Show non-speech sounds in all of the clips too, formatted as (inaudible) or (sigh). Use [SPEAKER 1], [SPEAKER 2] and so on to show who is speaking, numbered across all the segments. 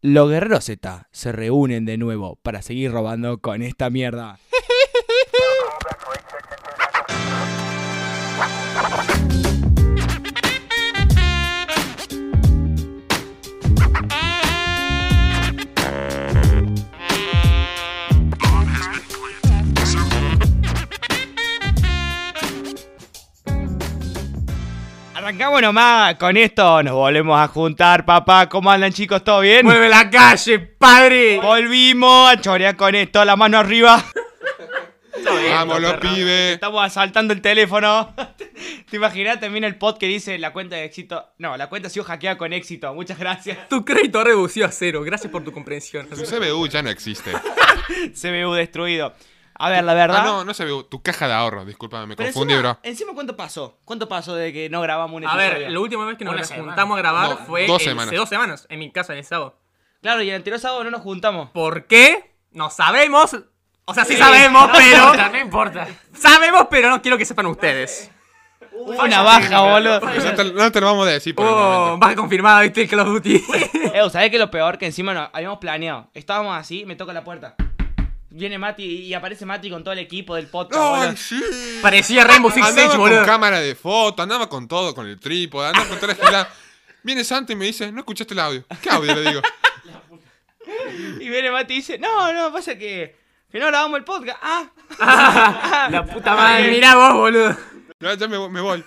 [SPEAKER 1] Los guerreros Z se reúnen de nuevo para seguir robando con esta mierda. Arrancamos nomás, con esto nos volvemos a juntar, papá. ¿Cómo andan chicos? ¿Todo bien?
[SPEAKER 2] ¡Mueve la calle, padre!
[SPEAKER 1] Volvimos a chorear con esto, la mano arriba. (laughs)
[SPEAKER 3] Vamos los pibes.
[SPEAKER 1] Estamos asaltando el teléfono. (laughs) ¿Te imaginas también el pod que dice la cuenta de éxito? No, la cuenta ha sido hackeada con éxito. Muchas gracias. (laughs)
[SPEAKER 2] Tu crédito ha reducido a cero. Gracias por tu comprensión.
[SPEAKER 3] Tu CBU ya no existe.
[SPEAKER 1] CBU destruido. A ver, la verdad.
[SPEAKER 3] Ah, no, no CBU. Tu caja de ahorro. Disculpa, me
[SPEAKER 1] Pero
[SPEAKER 3] confundí,
[SPEAKER 1] encima,
[SPEAKER 3] bro.
[SPEAKER 1] encima, ¿cuánto pasó? ¿Cuánto pasó de que no grabamos un
[SPEAKER 2] A ver,
[SPEAKER 1] episodio?
[SPEAKER 2] la última vez que nos
[SPEAKER 4] Una
[SPEAKER 2] nos
[SPEAKER 4] semana.
[SPEAKER 2] juntamos a grabar
[SPEAKER 3] No,
[SPEAKER 2] fue
[SPEAKER 3] dos
[SPEAKER 2] el-
[SPEAKER 3] semanas.
[SPEAKER 2] hace dos semanas en mi casa en el sábado.
[SPEAKER 1] Claro, y el anterior sábado no nos juntamos.
[SPEAKER 2] ¿Por qué? No sabemos. O sea, sí,
[SPEAKER 4] Sí.
[SPEAKER 2] sabemos,
[SPEAKER 4] No importa,
[SPEAKER 2] pero.
[SPEAKER 4] no importa.
[SPEAKER 2] sabemos, pero no quiero que sepan ustedes.
[SPEAKER 1] Fue una baja, boludo.
[SPEAKER 3] No te, no te lo vamos a decir por el
[SPEAKER 2] Oh,
[SPEAKER 3] momento.
[SPEAKER 2] baja confirmada, viste, Call of Duty.
[SPEAKER 3] (laughs)
[SPEAKER 1] Eh, ¿sabés qué es lo peor? Que encima no, habíamos planeado. Estábamos así, me toca la puerta. Viene Mati y aparece Mati con todo el equipo del podcast. boludo.
[SPEAKER 3] ¡Ay, sí!
[SPEAKER 2] Parecía Rainbow Six
[SPEAKER 3] Andaba
[SPEAKER 2] Siege,
[SPEAKER 3] con
[SPEAKER 2] boludo.
[SPEAKER 3] cámara de foto, andaba con todo, con el trípode, andaba con toda la gilada. Viene Santi y me dice, no escuchaste el audio. ¿Qué audio? Le digo. (laughs)
[SPEAKER 1] Y viene Mati y dice, no, no, pasa que, que no grabamos el podcast. Ah,
[SPEAKER 2] Ah,
[SPEAKER 4] La puta
[SPEAKER 2] Ay,
[SPEAKER 4] madre.
[SPEAKER 2] mirá vos, boludo.
[SPEAKER 3] Ya, ya me, voy- me voy.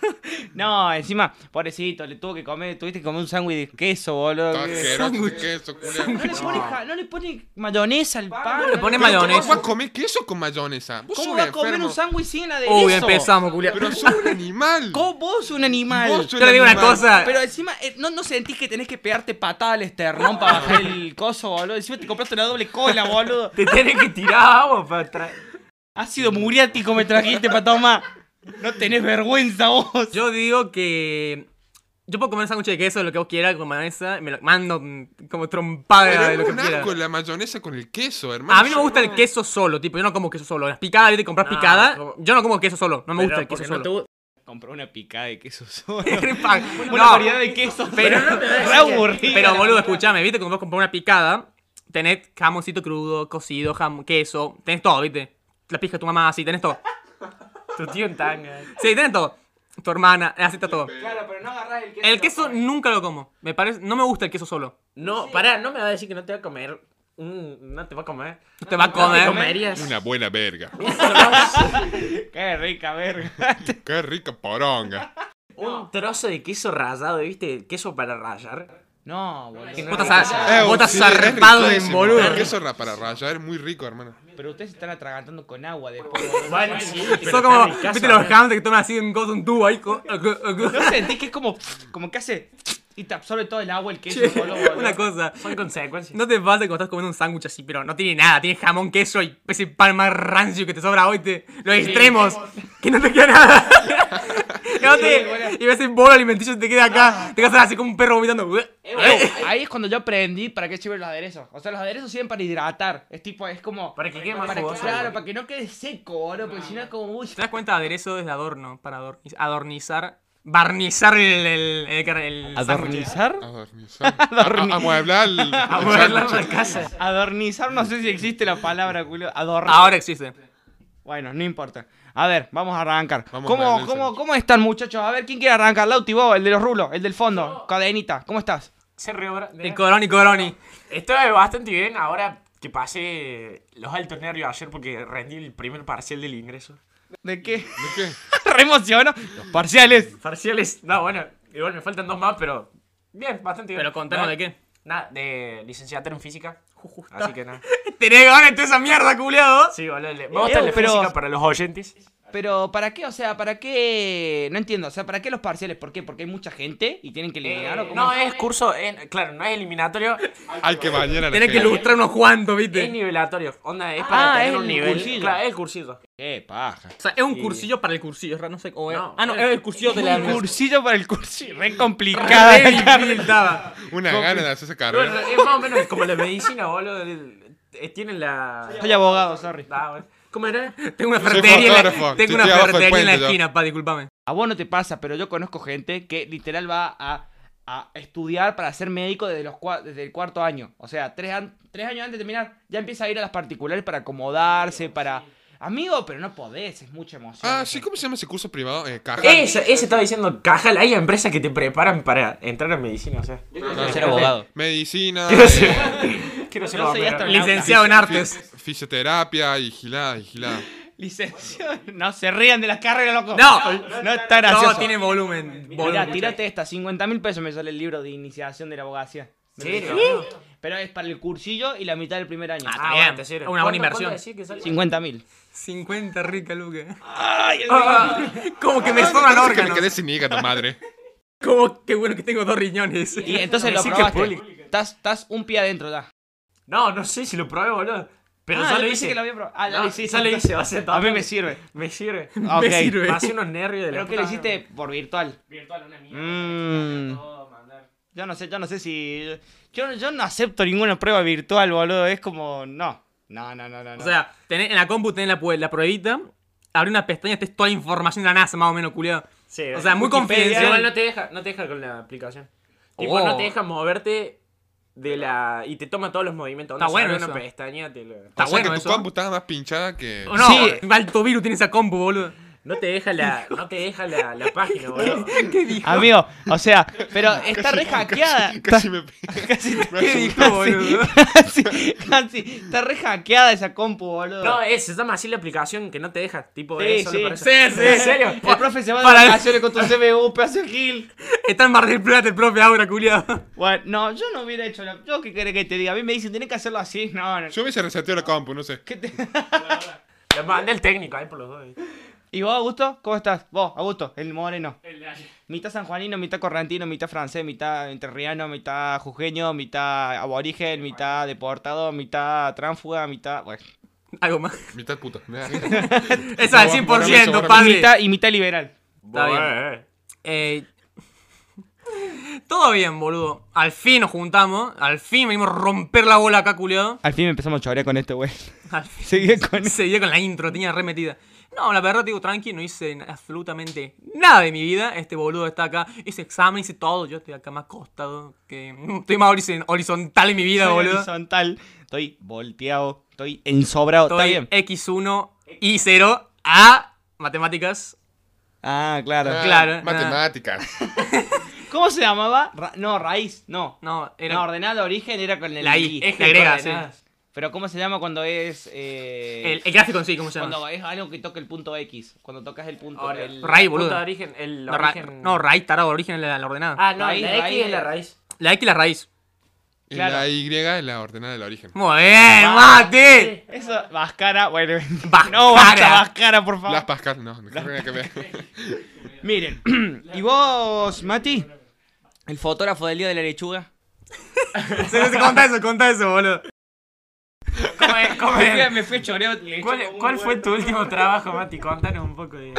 [SPEAKER 1] no, encima, pobrecito, le tuvo que comer, tuviste que comer un sándwich de queso, boludo.
[SPEAKER 3] Todo
[SPEAKER 1] que-
[SPEAKER 3] asqueroso, de queso,
[SPEAKER 1] No
[SPEAKER 3] culiao.
[SPEAKER 1] le, pone, ja- no le pone mayonesa al pan.
[SPEAKER 2] le pone
[SPEAKER 3] Pero ¿Cómo
[SPEAKER 2] mayonesa.
[SPEAKER 3] vas a comer queso con mayonesa? Vos sos
[SPEAKER 1] ¿Cómo
[SPEAKER 3] un
[SPEAKER 1] va a comer
[SPEAKER 3] enfermo.
[SPEAKER 1] un sándwich sin aderezo?
[SPEAKER 2] Uy, empezamos, culiado.
[SPEAKER 3] Pero sos un animal.
[SPEAKER 1] Co- Vos un animal.
[SPEAKER 3] Vos sos
[SPEAKER 2] Yo le digo una
[SPEAKER 3] animal.
[SPEAKER 2] cosa.
[SPEAKER 1] Pero encima, eh, no, no sentís que tenés que pegarte patada al esternón para bajar el coso, boludo. Encima te compraste una doble cola, boludo.
[SPEAKER 4] Te tienen que tirar agua para atrás.
[SPEAKER 1] Ácido muriático me trajiste para tomar. No tenés vergüenza vos.
[SPEAKER 2] Yo digo que. Yo puedo comer un sándwich de queso, lo que vos quieras, con mayonesa. Me lo mando mm, como trompada de
[SPEAKER 3] Pero
[SPEAKER 2] lo
[SPEAKER 3] es
[SPEAKER 2] que
[SPEAKER 3] un
[SPEAKER 2] quiera.
[SPEAKER 3] asco la mayonesa con el queso, hermano.
[SPEAKER 2] A mí no me gusta el queso solo, tipo, yo no como queso solo. Las picadas, viste, compras
[SPEAKER 4] No,
[SPEAKER 2] picada.
[SPEAKER 4] como-
[SPEAKER 2] Yo no como queso solo, no me gusta el
[SPEAKER 4] Pero porque
[SPEAKER 2] queso
[SPEAKER 4] no te
[SPEAKER 2] solo.
[SPEAKER 4] gusta.
[SPEAKER 1] Compró una picada de queso (laughs) solo.
[SPEAKER 2] (laughs) Re pa-
[SPEAKER 1] Una variedad
[SPEAKER 2] No,
[SPEAKER 1] de quesos.
[SPEAKER 2] pero- (laughs)
[SPEAKER 1] re aburrida.
[SPEAKER 2] pero boludo, escúchame, viste, cuando vos compras una picada, tenés jamoncito crudo, cocido, jam queso, tenés todo, viste. La pija de tu mamá, así, tenés todo.
[SPEAKER 4] Tu tío en tanga.
[SPEAKER 2] Sí, tenés todo. Tu hermana, así está todo.
[SPEAKER 1] Claro, pero no agarrás el queso.
[SPEAKER 2] El queso nunca lo como. Me parece, no me gusta el queso solo.
[SPEAKER 4] No, pará, no me va a decir que no te va a comer. Mm, no te va a comer.
[SPEAKER 2] No te va
[SPEAKER 4] ¿Te
[SPEAKER 2] a comer.
[SPEAKER 4] comerías?
[SPEAKER 3] Una buena verga.
[SPEAKER 1] Qué rica verga.
[SPEAKER 3] Qué rica poronga.
[SPEAKER 2] (laughs)
[SPEAKER 4] Un trozo de queso rallado, ¿viste? Queso para rallar.
[SPEAKER 1] No, boludo.
[SPEAKER 2] Vos estás,
[SPEAKER 3] Eh,
[SPEAKER 2] vos estás
[SPEAKER 3] sí, es
[SPEAKER 2] zarpado de
[SPEAKER 3] riquísimo.
[SPEAKER 2] boludo.
[SPEAKER 3] El queso ra- para rayar es muy rico, hermano.
[SPEAKER 1] Pero ustedes se están atragantando con agua después. boludo.
[SPEAKER 4] Bueno, sí.
[SPEAKER 2] Son como, viste los hamsters que toman así un coso, un tubo ahí. co-
[SPEAKER 1] (laughs) ¿No sentís que es como, como que hace y te absorbe todo el agua el queso solo, boludo?
[SPEAKER 2] (laughs) Una cosa.
[SPEAKER 4] Son (laughs) consecuencias.
[SPEAKER 2] No te pasa cuando estás comiendo un sándwich así, pero no tiene nada. Tiene jamón, queso y ese pan más rancio que te sobra hoy. te- los extremos. Que no te
[SPEAKER 1] (laughs)
[SPEAKER 2] queda nada. Que no te-
[SPEAKER 1] Sí, bueno. Ah.
[SPEAKER 2] y ves el bolo alimenticio que te queda acá. Te quedas así como un perro vomitando. (laughs)
[SPEAKER 1] Eh, boludo, ahí es cuando yo aprendí para qué sirven los aderezos. O sea, los aderezos sirven para hidratar. Es tipo, es como.
[SPEAKER 4] Para que quede más
[SPEAKER 1] para
[SPEAKER 4] jugoso,
[SPEAKER 1] Claro,
[SPEAKER 4] boludo.
[SPEAKER 1] para que no quede seco, boludo. Porque si no es como. Uy,
[SPEAKER 2] ¿Te das cuenta? Aderezo es de adorno. Para adorniz- adornizar. Barnizar el. el, el, el sándwich. (laughs)
[SPEAKER 3] Adornizar. A- a- Amueblar. el-
[SPEAKER 4] A
[SPEAKER 3] el
[SPEAKER 4] moverla
[SPEAKER 3] sándwich.
[SPEAKER 4] la casa.
[SPEAKER 1] Adornizar, no sé si existe la palabra, culo. Adornizar.
[SPEAKER 2] Ahora existe.
[SPEAKER 1] Bueno, no importa. A ver, vamos a arrancar.
[SPEAKER 3] Vamos a
[SPEAKER 1] ¿Cómo,
[SPEAKER 3] darle el
[SPEAKER 1] cómo,
[SPEAKER 3] sándwich.
[SPEAKER 1] ¿Cómo están, muchachos? A ver, ¿quién quiere arrancar? Lauti, vos, el de los rulos, el del fondo. Cadenita, ¿cómo estás?
[SPEAKER 4] Se reobra.
[SPEAKER 2] El coroni, coroni.
[SPEAKER 4] Estoy bastante bien ahora que pasé los altos nervios ayer porque rendí el primer parcial del ingreso.
[SPEAKER 1] ¿De qué?
[SPEAKER 3] ¿De qué?
[SPEAKER 1] (laughs) Re emociono. Los parciales.
[SPEAKER 4] Parciales, no, bueno, igual me faltan dos más, pero bien, bastante bien.
[SPEAKER 2] Pero contanos de qué.
[SPEAKER 4] Nada, de licenciatura en física. Así que (laughs) nada.
[SPEAKER 2] Tenés ganas de toda esa mierda, culiado.
[SPEAKER 4] Sí, boludo. le- Me gusta
[SPEAKER 1] Eh,
[SPEAKER 4] la
[SPEAKER 1] pero-
[SPEAKER 4] física para los oyentes.
[SPEAKER 1] Pero, ¿para qué? O sea, ¿para qué? No entiendo. O sea, ¿para qué los parciales? ¿Por qué? ¿Porque hay mucha gente y tienen que eliminar o
[SPEAKER 4] Eh,
[SPEAKER 1] cómo?
[SPEAKER 4] no, es curso, en- claro, no es (laughs) eliminatorio,
[SPEAKER 3] Hay que bañar a la
[SPEAKER 2] Tenés que
[SPEAKER 3] gente.
[SPEAKER 2] ilustrar unos cuantos,
[SPEAKER 4] es
[SPEAKER 2] viste.
[SPEAKER 4] nivelatorio. Onda, es
[SPEAKER 1] Ah,
[SPEAKER 4] para tener
[SPEAKER 1] es
[SPEAKER 4] un
[SPEAKER 1] el
[SPEAKER 4] nivel.
[SPEAKER 1] cursillo.
[SPEAKER 4] Claro, es el cursito.
[SPEAKER 1] Qué paja.
[SPEAKER 2] O sea, es un cursillo para el cursillo, es raro, no sé. o es-
[SPEAKER 4] No,
[SPEAKER 2] ah, no, es el cursillo de la.
[SPEAKER 1] Un cursillo para el cursillo.
[SPEAKER 2] (laughs)
[SPEAKER 1] Re
[SPEAKER 2] Re
[SPEAKER 1] complicada.
[SPEAKER 2] difícil estaba.
[SPEAKER 3] Una gana de hacerse
[SPEAKER 4] Bueno,
[SPEAKER 3] carrera.
[SPEAKER 4] es más o menos como (laughs) la medicina, boludo. el- eh, Tienen la.
[SPEAKER 1] Soy abogado, sorry.
[SPEAKER 4] Ah, bueno. ¿Cómo era?
[SPEAKER 2] Tengo una
[SPEAKER 3] Yo soy
[SPEAKER 2] ferretería en la,
[SPEAKER 3] fotógrafo,
[SPEAKER 2] tengo
[SPEAKER 3] sí,
[SPEAKER 2] una
[SPEAKER 3] estoy abajo del
[SPEAKER 2] ferretería en la
[SPEAKER 3] puente yo.
[SPEAKER 2] esquina, pa, disculpame.
[SPEAKER 1] A vos no te pasa, pero yo conozco gente que literal va a a estudiar para ser médico desde, los cua- desde el cuarto año. O sea, tres, an- tres años antes de terminar, ya empieza a ir a las particulares para acomodarse, para... Amigo, pero no podés, es mucha emoción.
[SPEAKER 3] Ah,
[SPEAKER 1] eso.
[SPEAKER 3] sí, ¿cómo se llama ese curso privado? Eh, Cajal.
[SPEAKER 4] Ese, ese estaba diciendo Cajal. Hay empresas que te preparan para entrar en medicina, o sea.
[SPEAKER 1] Quiero ser abogado.
[SPEAKER 2] (laughs)
[SPEAKER 3] Medicina,
[SPEAKER 4] Quiero
[SPEAKER 3] eh,
[SPEAKER 4] ser- Quiero ser
[SPEAKER 1] Yo soy
[SPEAKER 4] bombero.
[SPEAKER 1] astronauta.
[SPEAKER 2] Licenciado en artes.
[SPEAKER 3] fi- fisioterapia y gilada, y gilada.
[SPEAKER 1] Licenciado. (laughs) No se rían de las carreras, loco.
[SPEAKER 2] No.
[SPEAKER 1] no está gracioso.
[SPEAKER 2] No, tiene volumen.
[SPEAKER 1] Mira,
[SPEAKER 2] volumen.
[SPEAKER 1] tírate esta, 50 mil pesos me sale el libro de iniciación de la abogacía.
[SPEAKER 4] ¿En
[SPEAKER 1] Me lo
[SPEAKER 4] serio?
[SPEAKER 1] dijeron. Pero es para el cursillo y la mitad del primer año.
[SPEAKER 2] Ah,
[SPEAKER 4] Ah,
[SPEAKER 2] Bien,
[SPEAKER 4] bueno, te sirve.
[SPEAKER 2] una buena
[SPEAKER 4] ¿Cuánto-
[SPEAKER 2] inversión.
[SPEAKER 4] cuánto decís que sale?
[SPEAKER 1] 50 mil.
[SPEAKER 2] 50 rica, Luca. Ah. Como que me sobran
[SPEAKER 3] Parece que me
[SPEAKER 2] (laughs)
[SPEAKER 3] quedé
[SPEAKER 2] órganos.
[SPEAKER 3] sin
[SPEAKER 2] (laughs)
[SPEAKER 3] hígado, madre.
[SPEAKER 2] Como que bueno que tengo dos riñones. (laughs)
[SPEAKER 1] Y entonces
[SPEAKER 4] Me
[SPEAKER 1] lo
[SPEAKER 4] decís que
[SPEAKER 1] probaste.
[SPEAKER 4] público.
[SPEAKER 1] Estás, estás un pie adentro, ya.
[SPEAKER 4] (laughs) No, no sé si lo probé, boludo. Pero
[SPEAKER 1] ah,
[SPEAKER 4] ya
[SPEAKER 1] yo
[SPEAKER 4] lo
[SPEAKER 1] pensé
[SPEAKER 4] hice.
[SPEAKER 1] que lo había probado. Ah, ya lo
[SPEAKER 4] No,
[SPEAKER 1] hiciste.
[SPEAKER 4] ya lo hice, o sea,
[SPEAKER 1] A mí
[SPEAKER 4] también-
[SPEAKER 1] me sirve.
[SPEAKER 4] (laughs) Me sirve.
[SPEAKER 1] Ah, ok.
[SPEAKER 2] Me sirve.
[SPEAKER 4] Pasé unos nervios de la
[SPEAKER 1] Pero que lo
[SPEAKER 4] puta
[SPEAKER 1] hiciste por virtual.
[SPEAKER 4] Virtual, una mierda.
[SPEAKER 1] Mm.
[SPEAKER 4] Todo, mandar.
[SPEAKER 1] Yo no sé, yo no sé si. Yo, yo no acepto ninguna prueba virtual, boludo. Es como. No. No, no, no, no. no.
[SPEAKER 2] O sea, tenés- en la compu tenés la, pue- la pruebita. Abre una pestaña, tenés toda la información de la NASA, más o menos, culiado.
[SPEAKER 4] Sí,
[SPEAKER 2] O sea, muy confidencial.
[SPEAKER 4] Igual no te deja, no te deja con la aplicación. Tipo,
[SPEAKER 2] Oh.
[SPEAKER 4] no te deja moverte de la. y te toma todos los movimientos. Onda,
[SPEAKER 2] Está
[SPEAKER 4] se
[SPEAKER 2] bueno
[SPEAKER 4] abre una
[SPEAKER 2] eso.
[SPEAKER 4] pestaña, te lo-
[SPEAKER 2] Está
[SPEAKER 3] o sea
[SPEAKER 2] bueno
[SPEAKER 3] que tu
[SPEAKER 2] eso.
[SPEAKER 3] compu estaba más pinchada que.
[SPEAKER 2] O no,
[SPEAKER 1] Sí.
[SPEAKER 2] alto virus tiene esa compu, boludo. (laughs)
[SPEAKER 4] No te deja la. No te deja la, la página, boludo.
[SPEAKER 2] ¿Qué
[SPEAKER 1] (laughs)
[SPEAKER 2] dijo?
[SPEAKER 1] Amigo, o sea,
[SPEAKER 4] (laughs)
[SPEAKER 1] pero está re hackeada.
[SPEAKER 3] (laughs) Casi me.
[SPEAKER 1] (laughs) Casi te-
[SPEAKER 2] ¿Qué dijo, boludo?
[SPEAKER 1] (laughs) Casi, casi. Está re hackeada esa compu, boludo.
[SPEAKER 4] No, es, se llama así la aplicación que no te deja. Tipo,
[SPEAKER 1] Sí,
[SPEAKER 4] es solo
[SPEAKER 1] sí.
[SPEAKER 4] para eso.
[SPEAKER 2] Sí, sí.
[SPEAKER 4] ¿En serio?
[SPEAKER 1] el profe se va de
[SPEAKER 2] Para el-
[SPEAKER 1] vacaciones con tu CBU, pedazo de gil.
[SPEAKER 2] Está en Mar del Plata el propio ahora, culiado.
[SPEAKER 1] Bueno, no, yo no hubiera hecho. la- Yo qué querés que te diga. A mí me dicen, tenés que hacerlo así. No, no.
[SPEAKER 3] Yo hubiese reseteado la compu, no sé.
[SPEAKER 1] ¿Qué te- (laughs)
[SPEAKER 4] La mandé al técnico ahí por los dos. eh.
[SPEAKER 1] ¿Y vos, Augusto? ¿Cómo estás? Vos, Augusto, el moreno. Mitad sanjuanino, mitad correntino, mitad francés, mitad enterriano, mitad jujeño, mitad aborigen, mitad deportado, mitad tránfuga, mitad. Bueno.
[SPEAKER 2] (laughs) Algo más. (laughs)
[SPEAKER 3] Mitad puta.
[SPEAKER 2] Esa al
[SPEAKER 3] Morales,
[SPEAKER 2] 100%,
[SPEAKER 3] Morales.
[SPEAKER 1] Y
[SPEAKER 2] padre.
[SPEAKER 1] mitad, y mitad liberal.
[SPEAKER 2] Está bien.
[SPEAKER 4] Bueno,
[SPEAKER 2] Eh, todo bien, boludo. Al fin nos juntamos. Al fin venimos a romper la bola acá, culiado.
[SPEAKER 1] Al fin empezamos a chorear con este güey. (laughs)
[SPEAKER 2] Al fin. (laughs)
[SPEAKER 1] Seguí con
[SPEAKER 2] Seguía con la intro, tenía remetida. No, la verdad, digo, tranqui, no hice na- absolutamente nada de mi vida. Este boludo está acá, hice examen, hice todo. Yo estoy acá más acostado, que (laughs) estoy más horizon- horizontal en mi vida,
[SPEAKER 1] Soy
[SPEAKER 2] boludo.
[SPEAKER 1] este horizontal, estoy volteado, estoy ensobrado, está
[SPEAKER 2] Estoy
[SPEAKER 1] bien.
[SPEAKER 2] X1 y 0 a matemáticas.
[SPEAKER 1] Ah, claro.
[SPEAKER 3] Ah,
[SPEAKER 2] Claro,
[SPEAKER 3] Matemáticas.
[SPEAKER 1] ¿Cómo se llamaba? Ra- no, raíz, no.
[SPEAKER 2] No, era
[SPEAKER 1] La ordenada de origen era con el
[SPEAKER 2] la I, es la griega, sí.
[SPEAKER 1] Pero ¿cómo se llama cuando es eh,
[SPEAKER 2] El, el gráfico en sí, ¿cómo se llama?
[SPEAKER 1] cuando es algo que toca el punto X, cuando tocas el punto
[SPEAKER 4] Ahora,
[SPEAKER 1] el-
[SPEAKER 2] raíz, boludo.
[SPEAKER 4] Punto de origen, el
[SPEAKER 2] No, ra-
[SPEAKER 4] origen-
[SPEAKER 2] no, raíz, tarado, origen es la, la ordenada.
[SPEAKER 4] Ah, no,
[SPEAKER 1] Raíz,
[SPEAKER 4] la X
[SPEAKER 1] raíz.
[SPEAKER 4] es la raíz.
[SPEAKER 2] La X es la raíz.
[SPEAKER 3] Y
[SPEAKER 1] Claro.
[SPEAKER 3] la Y es la ordenada del origen.
[SPEAKER 2] Muy bien,
[SPEAKER 4] Ah,
[SPEAKER 2] mate.
[SPEAKER 1] Eso, Vascara, bueno.
[SPEAKER 2] Vascara.
[SPEAKER 1] No, basta, Vascara, por favor.
[SPEAKER 3] Las Pascal, no. no creo que vea.
[SPEAKER 1] Miren, (clears throat) ¿y vos, Mati? El fotógrafo del día de la lechuga.
[SPEAKER 2] Se- se- Contá eso, contá eso, boludo.
[SPEAKER 4] ¿Cómo es? ¿Cómo
[SPEAKER 1] Me
[SPEAKER 2] (laughs)
[SPEAKER 1] fui,
[SPEAKER 4] es?
[SPEAKER 1] me fui choreo. le
[SPEAKER 4] ¿Cuál,
[SPEAKER 1] eché un
[SPEAKER 4] cuál fue
[SPEAKER 1] huevo.
[SPEAKER 4] tu (laughs) último trabajo, Mati? Contanos un poco de.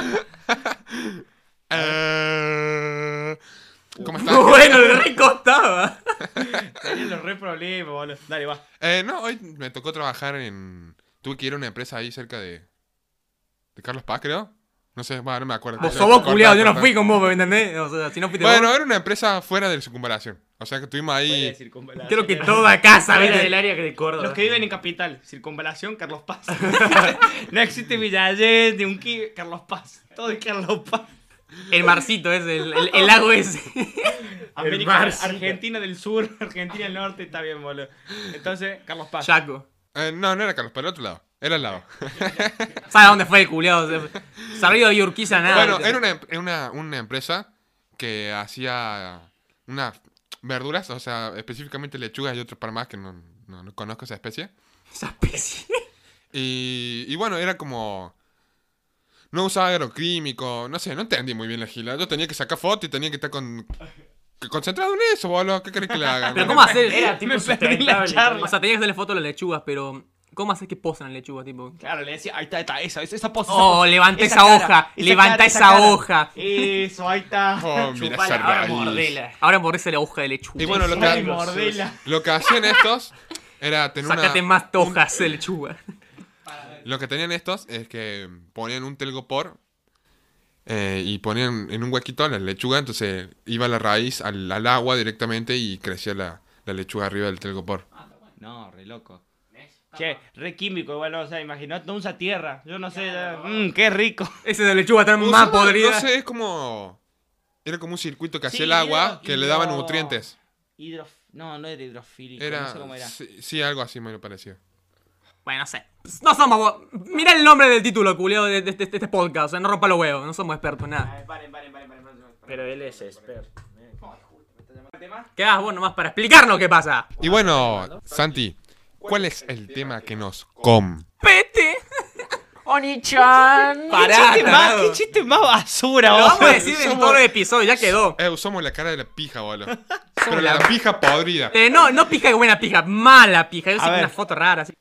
[SPEAKER 3] (laughs)
[SPEAKER 4] (laughs)
[SPEAKER 3] Eh,
[SPEAKER 2] (laughs)
[SPEAKER 3] ¿Cómo estás?
[SPEAKER 2] (laughs) Bueno, le
[SPEAKER 1] Ah,
[SPEAKER 2] recostaba.
[SPEAKER 1] Tenía los re problemas, boludo. Dale, va.
[SPEAKER 3] Eh, no, hoy me tocó trabajar en. Tuve que ir a una empresa ahí cerca de. de Carlos Paz, creo. No sé, bueno, no me acuerdo.
[SPEAKER 2] Vos
[SPEAKER 3] Entonces,
[SPEAKER 2] sos vos,
[SPEAKER 3] corta,
[SPEAKER 2] culiado, yo no
[SPEAKER 3] corta.
[SPEAKER 2] fui con vos, ¿me entendés? O sea, si no fuiste
[SPEAKER 3] Bueno,
[SPEAKER 2] vos,
[SPEAKER 3] era una empresa fuera de circunvalación. O sea que estuvimos ahí.
[SPEAKER 2] creo que toda casa,
[SPEAKER 4] Fuera
[SPEAKER 2] ¿viste?
[SPEAKER 4] del área de Córdoba.
[SPEAKER 1] Los que viven en Capital, Circunvalación, Carlos Paz. (laughs) no existe Villallén, de un ki- Carlos Paz. Todo es Carlos Paz.
[SPEAKER 2] El marcito ese, el, el- el lago ese.
[SPEAKER 4] (laughs)
[SPEAKER 1] América,
[SPEAKER 4] mar, sí.
[SPEAKER 1] Argentina del Sur, (laughs) Argentina del Norte, está bien, boludo. Entonces, Carlos Paz.
[SPEAKER 2] Chaco.
[SPEAKER 3] Eh, no, no era Carlos, para el otro lado. Era al lado.
[SPEAKER 2] ¿Sabes dónde fue el culiado? Sarrido y Urquiza, nada.
[SPEAKER 3] bueno,
[SPEAKER 2] ¿viste?
[SPEAKER 3] era una, em- era una, una empresa que hacía unas verduras, o sea, específicamente lechugas y otros par más que no, no- no conozco esa especie.
[SPEAKER 2] Esa
[SPEAKER 3] (laughs)
[SPEAKER 2] especie.
[SPEAKER 3] Y, y bueno, era como. No usaba agroquímico, no sé, no entendí muy bien la gila. Yo tenía que sacar foto y tenía que estar con. que concentrado en eso, boludo. ¿Qué querés que le haga?
[SPEAKER 2] (laughs) Pero ¿cómo hacer?
[SPEAKER 4] Era tipo
[SPEAKER 1] Me perdí la
[SPEAKER 4] sustentable.
[SPEAKER 1] charla.
[SPEAKER 2] O sea, tenías que hacerle foto a las lechugas, pero ¿cómo haces que posan las lechugas, tipo?
[SPEAKER 1] Claro, le decía, ahí está, está esa, esa, esa pose.
[SPEAKER 2] Oh,
[SPEAKER 1] pose,
[SPEAKER 2] levanta esa hoja, levanta esa
[SPEAKER 1] cara.
[SPEAKER 2] hoja.
[SPEAKER 1] Eso, ahí está.
[SPEAKER 3] Oh, mira
[SPEAKER 4] Chupala, ahora
[SPEAKER 3] esa raíz.
[SPEAKER 4] Ah, mordela.
[SPEAKER 2] Ahora morderse la hoja de lechuga.
[SPEAKER 3] Y bueno, lo
[SPEAKER 1] Ay,
[SPEAKER 3] que,
[SPEAKER 1] mordela.
[SPEAKER 3] lo que hacían estos era tener una-
[SPEAKER 2] Sácate más hojas de lechuga.
[SPEAKER 3] Lo que tenían estos es que ponían un telgopor eh, y ponían en un huequito la lechuga, entonces iba la raíz al, al agua directamente y crecía la, la lechuga arriba del telgopor.
[SPEAKER 1] No, re loco. Che, re químico igual, o sea, imaginate un tierra. Yo no sé, ya- mm, qué rico.
[SPEAKER 2] Ese de lechuga está más
[SPEAKER 3] Usaba-
[SPEAKER 2] podrida.
[SPEAKER 3] No sé, es como... Era como un circuito que hacía
[SPEAKER 1] Sí,
[SPEAKER 3] el agua
[SPEAKER 1] era-
[SPEAKER 3] que le daba
[SPEAKER 1] no.
[SPEAKER 3] nutrientes.
[SPEAKER 1] Hidrof... No, no era hidrofílico, no
[SPEAKER 3] Era...
[SPEAKER 1] sé cómo era.
[SPEAKER 3] Sí, sí, algo así me lo pareció.
[SPEAKER 2] Bueno, no sé. No somos vos. Mira el nombre del título, culeo, de, de- de- de este podcast. O sea, no rompa los huevos. No somos expertos en nada.
[SPEAKER 1] Paren, paren, paren,
[SPEAKER 4] Pero él es experto.
[SPEAKER 2] Quedás vos nomás para explicarnos qué pasa.
[SPEAKER 3] Y bueno, Santi, ¿cuál es el tema que nos com?
[SPEAKER 2] ¡Pete!
[SPEAKER 5] (laughs)
[SPEAKER 4] Oni-chan.
[SPEAKER 1] ¿Qué
[SPEAKER 2] Pará,
[SPEAKER 1] chiste, más,
[SPEAKER 2] tarado.
[SPEAKER 1] qué chiste más basura,
[SPEAKER 2] Lo vamos
[SPEAKER 1] boludo.
[SPEAKER 2] a decir en
[SPEAKER 3] somos-
[SPEAKER 2] todo el episodio, ya quedó.
[SPEAKER 3] Eh, usamos la cara de la pija, boludo.
[SPEAKER 1] (laughs)
[SPEAKER 3] Pero la pija podrida.
[SPEAKER 2] Eh, no, no pija que buena pija, mala pija. Yo
[SPEAKER 1] A
[SPEAKER 2] sé que
[SPEAKER 1] ver.
[SPEAKER 2] una foto rara. así.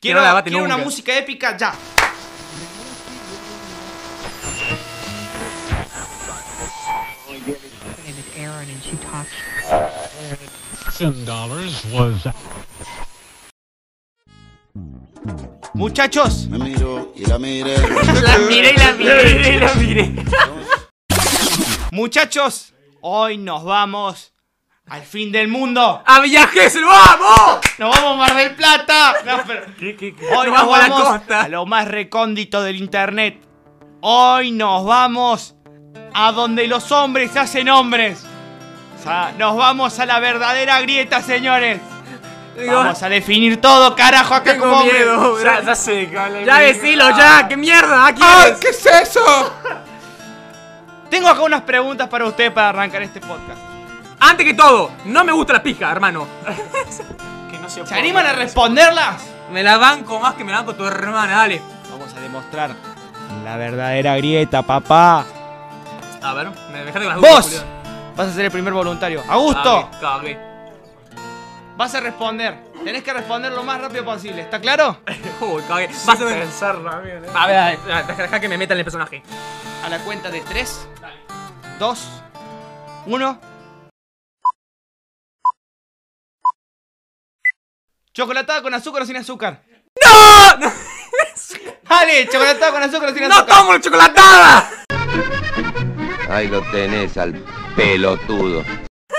[SPEAKER 1] Quiero,
[SPEAKER 2] Que no la bate
[SPEAKER 1] quiero una
[SPEAKER 2] nunca.
[SPEAKER 1] música épica ya.
[SPEAKER 6] name is Erin and she talks
[SPEAKER 7] Seven dollars was
[SPEAKER 1] Muchachos,
[SPEAKER 5] Me miro y la miré.
[SPEAKER 2] La miré y
[SPEAKER 1] (laughs)
[SPEAKER 2] la miré y la miré.
[SPEAKER 1] muchachos, hoy nos vamos al fin del mundo.
[SPEAKER 2] ¡A viajes, vamos!
[SPEAKER 1] ¡Nos vamos a Mar del Plata! No, pero- Hoy
[SPEAKER 2] Nos
[SPEAKER 1] nos
[SPEAKER 2] vamos a la
[SPEAKER 1] vamos
[SPEAKER 2] costa.
[SPEAKER 1] a lo más recóndito del internet. Hoy nos vamos a donde los hombres se hacen hombres. O sea, nos vamos a la verdadera grieta, señores. Vamos a definir todo, carajo, acá
[SPEAKER 2] Tengo
[SPEAKER 1] como hombres.
[SPEAKER 2] miedo.
[SPEAKER 4] Ya, ya sé, cala,
[SPEAKER 2] Ya
[SPEAKER 4] me-
[SPEAKER 2] decilo, ya, qué mierda, aquí
[SPEAKER 3] ¡Ay,
[SPEAKER 2] eres.
[SPEAKER 3] qué es eso!
[SPEAKER 1] Tengo acá unas preguntas para ustedes para arrancar este podcast.
[SPEAKER 2] Antes que todo, no me gusta la pija, hermano.
[SPEAKER 4] Que no se
[SPEAKER 1] ¿Se animan a responderlas?
[SPEAKER 2] Me la banco más que me la banco tu hermana, dale.
[SPEAKER 1] Vamos a demostrar la verdadera grieta, papá.
[SPEAKER 2] A ver, me dejaste con las dudas.
[SPEAKER 1] Vos
[SPEAKER 2] culiao.
[SPEAKER 1] vas a ser el primer voluntario. Augusto,
[SPEAKER 2] Cagué, cagué.
[SPEAKER 1] vas a responder. Tenés que responder lo más rápido posible. ¿Está
[SPEAKER 2] (laughs)
[SPEAKER 1] claro?
[SPEAKER 2] Joder, cagué. Vas a ver.
[SPEAKER 4] pensar, Ramiro. ¿eh?
[SPEAKER 2] A ver, a ver, a ver, deja, deja que me metan en el personaje.
[SPEAKER 1] A la cuenta de 3, 2, 1. Chocolatada con azúcar o sin azúcar.
[SPEAKER 2] ¡No! ¡No,
[SPEAKER 1] Dale, chocolatada con azúcar o sin
[SPEAKER 2] no
[SPEAKER 1] azúcar.
[SPEAKER 2] tomo la chocolatada!
[SPEAKER 8] Ahí lo tenés al pelotudo.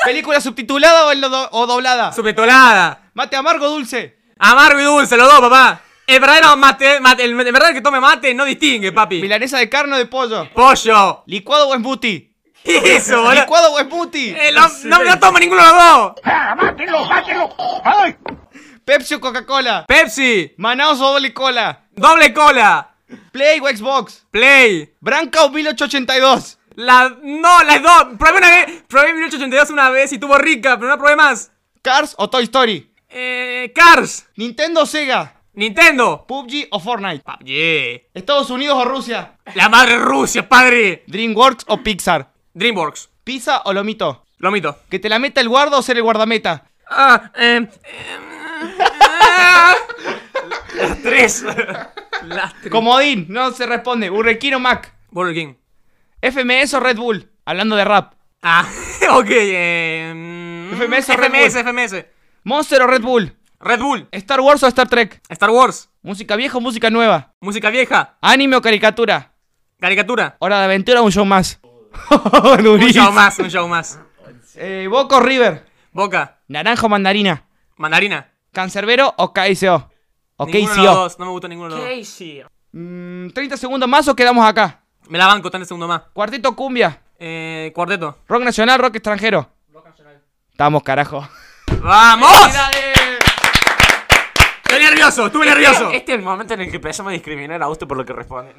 [SPEAKER 1] ¿Película subtitulada o, en lo do- o doblada?
[SPEAKER 2] Supetolada.
[SPEAKER 1] Mate amargo o dulce.
[SPEAKER 2] Amargo y dulce, los dos, papá. El verdadero mate, mate el, el verdadero que tome mate no distingue, papi.
[SPEAKER 1] Milanesa de carne o de pollo.
[SPEAKER 2] Pollo. (laughs)
[SPEAKER 1] Licuado o smoothie.
[SPEAKER 2] ¿Qué es eso, boludo?
[SPEAKER 1] Licuado o smoothie.
[SPEAKER 2] Eh, no, no, no tomo ninguno de los dos.
[SPEAKER 1] Pepsi o Coca-Cola.
[SPEAKER 2] Pepsi.
[SPEAKER 1] Manaus o doble cola.
[SPEAKER 2] Doble cola.
[SPEAKER 1] Play o Xbox.
[SPEAKER 2] Play.
[SPEAKER 1] Branca o 1882.
[SPEAKER 2] La. No, las dos. Probé una vez. Probé 1882 una vez y estuvo rica, pero no probé más.
[SPEAKER 1] Cars o Toy Story.
[SPEAKER 2] Eh. Cars.
[SPEAKER 1] Nintendo o Sega.
[SPEAKER 2] Nintendo.
[SPEAKER 1] PUBG o Fortnite.
[SPEAKER 2] Yeah.
[SPEAKER 1] Estados Unidos o Rusia.
[SPEAKER 2] La madre Rusia, padre.
[SPEAKER 1] DreamWorks o Pixar.
[SPEAKER 2] Dreamworks.
[SPEAKER 1] Pizza o Lomito.
[SPEAKER 2] Lo mito.
[SPEAKER 1] Que te la meta el guarda o ser el guardameta.
[SPEAKER 2] Ah, eh, (laughs) Las tres. Las tres.
[SPEAKER 1] Comodín, no se responde. Burrequín o Mac.
[SPEAKER 2] Burger King.
[SPEAKER 1] FMS o Red Bull. Hablando de rap.
[SPEAKER 2] Ah, (laughs) ok. Eh, mm,
[SPEAKER 1] FMS, Red
[SPEAKER 2] FMS,
[SPEAKER 1] Bull.
[SPEAKER 2] FMS.
[SPEAKER 1] Monster o Red Bull.
[SPEAKER 2] Red Bull.
[SPEAKER 1] Star Wars o Star Trek.
[SPEAKER 2] Star Wars.
[SPEAKER 1] Música vieja o música nueva.
[SPEAKER 2] Música vieja.
[SPEAKER 1] Anime o caricatura. (laughs)
[SPEAKER 2] Caricatura.
[SPEAKER 1] Hora de aventura o un show más. (laughs)
[SPEAKER 2] Un
[SPEAKER 1] Durísimo.
[SPEAKER 2] show más, un show más.
[SPEAKER 1] Eh, Boca o River.
[SPEAKER 2] Boca.
[SPEAKER 1] Naranja o mandarina.
[SPEAKER 2] Mandarina.
[SPEAKER 1] Cancerbero o KSO. O
[SPEAKER 2] ninguno de los
[SPEAKER 1] KCO.
[SPEAKER 2] dos. No me gustó ninguno de los dos.
[SPEAKER 4] Casey.
[SPEAKER 1] Mm, 30 segundos más o quedamos acá.
[SPEAKER 2] Me la banco, tan de segundo más.
[SPEAKER 1] Cuarteto cumbia.
[SPEAKER 2] Eh, cuarteto.
[SPEAKER 1] Rock nacional, rock extranjero. Rock nacional. Estamos, carajo.
[SPEAKER 2] ¡Vamos! Estoy nervioso, estuve nervioso.
[SPEAKER 4] Este es el momento en el que empezamos a discriminar a Augusto por lo que responde.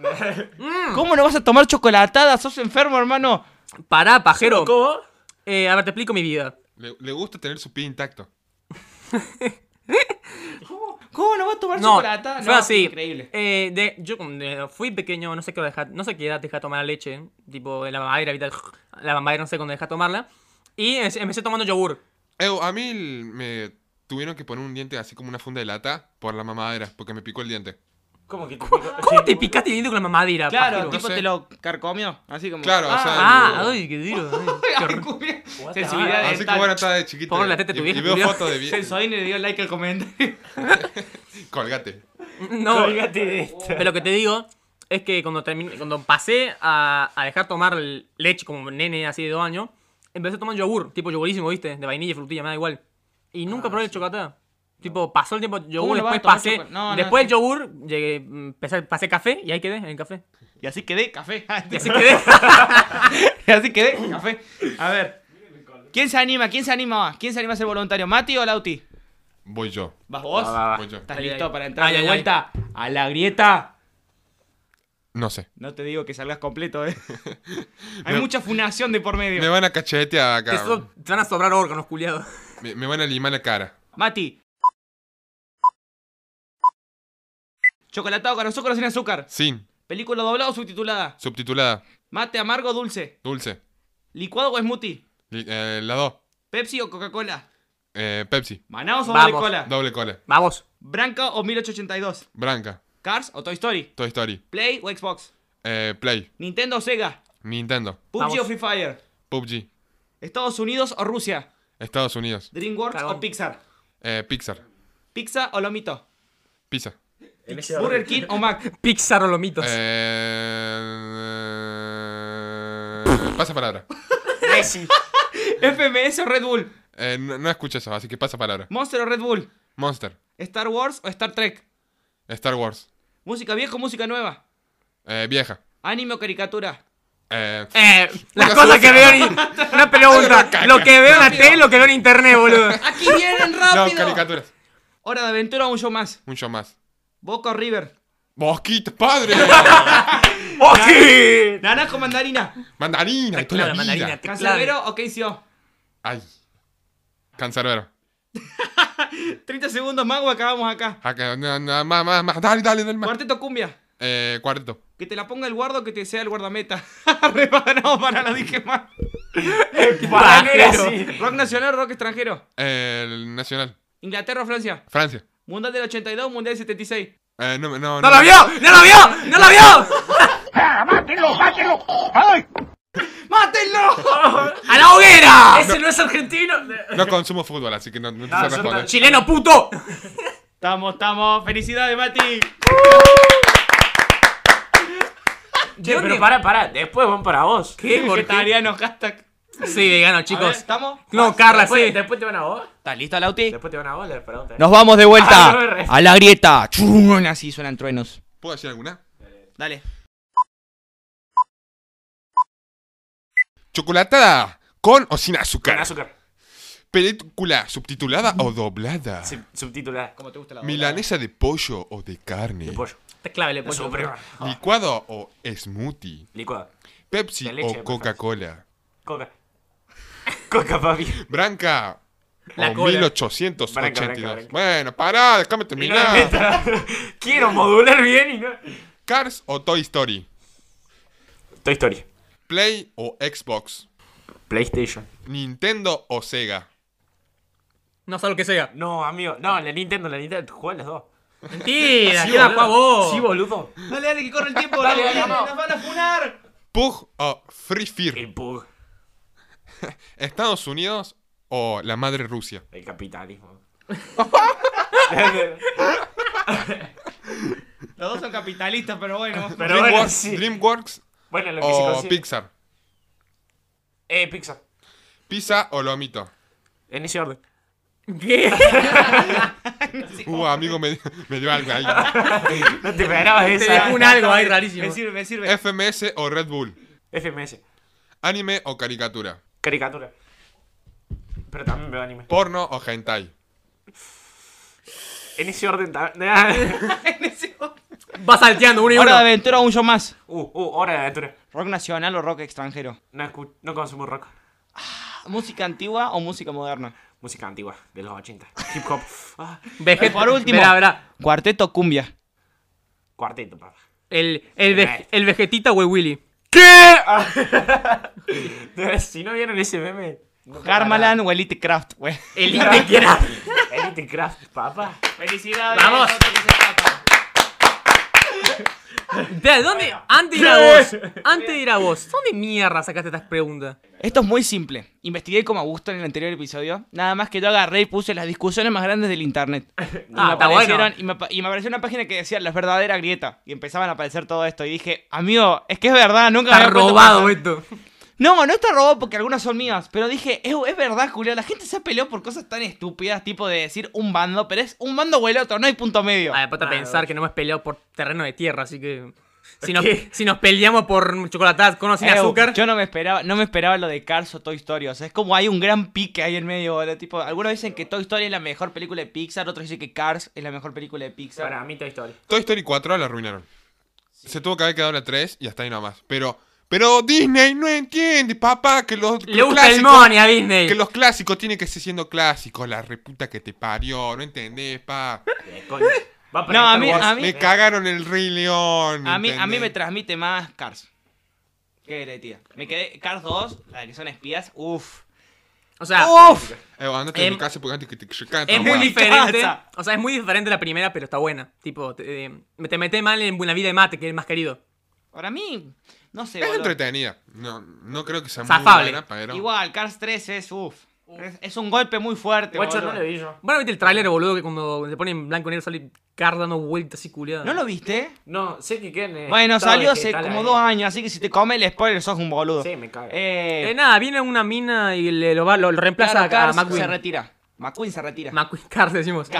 [SPEAKER 5] (laughs)
[SPEAKER 1] ¿Cómo no vas a tomar chocolatada? Sos enfermo, hermano.
[SPEAKER 2] Pará, pajero.
[SPEAKER 4] ¿Cómo?
[SPEAKER 2] Eh, a ver, te explico mi vida.
[SPEAKER 3] Le, le gusta tener su pie intacto.
[SPEAKER 1] ¿Cómo no vas a tomar
[SPEAKER 2] No,
[SPEAKER 1] chocolatada?
[SPEAKER 2] fue así.
[SPEAKER 1] Increíble.
[SPEAKER 2] Eh, de- yo cuando fui pequeño, no sé qué, dejá- no sé qué edad dejé tomar la leche. ¿eh? Tipo, la mamadera, ¿viste? la mamadera, no sé cuándo dejé tomarla. Y em- empecé tomando yogur.
[SPEAKER 3] Eh, a mí el- me tuvieron que poner un diente así como una funda de lata por la mamadera, porque me picó el diente.
[SPEAKER 4] ¿Cómo que te
[SPEAKER 2] ¿Cómo
[SPEAKER 5] (laughs)
[SPEAKER 2] te picaste el diente con la mamadera?
[SPEAKER 1] Claro,
[SPEAKER 2] pajero?
[SPEAKER 1] tipo
[SPEAKER 3] sé.
[SPEAKER 1] te lo carcomió. Así como.
[SPEAKER 3] Claro, o sea,
[SPEAKER 2] Ah, ay, qué duro. ay, qué
[SPEAKER 1] (laughs) Ay,
[SPEAKER 2] horror.
[SPEAKER 1] cumbia. Sensibilidad
[SPEAKER 3] Así que bueno,
[SPEAKER 1] dental.
[SPEAKER 3] estaba de chiquito.
[SPEAKER 2] Ponle la teta a tu
[SPEAKER 3] y,
[SPEAKER 2] vieja,
[SPEAKER 3] y veo
[SPEAKER 2] culiao.
[SPEAKER 1] (laughs)
[SPEAKER 3] fotos de bien.
[SPEAKER 1] Sensodyne le dio like al comentario. (laughs)
[SPEAKER 3] Colgate.
[SPEAKER 2] no,
[SPEAKER 4] Olvídate de esto.
[SPEAKER 2] pero lo que te digo es que cuando, terminé, cuando pasé a, a dejar tomar el- leche como nene así de dos años, empecé a tomar yogur, tipo yogurísimo, ¿viste? De vainilla y frutilla, me da igual. Y
[SPEAKER 1] Ah,
[SPEAKER 2] nunca probé el chocolate. Tipo, pasó el tiempo de yogur,
[SPEAKER 1] lo vas a
[SPEAKER 2] después
[SPEAKER 1] tomar
[SPEAKER 2] pasé.
[SPEAKER 1] chocolate? No, no,
[SPEAKER 2] después del
[SPEAKER 1] sí.
[SPEAKER 2] yogur, llegué, mm, empecé- pasé café y ahí quedé en
[SPEAKER 1] (laughs)
[SPEAKER 2] el café.
[SPEAKER 1] Y así quedé café.
[SPEAKER 2] Y así quedé.
[SPEAKER 1] (laughs) Y así quedé café. A ver. ¿Quién se anima? ¿Quién se anima? ¿Quién se anima a ser voluntario? ¿Mati o Lauti?
[SPEAKER 3] Voy yo.
[SPEAKER 1] ¿Vas vos?
[SPEAKER 5] Va, va, va.
[SPEAKER 3] Voy yo.
[SPEAKER 1] ¿Estás
[SPEAKER 2] Ay,
[SPEAKER 1] listo
[SPEAKER 2] ay.
[SPEAKER 1] para entrar
[SPEAKER 2] Ay,
[SPEAKER 1] de
[SPEAKER 2] ay, ay.
[SPEAKER 1] vuelta a la grieta?
[SPEAKER 3] No sé.
[SPEAKER 1] No te digo que salgas completo, eh. Hay
[SPEAKER 3] Me-
[SPEAKER 1] mucha funación de por medio.
[SPEAKER 3] Me van a cachetear acá.
[SPEAKER 2] (laughs) Eso, te van a sobrar órganos, culiados.
[SPEAKER 3] Me, me van a limar la cara.
[SPEAKER 1] Mati. Chocolatado con azúcar o sin azúcar.
[SPEAKER 3] Sin.
[SPEAKER 1] Película doblada o subtitulada.
[SPEAKER 3] Subtitulada.
[SPEAKER 1] Mate amargo o dulce.
[SPEAKER 3] Dulce.
[SPEAKER 1] Licuado o smoothie.
[SPEAKER 3] Li- eh, la 2.
[SPEAKER 1] Pepsi o Coca-Cola.
[SPEAKER 3] Eh, Pepsi.
[SPEAKER 1] Manaos o doble
[SPEAKER 2] Vamos.
[SPEAKER 1] cola.
[SPEAKER 3] Doble cola.
[SPEAKER 2] Vamos.
[SPEAKER 1] Branca o 1882.
[SPEAKER 3] Branca.
[SPEAKER 1] Cars o Toy Story.
[SPEAKER 3] Toy Story.
[SPEAKER 1] Play o Xbox.
[SPEAKER 3] Eh, Play.
[SPEAKER 1] Nintendo o Sega.
[SPEAKER 3] Nintendo.
[SPEAKER 1] PUBG
[SPEAKER 2] Vamos.
[SPEAKER 1] o Free Fire.
[SPEAKER 3] PUBG.
[SPEAKER 1] Estados Unidos o Rusia.
[SPEAKER 3] Estados Unidos.
[SPEAKER 1] DreamWorks o
[SPEAKER 2] Cagón.
[SPEAKER 1] Pixar.
[SPEAKER 3] Eh, Pixar.
[SPEAKER 1] Pizza o Lomito.
[SPEAKER 3] Pizza.
[SPEAKER 1] Burger King o
[SPEAKER 2] (laughs)
[SPEAKER 1] Mac.
[SPEAKER 2] Pixar o lomitos.
[SPEAKER 3] Eh, pasa palabra.
[SPEAKER 5] Messi.
[SPEAKER 1] FMS o Red Bull.
[SPEAKER 3] Eh, no, no escucho eso, así que pasa palabra.
[SPEAKER 1] Monster o Red Bull.
[SPEAKER 3] Monster.
[SPEAKER 1] Star Wars o Star Trek.
[SPEAKER 3] Star Wars.
[SPEAKER 1] Música vieja o música nueva.
[SPEAKER 3] Eh, vieja.
[SPEAKER 1] Anime o caricatura.
[SPEAKER 3] Eh,
[SPEAKER 2] Eh, las cosas que veo en.
[SPEAKER 1] (laughs)
[SPEAKER 2] Una pregunta. Lo que veo en la tele y lo que veo en internet, boludo.
[SPEAKER 1] ¡Aquí
[SPEAKER 2] (laughs)
[SPEAKER 1] vienen
[SPEAKER 3] no,
[SPEAKER 1] rápido!
[SPEAKER 3] caricaturas.
[SPEAKER 1] Hora de aventura o un show más.
[SPEAKER 3] Un show más.
[SPEAKER 1] Boca o River.
[SPEAKER 3] Mosquito, padre.
[SPEAKER 2] ¡Oji!
[SPEAKER 1] Naranjo o mandarina.
[SPEAKER 3] mandarina, toda la
[SPEAKER 2] Claro,
[SPEAKER 3] vida.
[SPEAKER 2] mandarina.
[SPEAKER 1] Cancerbero o KCO.
[SPEAKER 3] Ay. Cancerbero.
[SPEAKER 1] 30 segundos más o acabamos acá.
[SPEAKER 3] Acá, na- na- más, más, más. Dale, dale, dale más.
[SPEAKER 1] Cuarteto cumbia.
[SPEAKER 3] Eh, cuarto.
[SPEAKER 1] Que te la ponga el guardo que te sea el guardameta. (laughs) Repa- no, para, no dije (laughs) más.
[SPEAKER 5] Para no era
[SPEAKER 2] Pajero.
[SPEAKER 5] así.
[SPEAKER 1] Rock nacional o rock extranjero.
[SPEAKER 3] Eh, el nacional.
[SPEAKER 1] Inglaterra o Francia.
[SPEAKER 3] Francia.
[SPEAKER 1] Mundial del 82, Mundial del 76.
[SPEAKER 3] Eh, no, no, no.
[SPEAKER 2] ¡No lo vio! ¡No lo vio! ¡No lo vio!
[SPEAKER 1] (laughs) ¡Mátenlo!
[SPEAKER 2] ¡A la hoguera!
[SPEAKER 5] Ese no es argentino.
[SPEAKER 3] No consumo fútbol, así que no, no te
[SPEAKER 5] No,
[SPEAKER 3] sé
[SPEAKER 5] Ah, yo
[SPEAKER 3] responder.
[SPEAKER 5] no-
[SPEAKER 2] ¡Chileno puto!
[SPEAKER 1] Estamos, estamos. Felicidades, Mati.
[SPEAKER 5] Che, pero para, para. Después van para vos.
[SPEAKER 2] ¿Qué, por qué?
[SPEAKER 1] Vegetariano, hashtag.
[SPEAKER 2] Sí, vegano,
[SPEAKER 1] A ver,
[SPEAKER 2] chicos.
[SPEAKER 1] ¿Estamos?
[SPEAKER 2] No, Carla,
[SPEAKER 5] después,
[SPEAKER 2] sí.
[SPEAKER 5] después te van a vos.
[SPEAKER 1] ¿Estás listo, Lauti?
[SPEAKER 5] Después te van a vos la pregunta.
[SPEAKER 1] Nos vamos de vuelta
[SPEAKER 5] Ah, no me re-
[SPEAKER 1] a la grieta. Chun, así suenan truenos.
[SPEAKER 3] ¿Puedo decir alguna?
[SPEAKER 1] Dale.
[SPEAKER 3] Chocolatada. Con o sin azúcar.
[SPEAKER 5] Con azúcar.
[SPEAKER 3] Película subtitulada o doblada.
[SPEAKER 5] Sí, subtitulada.
[SPEAKER 1] Como te gusta la
[SPEAKER 3] Milanesa de pollo o de carne.
[SPEAKER 5] De pollo. Ah.
[SPEAKER 2] Te clave,
[SPEAKER 5] La suprema.
[SPEAKER 3] Licuado o smoothie.
[SPEAKER 5] Licuado.
[SPEAKER 3] Pepsi
[SPEAKER 5] De leche,
[SPEAKER 3] o Coca-Cola.
[SPEAKER 5] Coca. Coca, papi.
[SPEAKER 3] Branca
[SPEAKER 2] La
[SPEAKER 3] o
[SPEAKER 2] cola.
[SPEAKER 3] 1882.
[SPEAKER 5] Branca, branca, branca.
[SPEAKER 3] Bueno, pará, déjame
[SPEAKER 5] Y no me
[SPEAKER 3] terminar.
[SPEAKER 5] metas. (laughs) Quiero modular bien y no.
[SPEAKER 3] Cars o Toy Story.
[SPEAKER 5] Toy Story.
[SPEAKER 3] Play o Xbox.
[SPEAKER 5] PlayStation.
[SPEAKER 3] Nintendo o Sega.
[SPEAKER 2] No sé lo que sea.
[SPEAKER 5] No, amigo. No, la Nintendo, la Nintendo. Juega las dos.
[SPEAKER 2] Mentira, ¿qué la jugás vos?
[SPEAKER 5] Sí, boludo.
[SPEAKER 1] Dale, dale, que (laughs) corre el tiempo.
[SPEAKER 5] Dale,
[SPEAKER 1] dale,
[SPEAKER 5] vamos.
[SPEAKER 1] nos van a funar.
[SPEAKER 3] Pug o Free Fire.
[SPEAKER 5] El Pug.
[SPEAKER 3] Estados Unidos o la madre Rusia.
[SPEAKER 5] El capitalismo.
[SPEAKER 1] Los dos son capitalistas, (laughs) pero bueno.
[SPEAKER 5] Pero bueno,
[SPEAKER 3] DreamWorks,
[SPEAKER 5] sí.
[SPEAKER 3] Dreamworks
[SPEAKER 5] Bueno, lo que se
[SPEAKER 3] o
[SPEAKER 5] consigue.
[SPEAKER 3] Oh, Pixar.
[SPEAKER 5] Eh, Pixar.
[SPEAKER 3] Pizza o Lomito.
[SPEAKER 5] En ese orden.
[SPEAKER 2] ¿Qué?
[SPEAKER 3] Uh, amigo, me, me dio
[SPEAKER 5] (laughs)
[SPEAKER 3] algo ahí.
[SPEAKER 5] Ah, No te esperabas
[SPEAKER 2] Te
[SPEAKER 5] esa.
[SPEAKER 2] dejó un algo ahí rarísimo.
[SPEAKER 1] Me sirve, me sirve.
[SPEAKER 3] FMS o Red Bull.
[SPEAKER 5] FMS.
[SPEAKER 3] Anime o caricatura.
[SPEAKER 5] Caricatura. Pero también veo anime.
[SPEAKER 3] Porno o hentai.
[SPEAKER 5] En ese orden también.
[SPEAKER 2] Va salteando uno y uno.
[SPEAKER 1] Hora de aventura, un show más.
[SPEAKER 5] (laughs) Uh, uh, hora de aventura.
[SPEAKER 1] Rock nacional o rock extranjero.
[SPEAKER 5] No, escu- no consumo rock.
[SPEAKER 1] Música antigua o música
[SPEAKER 2] (laughs)
[SPEAKER 1] moderna.
[SPEAKER 5] Música antigua, de los 80. Hip hop. Ah,
[SPEAKER 2] Veget-
[SPEAKER 1] Por último.
[SPEAKER 2] Verá, verá.
[SPEAKER 1] Cuarteto o cumbia.
[SPEAKER 5] cuarteto, papá.
[SPEAKER 2] El, el, vej- el vegetita wey Willy.
[SPEAKER 4] (laughs)
[SPEAKER 5] si no vieron ese meme. no para
[SPEAKER 1] Garmaland o Elite Craft, güey.
[SPEAKER 2] El que quiera.
[SPEAKER 5] nada. Elite Craft, papá.
[SPEAKER 1] Felicidades.
[SPEAKER 2] Vamos.
[SPEAKER 1] otro que se escapa.
[SPEAKER 2] ¿De dónde? Antes de ir a vos. Antes de ir a vos. ¿Dónde mierda sacaste estas preguntas?
[SPEAKER 1] Esto es muy simple. Investigué como a gusto en el anterior episodio. Nada más que yo agarré y puse las discusiones más grandes del internet. Y, me,
[SPEAKER 2] (laughs) Ah, está
[SPEAKER 1] aparecieron-
[SPEAKER 2] bueno.
[SPEAKER 1] y, me, apa- y me apareció una página que decía la verdadera grieta. Y empezaban a aparecer todo esto. Y dije, amigo, es que es verdad, nunca me
[SPEAKER 2] Está
[SPEAKER 1] había puesto a
[SPEAKER 2] robado
[SPEAKER 1] pensar. Ah,
[SPEAKER 2] esto.
[SPEAKER 1] No, no está robado porque algunas son mías. Pero dije, es, es verdad, Julio. La gente se peleó por cosas tan estúpidas, tipo de decir un bando, pero es un bando o el otro, no hay punto medio.
[SPEAKER 2] Ah, aparte
[SPEAKER 4] Ah,
[SPEAKER 2] pensar que no hemos peleado por terreno de tierra, así que. Si nos,
[SPEAKER 4] ¿Qué?
[SPEAKER 2] si nos peleamos por chocolatadas con o sin
[SPEAKER 1] Eh,
[SPEAKER 2] azúcar.
[SPEAKER 1] Yo no me esperaba, no me esperaba lo de Cars o Toy Story. O sea, es como hay un gran pique ahí en medio. boludo. Tipo, algunos dicen que Toy Story es la mejor película de Pixar, otros dicen que Cars es la mejor película de Pixar.
[SPEAKER 4] Para mí Toy Story.
[SPEAKER 3] Toy Story 4 la arruinaron. Se tuvo que haber quedado la 3 y hasta ahí nomás. Pero, pero Disney no entiende, papá, que los, que
[SPEAKER 2] Le
[SPEAKER 3] los
[SPEAKER 2] gusta el
[SPEAKER 3] clásicos-
[SPEAKER 2] money a Disney.
[SPEAKER 3] Que los clásicos tienen que seguir siendo clásicos. La reputa que te parió, ¿no entendés, pa?
[SPEAKER 4] Eh, Va
[SPEAKER 1] No,
[SPEAKER 4] Star
[SPEAKER 1] a mí-
[SPEAKER 4] Wars.
[SPEAKER 1] a mí-
[SPEAKER 3] Me cagaron el Rey León.
[SPEAKER 1] a, mí, a mí me
[SPEAKER 3] ¿entendés?
[SPEAKER 1] transmite más Cars. Qué heretía. Me quedé Cars 2, la de que son espías. Uff.
[SPEAKER 2] O sea,
[SPEAKER 1] Uff.
[SPEAKER 3] Eh, andate de
[SPEAKER 2] Em-
[SPEAKER 3] mi casa porque antes que te cante
[SPEAKER 2] es
[SPEAKER 3] la
[SPEAKER 2] muy (laughs)
[SPEAKER 3] guarda.
[SPEAKER 2] diferente.
[SPEAKER 1] Casa.
[SPEAKER 2] O sea, es muy diferente la primera, pero está buena. Tipo, te, eh, te metes mal en la vida de mate, que es el más querido.
[SPEAKER 1] Para mí, no sé.
[SPEAKER 3] Es
[SPEAKER 1] boludo.
[SPEAKER 3] entretenida. No, no creo que sea
[SPEAKER 2] Zafable.
[SPEAKER 3] muy buena, pero...
[SPEAKER 1] Igual, Cars 3 es uff. Es, es un golpe muy fuerte.
[SPEAKER 4] Guacho
[SPEAKER 1] este boludo.
[SPEAKER 4] no lo vi yo.
[SPEAKER 2] Bueno, viste el tráiler, boludo, que cuando se pone en blanco y negro sale Car dando vueltas así culiada.
[SPEAKER 1] ¿No lo viste?
[SPEAKER 4] No, sé que quién es.
[SPEAKER 1] Bueno,
[SPEAKER 4] estado
[SPEAKER 1] salió hace
[SPEAKER 4] vegetal
[SPEAKER 1] como
[SPEAKER 4] ahí.
[SPEAKER 1] dos años, así que si te come el spoiler sos un boludo.
[SPEAKER 4] Sí, me cago.
[SPEAKER 1] Eh,
[SPEAKER 2] Eh, nada, viene una mina y le, lo, va- lo, lo reemplaza
[SPEAKER 1] Claro,
[SPEAKER 2] a- a,
[SPEAKER 1] Cars se
[SPEAKER 2] McQueen.
[SPEAKER 1] retira. McQueen se retira.
[SPEAKER 2] McQueen Cars, decimos.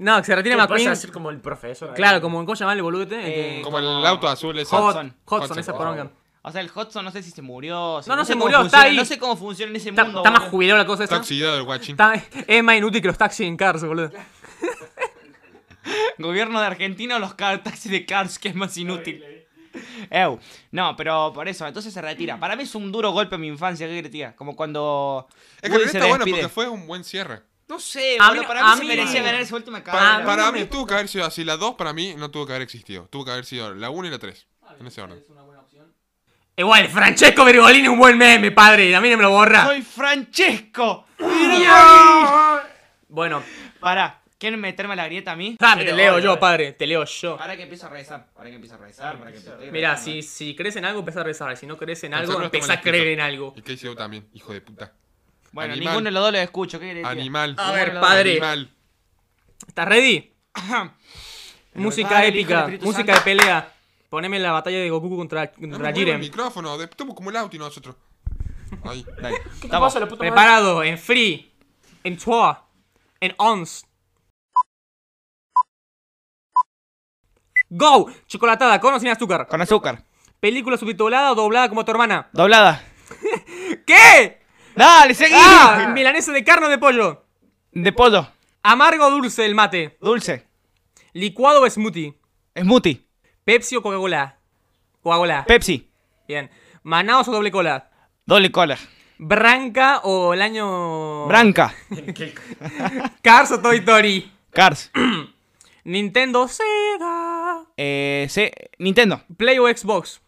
[SPEAKER 2] No, que se retira
[SPEAKER 4] ¿Qué pasa
[SPEAKER 2] McQueen.
[SPEAKER 4] a ser como el profesor? ahí?
[SPEAKER 2] Claro, como ¿cómo se llama el boludo este?
[SPEAKER 1] Eh,
[SPEAKER 2] Que-
[SPEAKER 3] Como el auto azul ese.
[SPEAKER 2] Hot-
[SPEAKER 1] Hudson.
[SPEAKER 2] Hudson, esa
[SPEAKER 3] Hudson.
[SPEAKER 2] poronga.
[SPEAKER 1] o sea, el Hudson no sé si se murió. si-
[SPEAKER 2] No, no
[SPEAKER 1] sé
[SPEAKER 2] se
[SPEAKER 1] cómo
[SPEAKER 2] murió,
[SPEAKER 1] funciona-
[SPEAKER 2] está ahí.
[SPEAKER 1] No sé cómo funciona en ese
[SPEAKER 2] Está,
[SPEAKER 1] mundo.
[SPEAKER 2] está más
[SPEAKER 1] boludo.
[SPEAKER 2] jubilado la cosa
[SPEAKER 3] Está
[SPEAKER 2] esa.
[SPEAKER 3] oxidado el guachín.
[SPEAKER 2] Está- es más inútil que los taxis en Cars, boludo.
[SPEAKER 1] Gobierno de Argentina o los car- taxis de Cars, que es más inútil. Ew. No, pero por eso, entonces se retira. Para mí es un duro golpe en mi infancia, ¿qué tía? Como cuando.
[SPEAKER 3] Es
[SPEAKER 1] Woody
[SPEAKER 3] que en realidad
[SPEAKER 1] se
[SPEAKER 3] está bueno
[SPEAKER 1] despide.
[SPEAKER 3] porque fue un buen cierre.
[SPEAKER 1] No sé,
[SPEAKER 2] A
[SPEAKER 1] boludo,
[SPEAKER 2] mí-
[SPEAKER 1] para mí
[SPEAKER 2] a
[SPEAKER 1] se
[SPEAKER 2] mí-
[SPEAKER 1] merecía ganar esa última
[SPEAKER 3] Para,
[SPEAKER 1] carrera.
[SPEAKER 3] para mí tuvo que haber sido así. La 2 para mí no tuvo que haber existido. Tuvo que haber sido la 1 y la 3. En ese orden.
[SPEAKER 2] Igual, Francesco Bergolini es un buen meme, padre. A mí no me lo borra.
[SPEAKER 1] ¡Soy Francesco!
[SPEAKER 2] Bueno,
[SPEAKER 1] Pará, ¿quieren meterme a la grieta a mí?
[SPEAKER 2] dame, te
[SPEAKER 4] Sí,
[SPEAKER 2] leo
[SPEAKER 4] obvio,
[SPEAKER 2] yo,
[SPEAKER 4] obvio.
[SPEAKER 2] padre. Te leo yo.
[SPEAKER 1] Para que empiezo a rezar, para que empiezo a rezar, para que empiezo a rezar.
[SPEAKER 2] Mira, si, si crees en algo, empieza a rezar. Si no crees en algo,
[SPEAKER 3] Nosotros
[SPEAKER 2] empieza a
[SPEAKER 3] estamos
[SPEAKER 2] creer en
[SPEAKER 3] listos.
[SPEAKER 2] algo.
[SPEAKER 3] Y Casey también, hijo de puta.
[SPEAKER 1] Bueno,
[SPEAKER 3] Animal.
[SPEAKER 1] ninguno de los dos lo escucho, ¿qué querés? tía?
[SPEAKER 3] Animal.
[SPEAKER 2] A ver,
[SPEAKER 3] Animal.
[SPEAKER 2] padre.
[SPEAKER 3] Animal.
[SPEAKER 2] ¿Estás ready? música
[SPEAKER 1] Padre, Hijo,
[SPEAKER 2] épica,
[SPEAKER 1] Espíritu
[SPEAKER 2] música
[SPEAKER 1] Santo.
[SPEAKER 2] de pelea. Poneme la batalla de Goku contra,
[SPEAKER 3] No
[SPEAKER 2] contra
[SPEAKER 3] me mueve el
[SPEAKER 2] Jiren.
[SPEAKER 3] micrófono. de- Estamos como el auto y nosotros. Ahí.
[SPEAKER 4] ¿Qué te
[SPEAKER 1] Estamos.
[SPEAKER 4] pasa, la puta madre?
[SPEAKER 2] Preparado, en free, en trois, en ons. Go! Chocolatada con o sin azúcar.
[SPEAKER 1] Con azúcar.
[SPEAKER 2] Película subtitulada o doblada como tu hermana.
[SPEAKER 1] Doblada.
[SPEAKER 2] ¿Qué?
[SPEAKER 1] Dale, seguí.
[SPEAKER 2] ¡Ah! Milanesa de carne o de pollo.
[SPEAKER 1] De pollo.
[SPEAKER 2] Amargo o dulce el mate.
[SPEAKER 1] Dulce.
[SPEAKER 2] Licuado o smoothie.
[SPEAKER 1] Smoothie.
[SPEAKER 2] Pepsi o Coca-Cola. Coca-Cola.
[SPEAKER 1] Pepsi.
[SPEAKER 2] Bien. Manaos o doble cola.
[SPEAKER 1] Doble cola.
[SPEAKER 2] Branca o el año.
[SPEAKER 1] Branca.
[SPEAKER 2] Cars o Toy Story.
[SPEAKER 1] Cars.
[SPEAKER 2] Nintendo Sega.
[SPEAKER 1] Eh, C- Nintendo.
[SPEAKER 2] Play o Xbox.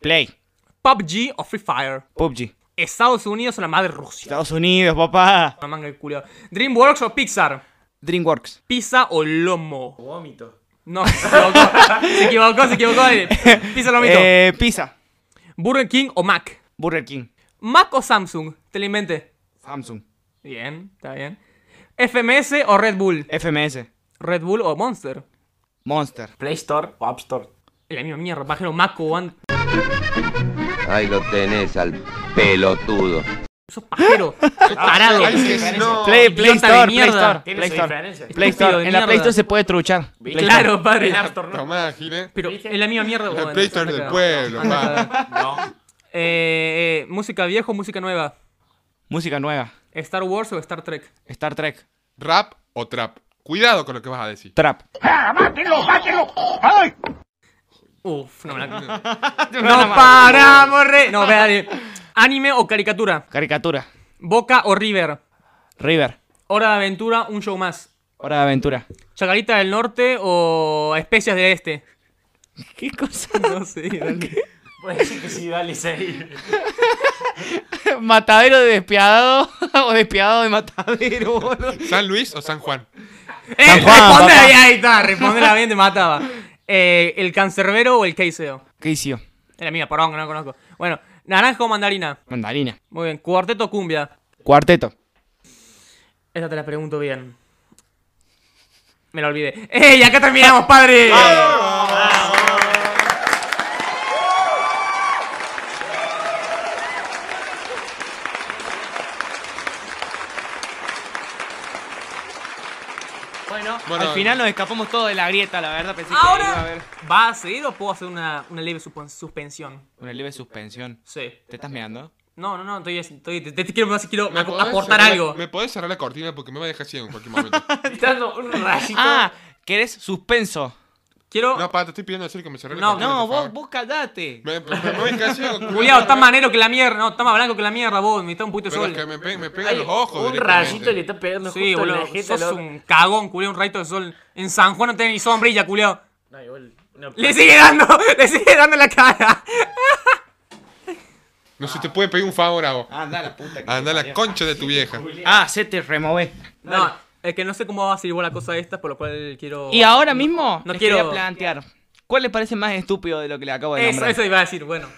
[SPEAKER 1] Play.
[SPEAKER 2] PUBG o Free Fire.
[SPEAKER 1] PUBG.
[SPEAKER 2] Estados Unidos o la madre Rusia.
[SPEAKER 1] Estados Unidos, papá.
[SPEAKER 2] Una manga de culo. DreamWorks o Pixar.
[SPEAKER 1] DreamWorks.
[SPEAKER 2] Pizza o lomo.
[SPEAKER 4] Vómito.
[SPEAKER 2] No,
[SPEAKER 1] (laughs)
[SPEAKER 2] se equivocó. se equivocó, se equivocó. Pizza o lomito.
[SPEAKER 1] Eh, pizza.
[SPEAKER 2] Burger King o Mac.
[SPEAKER 1] Burger King.
[SPEAKER 2] Mac o Samsung. Te lo inventé.
[SPEAKER 1] Samsung.
[SPEAKER 2] Bien, está bien. FMS o Red Bull.
[SPEAKER 1] FMS.
[SPEAKER 2] Red Bull o Monster.
[SPEAKER 1] Monster.
[SPEAKER 4] Play Store o App Store.
[SPEAKER 2] La misma mierda, bájelo Mac o an-
[SPEAKER 8] Ahí lo tenés al pelotudo.
[SPEAKER 2] Sos
[SPEAKER 3] (laughs)
[SPEAKER 2] pajero. sos tarado.
[SPEAKER 3] Ay, que si no.
[SPEAKER 1] Play, Play
[SPEAKER 2] Idiota de
[SPEAKER 1] Store, Play
[SPEAKER 2] mierda.
[SPEAKER 1] Store.
[SPEAKER 4] Tiene
[SPEAKER 1] Play
[SPEAKER 4] su
[SPEAKER 1] Store.
[SPEAKER 4] diferencia.
[SPEAKER 1] Play
[SPEAKER 2] Estúpido
[SPEAKER 1] Store.
[SPEAKER 2] de
[SPEAKER 1] En la Play
[SPEAKER 2] mierda.
[SPEAKER 1] Store se puede truchar. Play Store.
[SPEAKER 2] Claro, padre.
[SPEAKER 4] En App Store, ¿no?
[SPEAKER 3] Tomá, Gile.
[SPEAKER 2] Pero es la misma mierda.
[SPEAKER 3] La
[SPEAKER 2] weón.
[SPEAKER 3] Play Store
[SPEAKER 2] Anda
[SPEAKER 3] del
[SPEAKER 2] acá.
[SPEAKER 3] pueblo,
[SPEAKER 2] Anda
[SPEAKER 3] pa.
[SPEAKER 2] acá. Eh, eh, música vieja o música nueva.
[SPEAKER 1] Música nueva.
[SPEAKER 2] Star Wars o Star Trek.
[SPEAKER 1] Star Trek.
[SPEAKER 3] Rap o trap. Cuidado con lo que vas a decir.
[SPEAKER 1] Trap.
[SPEAKER 2] Uf, no me la...
[SPEAKER 3] (laughs)
[SPEAKER 2] ¡No paramos, re... No, vea, Anime o caricatura.
[SPEAKER 1] Caricatura.
[SPEAKER 2] Boca o River.
[SPEAKER 1] River.
[SPEAKER 2] Hora de aventura, un show más.
[SPEAKER 1] Hora de aventura.
[SPEAKER 2] Chacarita del norte o especias del este. (laughs)
[SPEAKER 1] ¿Qué cosa? (laughs)
[SPEAKER 2] No sé. dale. Eh,
[SPEAKER 4] Puede decir que sí, dale, sí.
[SPEAKER 1] Matadero de despiadado (laughs) o despiadado de matadero, boludo.
[SPEAKER 3] ¿San Luis o San Juan?
[SPEAKER 2] ¡Eh!
[SPEAKER 1] San Juan,
[SPEAKER 2] responde
[SPEAKER 1] papá.
[SPEAKER 2] ahí, ahí está. Respondela bien, te mataba. eh, el cancerbero o el queseo.
[SPEAKER 1] ¿Qué hizo?
[SPEAKER 2] Era mía, porón, que no la conozco. Bueno, naranja o mandarina.
[SPEAKER 1] Mandarina.
[SPEAKER 2] Muy bien, cuarteto o cumbia.
[SPEAKER 1] Cuarteto.
[SPEAKER 2] Esta te la pregunto bien. Me la olvidé. ¡Ey! Acá terminamos,
[SPEAKER 3] (laughs)
[SPEAKER 2] padre. Bueno,
[SPEAKER 3] Bueno,
[SPEAKER 1] Al final nos escapamos todos de la grieta, la verdad. Pensé que iba a
[SPEAKER 2] ahora
[SPEAKER 1] haber
[SPEAKER 2] va a seguir o puedo hacer una, una leve supo- suspensión.
[SPEAKER 1] una leve suspensión.
[SPEAKER 2] Sí.
[SPEAKER 1] ¿Te estás meando?
[SPEAKER 2] No, no, no, estoy, estoy te, te quiero, quiero
[SPEAKER 3] ¿me
[SPEAKER 2] ap-
[SPEAKER 3] podés
[SPEAKER 2] aportar
[SPEAKER 3] cerrar la-
[SPEAKER 2] algo.
[SPEAKER 3] ¿Me podés cerrar la cortina? Porque me va a dejar ciego en cualquier momento.
[SPEAKER 2] Estoy dando un
[SPEAKER 1] (laughs)
[SPEAKER 2] rayito.
[SPEAKER 1] Ah, ¿querés suspenso?
[SPEAKER 2] quiero.
[SPEAKER 3] no, pa, te estoy pidiendo decir que me cerré la
[SPEAKER 2] No,
[SPEAKER 3] cortina.
[SPEAKER 1] No,
[SPEAKER 3] por
[SPEAKER 1] vos,
[SPEAKER 3] favor.
[SPEAKER 1] vos callate.
[SPEAKER 3] Me, me- me voy a dejar ciego. culiao.
[SPEAKER 2] Juliado, está manero que la mierda. No, está más blanco que la mierda, vos. Me está un poquito de
[SPEAKER 3] Pero
[SPEAKER 2] sol.
[SPEAKER 3] es que me, pe- me pegan los ojos.
[SPEAKER 5] Un
[SPEAKER 3] directamente.
[SPEAKER 5] rayito le está pegando
[SPEAKER 2] Sí,
[SPEAKER 5] justo en
[SPEAKER 2] boludo.
[SPEAKER 5] la jeta.
[SPEAKER 2] Sos
[SPEAKER 5] al otro.
[SPEAKER 2] un cagón, culiado, un rayito de sol. En San Juan no tenés ni sombrilla, culiado.
[SPEAKER 5] No, igual, una-
[SPEAKER 2] Le sigue dando, (laughs) le sigue dando en la cara.
[SPEAKER 3] No se te puede pedir un favor a vos.
[SPEAKER 2] Ah,
[SPEAKER 1] Anda la puta. que-
[SPEAKER 3] Anda la concha de tu vieja.
[SPEAKER 1] Ah, se te remové.
[SPEAKER 2] No, es que no sé cómo va a seguir vos la cosa esta, por lo cual quiero.
[SPEAKER 1] Y ahora mismo
[SPEAKER 2] Oh. No
[SPEAKER 1] les
[SPEAKER 2] quiero-
[SPEAKER 1] quería plantear. ¿Cuál les parece más estúpido de lo que le acabo de
[SPEAKER 2] Eso,
[SPEAKER 1] nombrar?
[SPEAKER 2] eso iba a decir, bueno.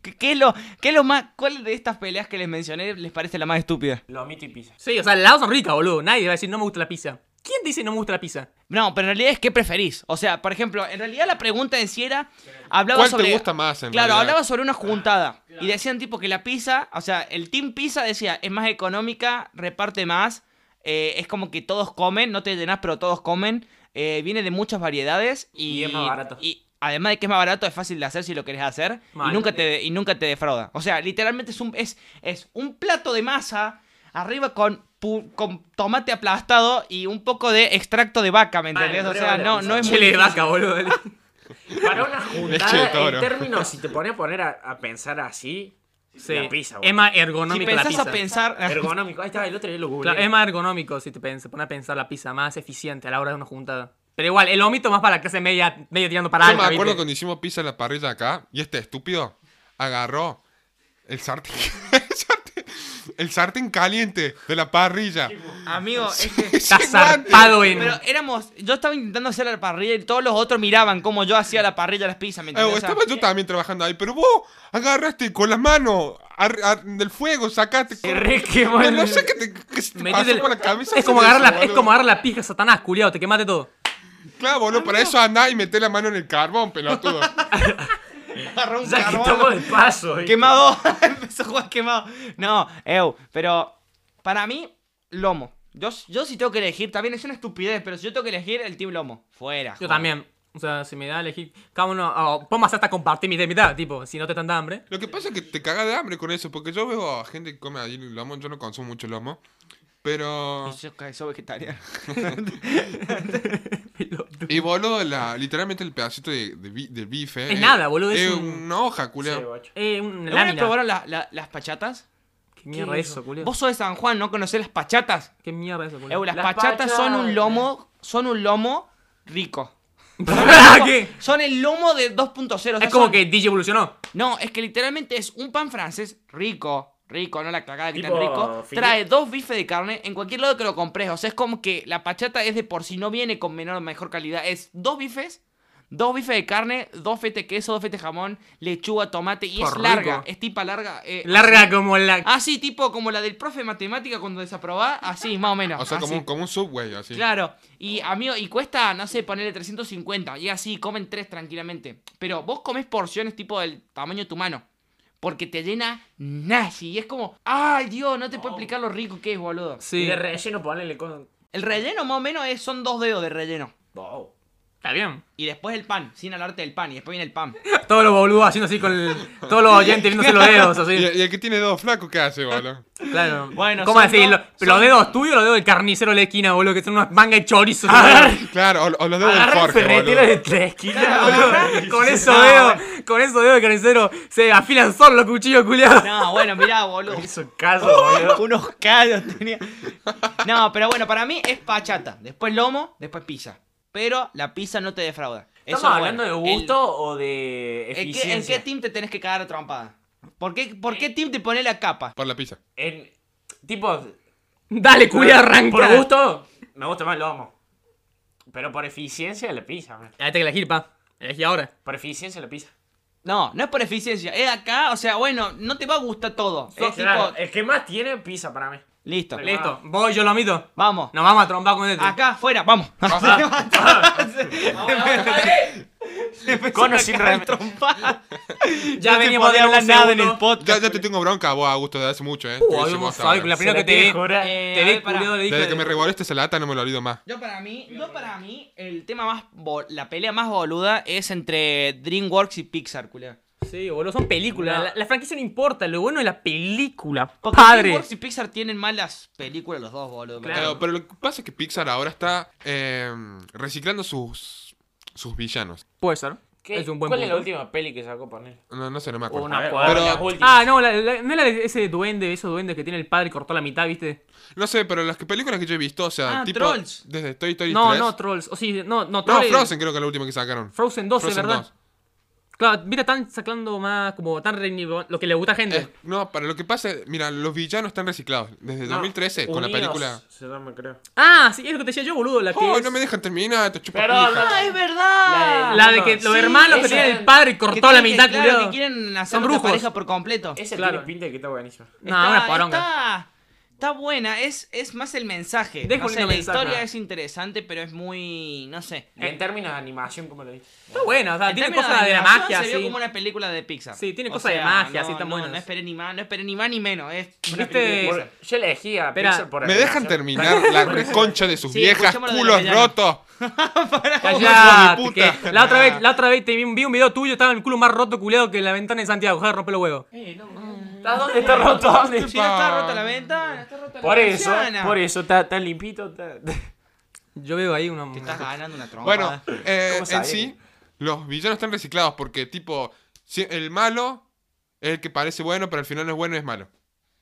[SPEAKER 1] ¿Qué, qué es lo, ¿Qué es lo más. ¿Cuál de estas peleas que les mencioné les parece la más estúpida?
[SPEAKER 4] Lo omito y pisa.
[SPEAKER 2] Sí, o sea, las dos son ricas, boludo. Nadie va a decir no me gusta la pizza. ¿Quién dice no me gusta la pizza?
[SPEAKER 1] No, pero en realidad es qué preferís. O sea, por ejemplo, en realidad la pregunta en sí era. Hablaba
[SPEAKER 3] ¿Cuál te
[SPEAKER 1] sobre,
[SPEAKER 3] gusta más, en
[SPEAKER 1] Claro,
[SPEAKER 3] realidad?
[SPEAKER 1] hablaba sobre una
[SPEAKER 5] Ah,
[SPEAKER 1] juntada. Y decían, tipo, que la pizza. O sea, el team pizza decía, es más económica, reparte más. eh, es como que todos comen, no te llenas, pero todos comen. eh, viene de muchas variedades. Y,
[SPEAKER 5] Y es más barato.
[SPEAKER 1] Y además de que es más barato, es fácil de hacer si lo querés hacer.
[SPEAKER 2] Mal.
[SPEAKER 1] Y nunca, te, y nunca te defrauda. O sea, literalmente es un, es, es un plato de masa arriba con, pu- con tomate aplastado y un poco de extracto de vaca, ¿me entendés?
[SPEAKER 5] Bueno,
[SPEAKER 1] o
[SPEAKER 5] pero
[SPEAKER 1] sea,
[SPEAKER 5] vale,
[SPEAKER 1] no,
[SPEAKER 5] o
[SPEAKER 1] no es muy...
[SPEAKER 2] Chile de vaca, boludo.
[SPEAKER 1] (laughs)
[SPEAKER 5] Para una
[SPEAKER 3] Leche de
[SPEAKER 5] juntada,
[SPEAKER 3] toro.
[SPEAKER 5] en términos, si te pones a poner a, a pensar así,
[SPEAKER 2] Sí.
[SPEAKER 5] la pizza, boludo.
[SPEAKER 2] es más
[SPEAKER 1] Si
[SPEAKER 2] ergonómico la
[SPEAKER 1] pensás
[SPEAKER 2] pizza.
[SPEAKER 1] a pensar...
[SPEAKER 5] ergonómico. Ahí está, el otro día lo googleé.
[SPEAKER 2] Claro, es más ergonómico si te pens- se pone a pensar la pizza más eficiente a la hora de una juntada. Pero igual, el omito más para la clase media, media tirando para
[SPEAKER 3] Yo me
[SPEAKER 2] alta.
[SPEAKER 3] acuerdo
[SPEAKER 2] ¿viste?
[SPEAKER 3] cuando hicimos pizza en la parrilla acá y este estúpido agarró el sartén, (laughs) el sartén, el sartén caliente de la parrilla.
[SPEAKER 1] Amigo, es que...
[SPEAKER 2] este Está zarpado
[SPEAKER 1] (laughs)
[SPEAKER 2] en. (laughs)
[SPEAKER 1] Pero éramos... Yo estaba intentando hacer la parrilla y todos los otros miraban cómo yo hacía la parrilla, las pizzas, ¿me
[SPEAKER 3] Eh,
[SPEAKER 1] entendés? O sea,
[SPEAKER 3] estaba yo también trabajando ahí, pero vos agarraste con las manos ar- ar- del fuego, sacaste.
[SPEAKER 5] Se
[SPEAKER 3] con-
[SPEAKER 5] re quemó
[SPEAKER 3] no,
[SPEAKER 5] el-
[SPEAKER 3] no sé qué te, qué se te
[SPEAKER 2] Metiste
[SPEAKER 3] pasó
[SPEAKER 2] el-
[SPEAKER 3] por la cabeza.
[SPEAKER 2] es, como
[SPEAKER 3] hacer
[SPEAKER 2] agarrar
[SPEAKER 3] eso,
[SPEAKER 2] la, es
[SPEAKER 3] boludo.
[SPEAKER 2] como agarrar la pija, Satanás, culiado, te quemaste todo.
[SPEAKER 3] Claro, boludo, para eso andá y meté la mano en el carbón, pelotudo.
[SPEAKER 1] (laughs) agarró un
[SPEAKER 5] Ya que
[SPEAKER 1] carbón.
[SPEAKER 5] estamos de
[SPEAKER 3] (laughs)
[SPEAKER 5] paso. ¿viste?
[SPEAKER 1] Quemado. (laughs) Empezó a jugar quemado. No, eu. Pero para mí, lomo. Yo, yo si tengo que elegir, también es una estupidez, pero si yo tengo que elegir, el team lomo. Fuera.
[SPEAKER 2] Yo
[SPEAKER 1] joder.
[SPEAKER 2] también. O sea, si me da a elegir. Cada uno. oh, podemos hasta compartir mitad y mitad, tipo, si no te están dando hambre.
[SPEAKER 3] Lo que pasa es que te cagas de hambre con eso, porque yo veo a gente que come allí lomo, yo no consumo mucho lomo, pero...
[SPEAKER 1] Y Yo que soy vegetariano.
[SPEAKER 3] Y boludo, la, literalmente el pedacito de, de bi- de bife.
[SPEAKER 2] Es nada, boludo, es
[SPEAKER 3] Es
[SPEAKER 2] un-
[SPEAKER 3] una hoja,
[SPEAKER 5] Sí,
[SPEAKER 3] culiao.
[SPEAKER 5] guacho.
[SPEAKER 2] Eh, una
[SPEAKER 1] ¿Alguna vez
[SPEAKER 2] lámina.
[SPEAKER 1] probaron la- la- las pachatas?
[SPEAKER 2] ¿Qué mierda
[SPEAKER 5] ¿Qué
[SPEAKER 2] es eso,
[SPEAKER 5] hizo?
[SPEAKER 2] culiado?
[SPEAKER 1] Vos sos de San Juan, ¿no conocés las pachatas?
[SPEAKER 2] ¿Qué mierda es eso,
[SPEAKER 1] Eu,
[SPEAKER 2] culiado?
[SPEAKER 1] las,
[SPEAKER 5] Las
[SPEAKER 1] pachatas son un
[SPEAKER 5] pachatas.
[SPEAKER 1] lomo, son un lomo
[SPEAKER 2] (laughs)
[SPEAKER 1] rico.
[SPEAKER 2] ¿Qué?
[SPEAKER 1] Son el lomo de 2.0. o sea,
[SPEAKER 2] Es como
[SPEAKER 1] son-
[SPEAKER 2] que DJ evolucionó.
[SPEAKER 1] No, es que literalmente es un pan francés rico, rico, no la cagada que tan
[SPEAKER 5] Tipo
[SPEAKER 1] rico.
[SPEAKER 5] filete.
[SPEAKER 1] Trae dos bifes de carne en cualquier lado que lo compres. O sea, es como que la pachata es de por si no viene con menor o mejor calidad. Es dos bifes, dos bifes de carne, dos fetes de queso, dos fetes de jamón, lechuga, tomate. Y
[SPEAKER 2] Por
[SPEAKER 1] es
[SPEAKER 2] rico.
[SPEAKER 1] larga, es tipa larga. eh,
[SPEAKER 2] Larga como la.
[SPEAKER 1] Así, tipo como la del profe de matemática cuando desaprobá, así, más o menos.
[SPEAKER 3] O
[SPEAKER 2] Ah,
[SPEAKER 3] sea, como
[SPEAKER 1] así.
[SPEAKER 3] un, como un subway, así.
[SPEAKER 1] Claro, y amigo, y cuesta, no sé, ponerle 350. Y así, comen tres tranquilamente. Pero vos comes porciones tipo del tamaño de tu mano. Porque te llena nazi. Y es como, ay Dios, no te puedo explicar lo rico que es, boludo.
[SPEAKER 5] Y
[SPEAKER 2] Sí.
[SPEAKER 5] de relleno ponele con...
[SPEAKER 1] El relleno más o menos es, son dos dedos de relleno.
[SPEAKER 5] Wow.
[SPEAKER 2] Está bien.
[SPEAKER 1] Y después el pan, sin hablarte del pan. Y después viene el pan.
[SPEAKER 2] (laughs) Todos los boludos haciendo así con el, todos los oyentes viéndose los dedos,
[SPEAKER 1] (laughs)
[SPEAKER 3] Y,
[SPEAKER 2] así.
[SPEAKER 3] y el que tiene dos flacos, ¿qué
[SPEAKER 2] (coughs)
[SPEAKER 3] hace, boludo?
[SPEAKER 2] Claro.
[SPEAKER 1] Bueno,
[SPEAKER 2] ¿Cómo
[SPEAKER 1] son
[SPEAKER 2] decir?
[SPEAKER 1] dos-
[SPEAKER 2] Lo- ¿Los
[SPEAKER 1] son-
[SPEAKER 2] dedos tuyos o los dedos del carnicero de la esquina, boludo? Que son unas mangas de chorizo.
[SPEAKER 1] Ah,
[SPEAKER 3] Claro, o, o los dedos del
[SPEAKER 5] Agarra el
[SPEAKER 3] Jorge,
[SPEAKER 5] ferretero
[SPEAKER 3] boludo.
[SPEAKER 5] de tres kilos.
[SPEAKER 1] (laughs)
[SPEAKER 2] (laughs)
[SPEAKER 5] boludo.
[SPEAKER 2] con esos dedos, con esos dedos de carnicero se afilan solo los cuchillos, culiados.
[SPEAKER 1] No, bueno, mirá, boludo.
[SPEAKER 5] Hizo caso, boludo.
[SPEAKER 1] (laughs) Unos callos tenía. No, pero bueno, para mí es pachata. Después lomo, después pizza. Pero la pizza no te defrauda.
[SPEAKER 5] ¿Estamos
[SPEAKER 1] Eso es
[SPEAKER 5] hablando
[SPEAKER 1] bueno.
[SPEAKER 5] de
[SPEAKER 1] El-
[SPEAKER 5] gusto o de
[SPEAKER 1] ¿En qué, en
[SPEAKER 5] eficiencia?
[SPEAKER 1] qué team te tenés que cagar a trompada? ¿Por qué, por qué team te pone la capa?
[SPEAKER 3] Por la pizza.
[SPEAKER 5] En- Tipo...
[SPEAKER 2] (laughs) Dale, culiado, arranca.
[SPEAKER 5] Por gusto, me gusta más el lomo.
[SPEAKER 4] Pero por eficiencia la pizza, man.
[SPEAKER 2] Ya te que elegir, pa. Elegí ahora.
[SPEAKER 4] Por eficiencia la pizza.
[SPEAKER 1] No, no es por eficiencia. Es acá, o sea, bueno, no te va a gustar todo. Es
[SPEAKER 4] Claro,
[SPEAKER 1] tipo.
[SPEAKER 4] el que más tiene pizza para mí.
[SPEAKER 1] Listo.
[SPEAKER 2] Listo, Ah. voy, yo lo admito.
[SPEAKER 1] Vamos.
[SPEAKER 2] Nos vamos a trompar con este.
[SPEAKER 1] Acá, fuera, vamos. (laughs)
[SPEAKER 4] Con o sin rem-
[SPEAKER 1] trompada.
[SPEAKER 2] Ya
[SPEAKER 1] no
[SPEAKER 2] veníamos
[SPEAKER 1] podía
[SPEAKER 2] de un
[SPEAKER 1] hablar nada en
[SPEAKER 2] segundo.
[SPEAKER 1] el podcast.
[SPEAKER 3] Ya, ya te tengo bronca, vos, Augusto, de hace mucho,
[SPEAKER 2] Uh,
[SPEAKER 3] ¿eh? Te
[SPEAKER 2] hoy
[SPEAKER 3] hice
[SPEAKER 2] vamos
[SPEAKER 3] bosta,
[SPEAKER 2] a- la primera
[SPEAKER 3] ahora.
[SPEAKER 4] ¿Se
[SPEAKER 2] que
[SPEAKER 4] la
[SPEAKER 2] te
[SPEAKER 4] tiene
[SPEAKER 2] vi.
[SPEAKER 4] jurada?
[SPEAKER 1] Eh,
[SPEAKER 2] Te
[SPEAKER 1] a
[SPEAKER 2] vi,
[SPEAKER 1] ver, pará.
[SPEAKER 2] culiado, le dije.
[SPEAKER 3] Desde que me revolviste esa lata no me lo olvido más.
[SPEAKER 1] Yo para mí, yo para mí, el tema más, bol- la pelea más boluda es entre DreamWorks y Pixar, culea.
[SPEAKER 2] Sí, boludo, son películas.
[SPEAKER 4] No.
[SPEAKER 2] La, la franquicia no importa, lo bueno es la película.
[SPEAKER 1] Porque
[SPEAKER 2] Padre.
[SPEAKER 1] DreamWorks y Pixar tienen malas películas los dos, boludo.
[SPEAKER 3] Pero, pero lo que pasa es que Pixar ahora está eh, reciclando sus, sus villanos.
[SPEAKER 2] Puede ser.
[SPEAKER 4] ¿Qué?
[SPEAKER 2] Es un buen
[SPEAKER 4] ¿Cuál es la
[SPEAKER 2] punto.
[SPEAKER 4] última peli que sacó poner?
[SPEAKER 3] No, no sé, no me
[SPEAKER 2] Oh,
[SPEAKER 3] acuerdo.
[SPEAKER 4] Una
[SPEAKER 3] pero-
[SPEAKER 4] cuadra, las últimas.
[SPEAKER 2] Ah, no, la, la- no es la de ese duende, esos duendes que tiene el padre y cortó la mitad, ¿viste?
[SPEAKER 3] No sé, pero las que- películas que yo he visto, o sea,
[SPEAKER 1] Ah,
[SPEAKER 3] tipo.
[SPEAKER 1] Trolls.
[SPEAKER 3] Desde Toy Story
[SPEAKER 2] No,
[SPEAKER 3] 3.
[SPEAKER 2] no, Trolls. O sí, no, no,
[SPEAKER 3] No,
[SPEAKER 2] Trolls.
[SPEAKER 3] Frozen creo que es la última que sacaron.
[SPEAKER 2] Frozen 12,
[SPEAKER 3] Frozen
[SPEAKER 2] ¿verdad?
[SPEAKER 3] 2.
[SPEAKER 2] Claro, mira, están sacando más, como, tan reinivo- lo que le gusta a gente.
[SPEAKER 3] Es- no, para lo que pasa, mira, los villanos están reciclados. Desde 2013, con la
[SPEAKER 4] Unidos
[SPEAKER 3] película.
[SPEAKER 4] Se llama, creo.
[SPEAKER 2] Ah, sí, es lo que te decía yo, boludo, la que
[SPEAKER 3] ¡Oh,
[SPEAKER 2] es-
[SPEAKER 3] no me dejan terminar! ¡Te chupa
[SPEAKER 4] Perdón,
[SPEAKER 3] pija!
[SPEAKER 1] Ah, es verdad.
[SPEAKER 2] La de que los
[SPEAKER 4] Sí,
[SPEAKER 2] hermanos que
[SPEAKER 4] esa
[SPEAKER 2] tienen
[SPEAKER 4] es-
[SPEAKER 2] el padre y
[SPEAKER 1] Que
[SPEAKER 2] cortó la
[SPEAKER 1] tienen
[SPEAKER 2] mitad,
[SPEAKER 1] que, claro, que
[SPEAKER 2] culiado.
[SPEAKER 1] quieren hacer
[SPEAKER 2] Son
[SPEAKER 1] una
[SPEAKER 2] brujos.
[SPEAKER 1] pareja por completo.
[SPEAKER 4] Esa
[SPEAKER 2] Claro.
[SPEAKER 4] tiene pinta de que está buenísima.
[SPEAKER 2] No, una
[SPEAKER 1] Está-
[SPEAKER 2] poronga.
[SPEAKER 1] Está, está buena, es, es más el mensaje.
[SPEAKER 2] Deja
[SPEAKER 1] No
[SPEAKER 2] un
[SPEAKER 1] sé,
[SPEAKER 2] lindo
[SPEAKER 1] la
[SPEAKER 2] mensaje.
[SPEAKER 1] historia es interesante, pero es muy. no sé.
[SPEAKER 4] Y en términos de animación, ¿cómo lo dices?
[SPEAKER 2] Está buena, o sea,
[SPEAKER 1] En
[SPEAKER 2] tiene
[SPEAKER 1] términos
[SPEAKER 2] cosas de la
[SPEAKER 1] animación,
[SPEAKER 2] magia,
[SPEAKER 1] Se vio
[SPEAKER 2] sí.
[SPEAKER 1] como una película de Pixar.
[SPEAKER 2] Sí, tiene
[SPEAKER 1] O
[SPEAKER 2] cosas de
[SPEAKER 1] sea,
[SPEAKER 2] magia,
[SPEAKER 1] no,
[SPEAKER 2] sí, están
[SPEAKER 1] no,
[SPEAKER 2] buenas.
[SPEAKER 1] No esperé ni más, no esperé ni más ni menos. Es (laughs) una
[SPEAKER 2] ¿Viste?
[SPEAKER 1] película de Pixar.
[SPEAKER 4] Yo elegí a
[SPEAKER 2] Espera.
[SPEAKER 4] Pixar por
[SPEAKER 3] Me dejan
[SPEAKER 4] animación.
[SPEAKER 3] terminar
[SPEAKER 2] (laughs)
[SPEAKER 3] la reconcha de sus
[SPEAKER 1] Sí,
[SPEAKER 3] viejas,
[SPEAKER 1] escuchemos lo de
[SPEAKER 3] culos
[SPEAKER 1] los villanos.
[SPEAKER 3] rotos.
[SPEAKER 2] Callate,
[SPEAKER 3] hijo de puta.
[SPEAKER 2] que la otra vez, la otra vez te vi, un- vi un video tuyo, estaba el culo más roto culeado que la ventana de Santiago, joder, rompe los huevos.
[SPEAKER 1] Eh.
[SPEAKER 4] ¿Estás dónde está roto? ¿Dónde?
[SPEAKER 1] Si no está rota la ventana, está rota la
[SPEAKER 4] Por eso,
[SPEAKER 1] persiana.
[SPEAKER 4] por eso está tan limpito. está-
[SPEAKER 2] Yo veo ahí una.
[SPEAKER 1] Te estás ganando una trompa.
[SPEAKER 3] Bueno, eh,
[SPEAKER 4] ¿Cómo
[SPEAKER 3] en
[SPEAKER 4] sabés?
[SPEAKER 3] sí, los villanos están reciclados porque, tipo, si- el malo es el que parece bueno, pero al final no es bueno y es malo.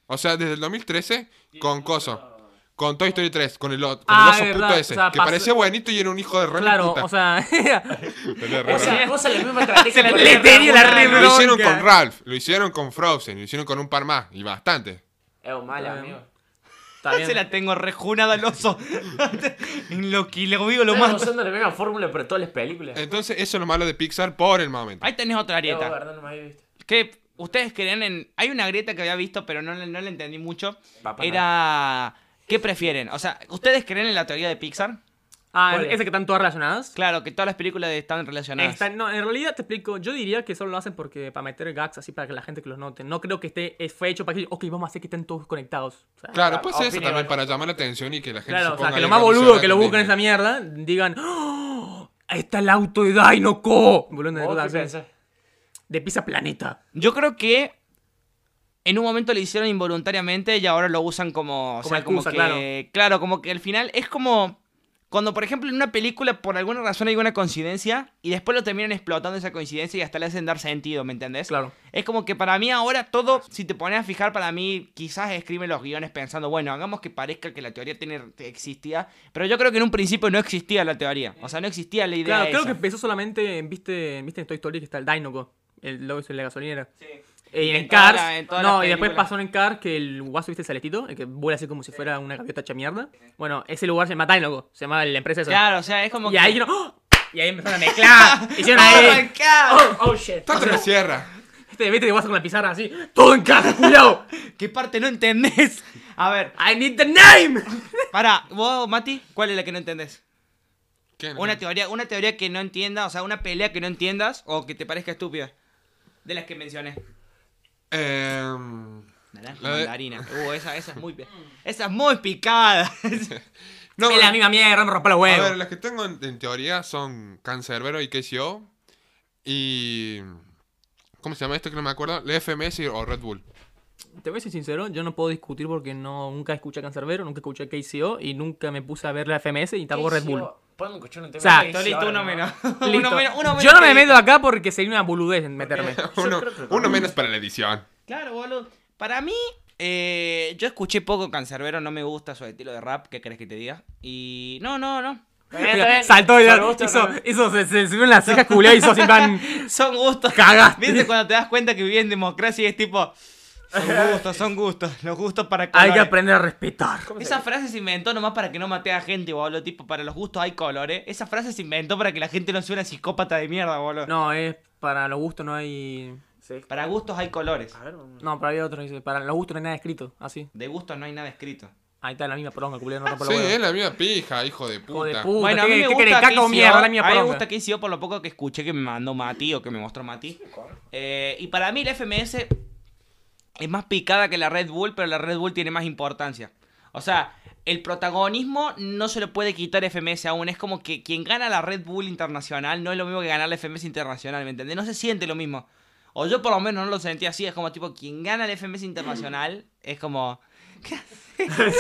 [SPEAKER 3] O sea, desde el 2013, con Coso. Con Toy Story 3, con el, ot- con el
[SPEAKER 2] Ah,
[SPEAKER 3] oso
[SPEAKER 2] es
[SPEAKER 3] puto
[SPEAKER 2] verdad,
[SPEAKER 3] ese,
[SPEAKER 2] o sea,
[SPEAKER 3] que
[SPEAKER 2] pasó-
[SPEAKER 3] parecía buenito y era un hijo de re
[SPEAKER 2] Claro,
[SPEAKER 3] puta.
[SPEAKER 2] o sea. (laughs)
[SPEAKER 3] Tenés
[SPEAKER 4] O
[SPEAKER 3] re razón.
[SPEAKER 4] (laughs) sea, cosa la misma estrategia. que
[SPEAKER 2] le
[SPEAKER 4] la
[SPEAKER 2] tenía la
[SPEAKER 4] Ramona.
[SPEAKER 2] re
[SPEAKER 3] lo hicieron
[SPEAKER 2] bronca.
[SPEAKER 3] con Ralph, lo hicieron con Frozen, lo hicieron con un par más, y bastante.
[SPEAKER 4] Es mala, amigo.
[SPEAKER 2] está
[SPEAKER 1] se
[SPEAKER 2] bien.
[SPEAKER 1] la tengo rejunada al oso. en lo que le digo lo
[SPEAKER 4] Están
[SPEAKER 1] más.
[SPEAKER 4] usando la misma fórmula para todas las películas.
[SPEAKER 3] Entonces, eso es lo malo de Pixar por el momento.
[SPEAKER 1] Ahí tenés otra
[SPEAKER 4] Yo,
[SPEAKER 1] grieta.
[SPEAKER 4] verdad, no me había visto.
[SPEAKER 1] Que ustedes creen en. Hay una grieta que había visto, pero no, la- no la entendí mucho.
[SPEAKER 4] Papá
[SPEAKER 1] Era. ¿Qué prefieren? O sea, ¿ustedes creen en la teoría de Pixar?
[SPEAKER 2] Ah,
[SPEAKER 4] ¿Cuál es?
[SPEAKER 2] esas que están todas relacionadas.
[SPEAKER 1] Claro, que todas las películas están relacionadas.
[SPEAKER 2] Está- no, en realidad te explico, yo diría que solo lo hacen porque para meter gags así para que la gente que los note. No creo que esté eh, fue hecho para que, ok, vamos a hacer que estén todos conectados. O sea,
[SPEAKER 3] Claro, pues
[SPEAKER 4] Opina
[SPEAKER 3] eso
[SPEAKER 4] igual.
[SPEAKER 3] también para llamar la atención y que la gente se
[SPEAKER 2] claro, o sea,
[SPEAKER 3] ponga
[SPEAKER 2] que lo
[SPEAKER 3] ahí
[SPEAKER 2] más
[SPEAKER 3] a revisar
[SPEAKER 2] boludo que lo
[SPEAKER 3] la
[SPEAKER 2] busquen
[SPEAKER 3] Disney.
[SPEAKER 2] esa mierda digan, ¡Oh! ahí está el auto de Dino Co. Boludo, una
[SPEAKER 4] ¿Vos
[SPEAKER 2] cosa
[SPEAKER 4] qué
[SPEAKER 2] así.
[SPEAKER 4] pensás?
[SPEAKER 2] de Pizza Planeta.
[SPEAKER 1] Yo creo que en un momento lo hicieron involuntariamente y ahora lo usan como. o
[SPEAKER 2] Como
[SPEAKER 1] sea, como
[SPEAKER 2] excusa,
[SPEAKER 1] que-
[SPEAKER 2] claro.
[SPEAKER 1] claro, como que al final es como. Cuando, por ejemplo, en una película por alguna razón hay una coincidencia y después lo terminan explotando esa coincidencia y hasta le hacen dar sentido, ¿me entendés?
[SPEAKER 2] Claro.
[SPEAKER 1] Es como que para mí ahora todo, si te pones a fijar, para mí quizás escriben los guiones pensando, bueno, hagamos que parezca que la teoría tiene, existía, pero yo creo que en un principio no existía la teoría, o sea, no existía la idea.
[SPEAKER 2] Claro, creo
[SPEAKER 1] esa.
[SPEAKER 2] que empezó solamente en, ¿viste, viste en Toy Story que está el Dino Co. El logo de la gasolinera. Sí. Y en,
[SPEAKER 1] En todas
[SPEAKER 2] Cars.
[SPEAKER 1] las- en todas
[SPEAKER 2] no,
[SPEAKER 1] las
[SPEAKER 2] y después
[SPEAKER 1] películas.
[SPEAKER 2] pasó en Cars que el guaso, ¿viste el saletito? El que vuela así como si fuera una gaviota hecha mierda. Bueno, ese lugar se llama Dino Co. Se llama la empresa esa.
[SPEAKER 1] Claro, o sea, es como
[SPEAKER 2] Y
[SPEAKER 1] que... (laughs)
[SPEAKER 2] ahí dijeron, ¡Oh! Y ahí empezaron a mezclar. Hicieron
[SPEAKER 1] ¡Ah,
[SPEAKER 2] ahí.
[SPEAKER 1] arrancá!
[SPEAKER 2] Oh, shit. (laughs)
[SPEAKER 3] Tanto me cierra.
[SPEAKER 2] Este, viste que vas con la pizarra así. Todo en casa, culiao.
[SPEAKER 1] ¿Qué parte no entendés? A ver,
[SPEAKER 2] I need the name.
[SPEAKER 1] para, vos, Mati, ¿cuál es la que no entendés?
[SPEAKER 3] ¿Qué?
[SPEAKER 1] Una teoría, una teoría que no entiendas, o sea, una pelea que no entiendas o que te parezca estúpida. De las que mencioné.
[SPEAKER 3] Em,
[SPEAKER 1] Naranja
[SPEAKER 3] La de-
[SPEAKER 1] mandarina. Uh, esa, esa es muy... Esa es muy picada. (laughs)
[SPEAKER 3] no,
[SPEAKER 2] Es la misma mierda, me rompa los
[SPEAKER 3] a
[SPEAKER 2] huevos.
[SPEAKER 3] ver, las que tengo en, en teoría son Cancerbero y KCO y... ¿Cómo se llama esto que no me acuerdo? La FMS y- o Red Bull.
[SPEAKER 2] Te voy a ser sincero, yo no puedo discutir porque no, nunca escuché a Cancerbero, nunca escuché KCO y nunca me puse a ver la FMS y tampoco Red Bull.
[SPEAKER 3] (laughs)
[SPEAKER 4] Pueden escuchar un tema.
[SPEAKER 2] O sea,
[SPEAKER 4] de
[SPEAKER 2] estoy
[SPEAKER 4] Pixar,
[SPEAKER 1] Listo, uno
[SPEAKER 4] ¿no?
[SPEAKER 1] menos. (laughs)
[SPEAKER 2] Listo.
[SPEAKER 1] Uno menos, uno menos
[SPEAKER 2] yo no me
[SPEAKER 1] que-
[SPEAKER 2] meto acá porque sería una boludez en (laughs) meterme.
[SPEAKER 3] Uno, uno menos para la edición.
[SPEAKER 1] Claro, boludo. Para mí, eh, yo escuché poco Cancerbero, no me gusta su estilo de rap, ¿qué crees que te diga? Y no, no, no.
[SPEAKER 4] Está bien, está bien.
[SPEAKER 2] Saltó y
[SPEAKER 4] Por gusto,
[SPEAKER 2] hizo,
[SPEAKER 4] no, no.
[SPEAKER 2] hizo, se, se subió en las cejas
[SPEAKER 3] (laughs)
[SPEAKER 2] culiao y hizo sin plan.
[SPEAKER 1] Son gustos.
[SPEAKER 2] Cagaste.
[SPEAKER 1] ¿Viste cuando te das cuenta que viví en democracia y es tipo.
[SPEAKER 2] (laughs)
[SPEAKER 1] Son gustos, son gustos. Los gustos para
[SPEAKER 2] Hay que
[SPEAKER 1] colores.
[SPEAKER 2] aprender a respetar.
[SPEAKER 1] Esa frase se inventó nomás para que no mate a gente, boludo. Tipo, para los gustos hay colores. Esa frase se inventó para que la gente no sea una psicópata de mierda, boludo.
[SPEAKER 2] No, es para los gustos no hay.
[SPEAKER 5] Sí.
[SPEAKER 1] Para gustos hay colores.
[SPEAKER 5] A ver, vamos.
[SPEAKER 2] No, pero hay otro. Dice, para los gustos no hay nada escrito. Así.
[SPEAKER 1] De gustos no hay nada escrito.
[SPEAKER 2] Ahí está la misma poronga, culero. No rompa
[SPEAKER 3] Sí,
[SPEAKER 2] los huevos.
[SPEAKER 3] es la misma pija, hijo de
[SPEAKER 2] Hijo de
[SPEAKER 3] puta.
[SPEAKER 2] puta.
[SPEAKER 1] Bueno, a
[SPEAKER 2] ¿qué-
[SPEAKER 1] mí me
[SPEAKER 2] qué
[SPEAKER 1] gusta
[SPEAKER 2] querés,
[SPEAKER 1] que
[SPEAKER 2] caca o
[SPEAKER 1] hizo-
[SPEAKER 2] mierda? La mierda
[SPEAKER 1] a mí me
[SPEAKER 2] poronga. (laughs)
[SPEAKER 1] gusta que hizo por lo poco que escuché que me mandó Mati o que me mostró Mati. Eh, y para mí la FMS es más picada que la Red Bull, pero la Red Bull tiene más importancia. O sea, el protagonismo no se lo puede quitar FMS aún. Es como que quien gana la Red Bull internacional no es lo mismo que ganar la FMS internacional, ¿me entendés? No se siente lo mismo. O yo por lo menos no lo sentí así. Es como tipo, quien gana la FMS internacional es como...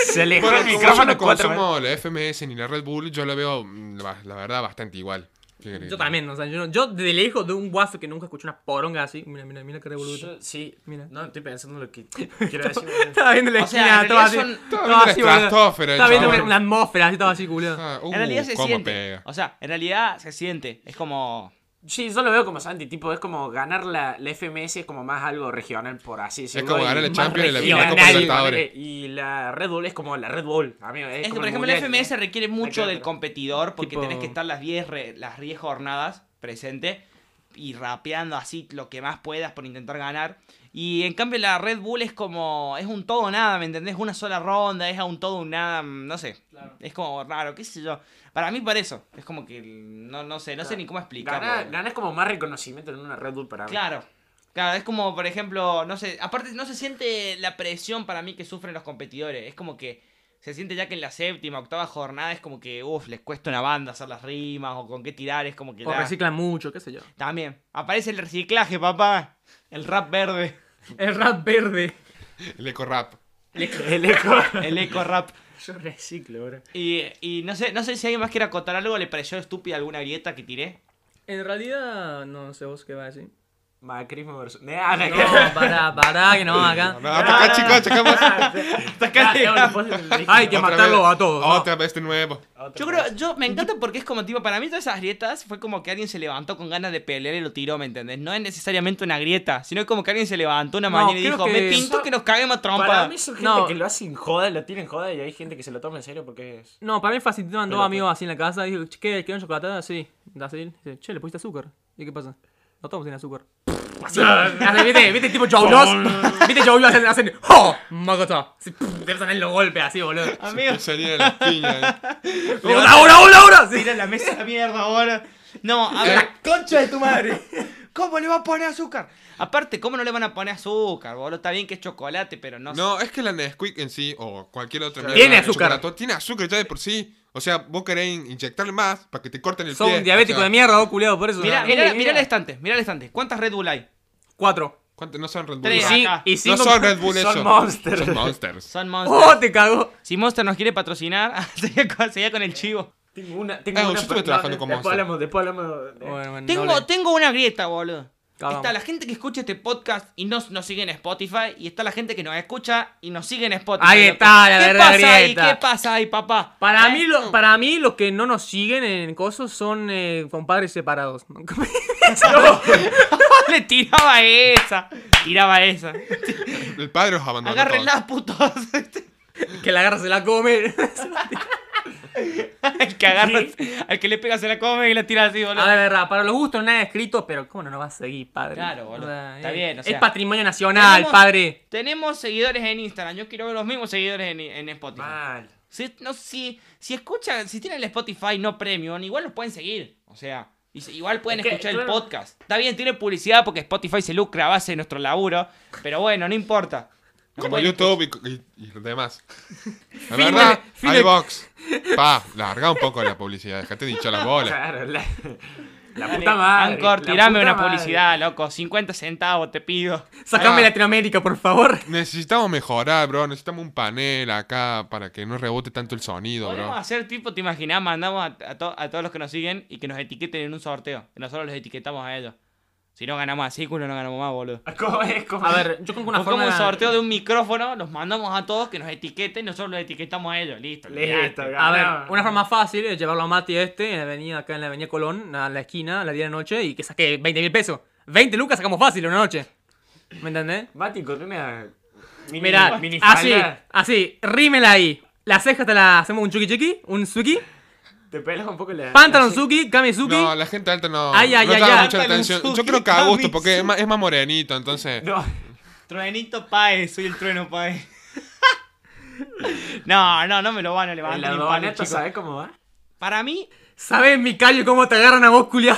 [SPEAKER 4] Se le
[SPEAKER 3] Bueno,
[SPEAKER 4] el
[SPEAKER 3] como yo no
[SPEAKER 4] micrófono cuatro veces.
[SPEAKER 3] consumo la FMS ni la Red Bull, yo la veo, mm, la la verdad, bastante igual. ¿Qué querés?
[SPEAKER 2] Yo también, o sea, yo, no- yo desde lejos de un guaso que nunca escuché una poronga así. Mira, mira, mira qué revoluto.
[SPEAKER 5] Yo- Sí,
[SPEAKER 2] Mira.
[SPEAKER 5] No, estoy pensando en lo que quiero decir.
[SPEAKER 2] (laughs) Estaba viendo la
[SPEAKER 1] O sea,
[SPEAKER 2] esquina,
[SPEAKER 1] en
[SPEAKER 2] todo así.
[SPEAKER 1] realidad son-
[SPEAKER 3] Estaba
[SPEAKER 2] todo
[SPEAKER 3] viendo la
[SPEAKER 2] así, boludo.
[SPEAKER 3] estratosfera, el
[SPEAKER 2] Estaba viendo
[SPEAKER 3] chabón.
[SPEAKER 2] una, una atmósfera, así todo así, culo.
[SPEAKER 3] Ah, uh,
[SPEAKER 1] en realidad se
[SPEAKER 3] cómo
[SPEAKER 1] siente.
[SPEAKER 3] pega.
[SPEAKER 1] O sea, en realidad se siente. Es como...
[SPEAKER 5] Sí, yo lo veo como Santi, tipo, es como ganar la, la FMS es como más algo regional, por así
[SPEAKER 3] Es
[SPEAKER 5] decirlo.
[SPEAKER 3] como ganar la
[SPEAKER 5] el
[SPEAKER 3] Champions y la
[SPEAKER 2] regional,
[SPEAKER 3] Copa Libertadores.
[SPEAKER 5] eh, Y la Red Bull es como la Red Bull, amigo. Es,
[SPEAKER 1] Es que,
[SPEAKER 5] como
[SPEAKER 1] por
[SPEAKER 5] el
[SPEAKER 1] ejemplo, la
[SPEAKER 5] mundial,
[SPEAKER 1] FMS
[SPEAKER 5] ¿eh?
[SPEAKER 1] requiere mucho
[SPEAKER 5] Claro.
[SPEAKER 1] del competidor porque
[SPEAKER 2] Tipo-
[SPEAKER 1] tenés que estar las 10 re- las 10 jornadas presente y rapeando así lo que más puedas por intentar ganar. Y en cambio la Red Bull es como es un todo o nada, ¿me entendés? Una sola ronda, es a un todo un nada, mm, no sé. Es como raro, qué sé yo. Para mí por eso, es como que el- no no sé, no sé ni cómo explicarlo.
[SPEAKER 5] Gana- Ganas como más reconocimiento en una Red Bull para mí.
[SPEAKER 1] Claro. Claro, es como, por ejemplo, no sé, aparte no se siente la presión para mí que sufren los competidores. Es como que se siente ya que en la séptima, octava jornada es como que, uff, les cuesta una banda hacer las rimas o con qué tirar, es como que...
[SPEAKER 2] O
[SPEAKER 1] da-
[SPEAKER 2] reciclan mucho, qué sé
[SPEAKER 3] (laughs)
[SPEAKER 2] yo.
[SPEAKER 1] También, aparece el reciclaje, papá. El rap verde,
[SPEAKER 2] El rap verde.
[SPEAKER 3] El eco rap.
[SPEAKER 5] (laughs) El eco.
[SPEAKER 1] (laughs) el eco rap.
[SPEAKER 5] Yo reciclo, bro.
[SPEAKER 1] Y, y no sé no sé si alguien más quiere acotar algo, le pareció estúpida alguna grieta que tiré.
[SPEAKER 2] En realidad, no sé vos qué va a decir.
[SPEAKER 5] Macrismo versus. Ah, la
[SPEAKER 2] (laughs) No, (laughs)
[SPEAKER 5] que-
[SPEAKER 2] pará, pará, que no, acá.
[SPEAKER 3] No, hasta acá, Ah, chicos, hasta acá, vos.
[SPEAKER 1] Hasta acá
[SPEAKER 5] (laughs) Ah,
[SPEAKER 1] llegamos.
[SPEAKER 5] no, después del-
[SPEAKER 2] Hay que
[SPEAKER 3] Otra
[SPEAKER 2] matarlo
[SPEAKER 3] vez-
[SPEAKER 2] a todos. no.
[SPEAKER 3] Otra vez de nuevo.
[SPEAKER 5] Otra
[SPEAKER 1] Yo creo, yo me encanta porque es como tipo, para mí todas esas grietas fue como que alguien se levantó con ganas de pelear y lo tiró, ¿me entendés? No es necesariamente una grieta, sino como que alguien se levantó una
[SPEAKER 2] No,
[SPEAKER 1] mañana y
[SPEAKER 2] creo
[SPEAKER 1] dijo,
[SPEAKER 2] que-
[SPEAKER 1] me pinto que nos caguemos a trompa.
[SPEAKER 5] Para mí son gente
[SPEAKER 2] No.
[SPEAKER 5] que lo hacen joda, lo tienen joda y hay gente que se lo toma en serio porque es.
[SPEAKER 2] No, para mí facilitaban dos
[SPEAKER 5] Pero-
[SPEAKER 2] amigos así en la casa. Dijo, che, ¿qué? ¿Quieren chocolatada? Sí. Así. Dice, che, le pusiste azúcar. ¿Y qué pasa? No todos tienen
[SPEAKER 3] (laughs)
[SPEAKER 2] azúcar. (laughs) Así. Así, ¿Viste? ¿Viste? Tipo Joe (laughs) ¿Viste? Joe hacen, hacen, ¡Oh! Magota. Así, pff, Te empiezan a dar los golpes así, boludo.
[SPEAKER 1] Amigos,
[SPEAKER 3] Salían las piñas.
[SPEAKER 2] ¡Hola, hola, hola, hola! Sí.
[SPEAKER 1] tira la mesa a la mierda ahora. No, a ver, concha de tu madre. (laughs) ¿Cómo le va a poner azúcar? Aparte, ¿cómo no le van a poner azúcar, boludo? Está bien que es chocolate, pero no,
[SPEAKER 3] No, es que la Nesquik en sí, o cualquier otra mierda.
[SPEAKER 2] Tiene azúcar.
[SPEAKER 3] chocolatón, Tiene azúcar ya de por sí. O sea, vos querés in- inyectarle más para que te corten el pie.
[SPEAKER 2] Son diabéticos
[SPEAKER 3] o sea,
[SPEAKER 2] de mierda, vos culiado, por eso. Ah,
[SPEAKER 1] Mira,
[SPEAKER 2] ¿no?
[SPEAKER 1] mira, mira el estante, mira el estante. ¿Cuántas Red Bull hay?
[SPEAKER 2] Cuatro.
[SPEAKER 3] ¿cuánto? No son Red Bull.
[SPEAKER 1] Tres.
[SPEAKER 3] ¿no?
[SPEAKER 1] Sí,
[SPEAKER 2] Y, y
[SPEAKER 3] No
[SPEAKER 2] cinco.
[SPEAKER 3] son Red Bull eso.
[SPEAKER 5] Son Monster.
[SPEAKER 3] Son Monsters.
[SPEAKER 1] Son Monster.
[SPEAKER 2] (laughs) ¡Oh, te cago!
[SPEAKER 1] Si Monster nos quiere patrocinar, (laughs) sería con- sería con el chivo.
[SPEAKER 5] Tengo una. Tengo
[SPEAKER 3] Ah,
[SPEAKER 5] una
[SPEAKER 3] yo estuve
[SPEAKER 5] no,
[SPEAKER 3] trabajando con
[SPEAKER 5] Después
[SPEAKER 3] Monster.
[SPEAKER 5] hablamos, después hablamos. de-
[SPEAKER 2] Bueno, bueno,
[SPEAKER 1] Tengo,
[SPEAKER 2] no le-
[SPEAKER 1] tengo una grieta, boludo.
[SPEAKER 2] Cagamos.
[SPEAKER 1] Está la gente que escucha este podcast y no nos sigue en Spotify. Y está la gente que nos escucha y nos sigue en Spotify.
[SPEAKER 2] Ahí
[SPEAKER 1] loco.
[SPEAKER 2] está la
[SPEAKER 1] ¿Qué
[SPEAKER 2] verdadera
[SPEAKER 1] pasa ahí?
[SPEAKER 2] grieta.
[SPEAKER 1] ¿Qué pasa ahí, papá?
[SPEAKER 2] Para
[SPEAKER 1] ¿Eh? (laughs)
[SPEAKER 2] mí, lo- para mí, los que no nos siguen en cosas son eh, compadres separados. (laughs)
[SPEAKER 1] (laughs) Le tiraba esa. Tiraba esa.
[SPEAKER 3] El padre os abandonó. todos.
[SPEAKER 1] Agárrenla, (laughs) putos.
[SPEAKER 2] que la garra se la come.
[SPEAKER 1] El que agarra. Al que le pega se la come y la tira así,
[SPEAKER 2] A
[SPEAKER 1] boludo.
[SPEAKER 2] ver, verdad, para los gustos nada escrito, pero ¿cómo no nos va a seguir, padre?
[SPEAKER 1] Claro, boludo.
[SPEAKER 2] O sea,
[SPEAKER 1] Está
[SPEAKER 2] es-
[SPEAKER 1] bien, o
[SPEAKER 2] Es
[SPEAKER 1] sea,
[SPEAKER 2] patrimonio nacional,
[SPEAKER 1] tenemos-
[SPEAKER 2] padre.
[SPEAKER 1] Tenemos seguidores en Instagram. Yo quiero ver los mismos seguidores en, en Spotify.
[SPEAKER 2] Ah,
[SPEAKER 5] Mal.
[SPEAKER 1] Si, no, si, si escuchan, si tienen el Spotify no premium, igual los pueden seguir. O sea, y si- igual pueden
[SPEAKER 5] Es que,
[SPEAKER 1] escuchar el
[SPEAKER 5] claro.
[SPEAKER 1] podcast. Está bien, tiene publicidad porque Spotify se lucra a base de nuestro laburo. Pero bueno, no importa. Nos
[SPEAKER 3] Como
[SPEAKER 1] pueden-
[SPEAKER 3] YouTube y, co- y, y
[SPEAKER 2] (laughs)
[SPEAKER 3] los demás. La
[SPEAKER 2] Fin
[SPEAKER 3] verdad,
[SPEAKER 2] de- fin de-
[SPEAKER 3] iBox. Pa, larga un poco la publicidad. Dejate dicho
[SPEAKER 2] (laughs)
[SPEAKER 3] las bolas.
[SPEAKER 5] Claro, la, la
[SPEAKER 1] Dale,
[SPEAKER 5] puta madre.
[SPEAKER 1] Anchor,
[SPEAKER 5] la
[SPEAKER 1] tirame
[SPEAKER 5] puta
[SPEAKER 1] una
[SPEAKER 5] madre.
[SPEAKER 1] publicidad, loco. 50 centavos te pido.
[SPEAKER 2] Sacame
[SPEAKER 3] Ah.
[SPEAKER 2] Latinoamérica, por favor.
[SPEAKER 3] Necesitamos mejorar, bro. Necesitamos un panel acá para que no rebote tanto el sonido,
[SPEAKER 1] Podemos
[SPEAKER 3] bro.
[SPEAKER 1] hacer tipo, te imaginas, mandamos a, a to- a todos los que nos siguen y que nos etiqueten en un sorteo. Que nosotros los etiquetamos a ellos. Si no ganamos así, culo, no ganamos más, boludo.
[SPEAKER 5] ¿Cómo es? ¿Cómo
[SPEAKER 2] A
[SPEAKER 5] es?
[SPEAKER 2] ver, yo creo que una
[SPEAKER 1] Fue como
[SPEAKER 2] forma...
[SPEAKER 1] un sorteo de un micrófono, los mandamos a todos que nos etiqueten, nosotros los etiquetamos a ellos, listo.
[SPEAKER 5] Listo,
[SPEAKER 1] olvidate.
[SPEAKER 2] A ver,
[SPEAKER 5] ganamos.
[SPEAKER 2] una forma fácil es llevarlo a Mati este en la avenida, acá en la avenida Colón, a la esquina, a la 10 de la noche, y que saque 20 mil pesos. 20 lucas sacamos fácil en una noche. ¿Me entendés?
[SPEAKER 5] Mati con una. mini-
[SPEAKER 2] Mirá, ah, así,
[SPEAKER 5] minifalda,
[SPEAKER 2] así, rímela ahí. Las cejas te las hacemos un chuki chuki, un suki,
[SPEAKER 5] Te pelas un poco la.
[SPEAKER 2] pantalón suki, kame suki.
[SPEAKER 3] No, la gente alta no.
[SPEAKER 2] Ay, ay,
[SPEAKER 3] no
[SPEAKER 2] ay,
[SPEAKER 3] llama
[SPEAKER 2] ay.
[SPEAKER 3] mucho la atención. Yo creo que a gusto, porque es más, es más morenito, entonces.
[SPEAKER 5] No,
[SPEAKER 1] Truenito Paez, soy el trueno Paez. (laughs) no, no, no me lo van a
[SPEAKER 5] el
[SPEAKER 1] levantar. ni palo,
[SPEAKER 5] adobaneto,
[SPEAKER 1] chicos.
[SPEAKER 5] ¿sabes cómo va?
[SPEAKER 1] Para mí,
[SPEAKER 2] ¿Sabes, Micario, cómo te agarran a vos, culiao?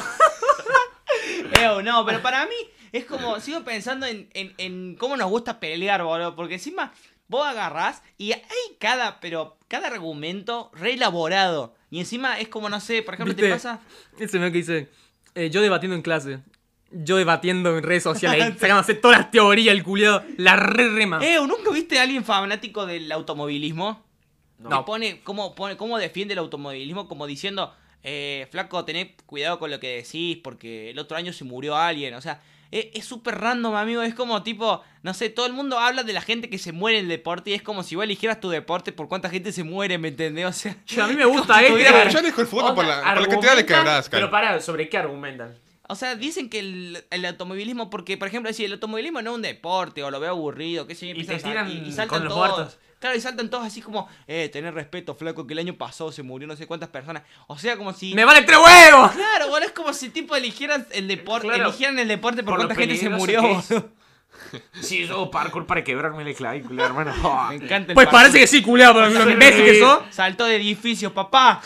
[SPEAKER 1] Ew, no, pero para mí es como, sigo pensando en, en, en cómo nos gusta pelear, boludo, porque encima vos agarrás y hay cada, pero cada argumento reelaborado. Y encima es como, no sé, por ejemplo, te
[SPEAKER 2] ¿Viste?
[SPEAKER 1] pasa...
[SPEAKER 2] (laughs) Ese me que dice, eh, yo debatiendo en clase, yo debatiendo en redes sociales, (laughs) ahí sacándose todas las teorías, el culiao, la re rema.
[SPEAKER 1] Eh, ¿nunca viste a alguien fanático del automovilismo? No.
[SPEAKER 2] No.
[SPEAKER 1] Pone, ¿cómo, pone, ¿Cómo defiende el automovilismo? Como diciendo, eh, flaco, tened cuidado con lo que decís porque el otro año se murió alguien. O sea, eh, es es súper random, amigo. Es como tipo, no sé, todo el mundo habla de la gente que se muere en el deporte y es como si vos eligieras tu deporte por cuánta gente se muere, ¿me entendés? O sea,
[SPEAKER 2] Che, a mí me gusta
[SPEAKER 1] Como si
[SPEAKER 2] este.
[SPEAKER 1] tuviera-
[SPEAKER 3] Yo elijo el fútbol por la,
[SPEAKER 5] Onda,
[SPEAKER 3] por la cantidad de
[SPEAKER 5] argumentan,
[SPEAKER 3] quebradas,
[SPEAKER 5] Pero
[SPEAKER 3] cara.
[SPEAKER 5] para, ¿sobre qué argumentan?
[SPEAKER 1] O sea, dicen que el, el automovilismo, porque por ejemplo, si el automovilismo no es un deporte o lo veo aburrido, qué sé yo,
[SPEAKER 5] Y te
[SPEAKER 1] empiezan a-
[SPEAKER 5] tiran
[SPEAKER 1] y, y saltan
[SPEAKER 5] con los
[SPEAKER 1] todos.
[SPEAKER 5] muertos.
[SPEAKER 1] Claro, y saltan todos así como, eh, tener respeto, flaco, que el año pasado se murió no sé cuántas personas. O sea, como si.
[SPEAKER 2] (laughs) ¡Me vale tres huevos!
[SPEAKER 1] Claro, bueno, es como si tipo eligieran el deporte,
[SPEAKER 5] Claro.
[SPEAKER 1] eligieran el deporte por,
[SPEAKER 5] Por lo
[SPEAKER 1] cuánta gente se
[SPEAKER 5] peligroso
[SPEAKER 1] murió.
[SPEAKER 5] que es.
[SPEAKER 1] boludo.
[SPEAKER 5] Sí, yo parkour para quebrarme la clavícula, hermano. Oh.
[SPEAKER 1] Me encanta el
[SPEAKER 2] Pues
[SPEAKER 1] parkour.
[SPEAKER 2] parece que sí, culiao, por lo imbécil que sos.
[SPEAKER 1] Saltó de edificio, papá.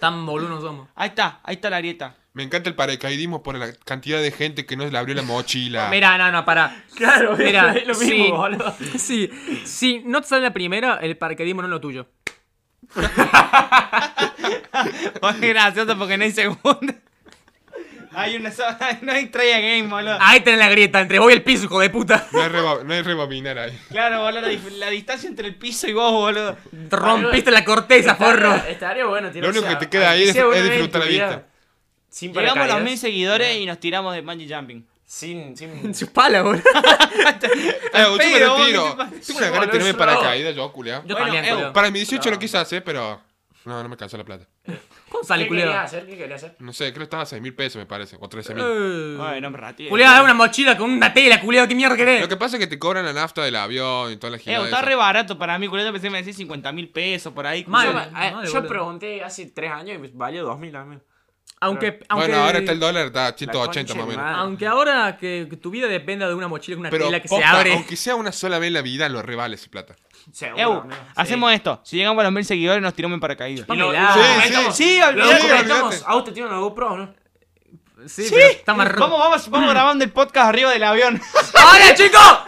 [SPEAKER 2] Tan boludos somos.
[SPEAKER 1] Ahí está, ahí está la grieta. (laughs)
[SPEAKER 3] Me encanta el paracaidismo por la cantidad de gente que no le abrió
[SPEAKER 2] (laughs)
[SPEAKER 3] la mochila.
[SPEAKER 2] Mira, no, no, pará.
[SPEAKER 5] Claro,
[SPEAKER 2] Mira,
[SPEAKER 5] es lo mismo,
[SPEAKER 2] sí,
[SPEAKER 5] boludo.
[SPEAKER 2] (laughs) sí, sí, no te sale la primera, el paracaidismo no es lo tuyo.
[SPEAKER 1] Es gracioso porque no hay segunda. (laughs) Hay una sola, no hay traya game, boludo.
[SPEAKER 2] Ahí tenés la grieta, entre voy y el piso, hijo de puta.
[SPEAKER 3] No hay, rebo- no hay rebobinar ahí.
[SPEAKER 1] Claro, boludo, la, dif- la distancia entre el piso y vos, boludo.
[SPEAKER 2] Rompiste la corteza, forro.
[SPEAKER 5] Estaría- Estaría bueno, tiene
[SPEAKER 3] Lo único
[SPEAKER 5] o sea,
[SPEAKER 3] que te queda ahí es-
[SPEAKER 5] sea una
[SPEAKER 3] es
[SPEAKER 5] vez en
[SPEAKER 3] disfrutar
[SPEAKER 5] tu
[SPEAKER 3] la
[SPEAKER 5] vida
[SPEAKER 3] vista.
[SPEAKER 5] Sin
[SPEAKER 1] Llegamos a los mil
[SPEAKER 5] paracaídas.
[SPEAKER 1] seguidores y nos tiramos de bungee (laughs) jumping.
[SPEAKER 5] Sin,
[SPEAKER 3] (laughs)
[SPEAKER 5] sin.
[SPEAKER 2] (laughs) Chupala, boludo.
[SPEAKER 3] Eh, yo me
[SPEAKER 1] Pero,
[SPEAKER 3] retiro.
[SPEAKER 1] ¿qué te pasa?
[SPEAKER 3] Tengo una gana de tirarme
[SPEAKER 5] Yo,
[SPEAKER 3] paracaídas, yo, culiao.
[SPEAKER 2] Yo
[SPEAKER 1] Bueno,
[SPEAKER 2] también,
[SPEAKER 1] eh,
[SPEAKER 2] culiao.
[SPEAKER 3] Para mi 18 lo quise hacer, pero. No, no me cansó la plata.
[SPEAKER 2] ¿Cómo
[SPEAKER 5] ¿Qué
[SPEAKER 2] sale,
[SPEAKER 5] quería
[SPEAKER 2] culiao?
[SPEAKER 5] hacer? ¿Qué quería hacer?
[SPEAKER 3] No sé, creo que estaba a 6 mil pesos, me parece. O 13 mil.
[SPEAKER 2] Eh.
[SPEAKER 1] Ay, no me ratí.
[SPEAKER 2] Culiao, da una mochila con una tela, culiao, ¿qué mierda
[SPEAKER 3] Lo
[SPEAKER 2] querés?
[SPEAKER 3] que pasa es que te cobran la nafta del avión y toda la
[SPEAKER 1] Eh,
[SPEAKER 3] gilada
[SPEAKER 1] está
[SPEAKER 3] esa.
[SPEAKER 1] re barato para mí, culiado. Pensé que me decís 50 mil pesos por ahí.
[SPEAKER 2] Mal.
[SPEAKER 5] yo
[SPEAKER 1] culiao.
[SPEAKER 5] eh,
[SPEAKER 2] madre,
[SPEAKER 5] yo
[SPEAKER 2] boludo.
[SPEAKER 5] pregunté hace tres años y valió dos mil amigos.
[SPEAKER 2] Aunque, aunque, Ah.
[SPEAKER 3] Bueno, ahora está el dólar, está 180 más o
[SPEAKER 5] concha de
[SPEAKER 3] menos.
[SPEAKER 5] madre.
[SPEAKER 2] aunque ahora que, que tu vida dependa de una mochila con una
[SPEAKER 3] Pero
[SPEAKER 2] tela que
[SPEAKER 3] posta,
[SPEAKER 2] se abre.
[SPEAKER 3] aunque sea una sola vez en la vida, lo revale esa plata.
[SPEAKER 5] Seguro,
[SPEAKER 1] Eu,
[SPEAKER 5] amigo.
[SPEAKER 2] ah,
[SPEAKER 1] hacemos esto. Si llegamos a los mil seguidores, nos tiramos en paracaídas.
[SPEAKER 5] Y lo-
[SPEAKER 2] Pamela.
[SPEAKER 5] y lo
[SPEAKER 3] Sí,
[SPEAKER 5] comentamos.
[SPEAKER 1] sí,
[SPEAKER 5] Lo
[SPEAKER 1] olvídate.
[SPEAKER 5] comentamos.
[SPEAKER 3] Sí,
[SPEAKER 5] Ah, usted tiene una GoPro, o ¿no?
[SPEAKER 2] Sí, pero está más ro-
[SPEAKER 1] ¿Cómo vamos, vamos grabando el podcast arriba del avión?
[SPEAKER 2] ¡Ahora, chicos!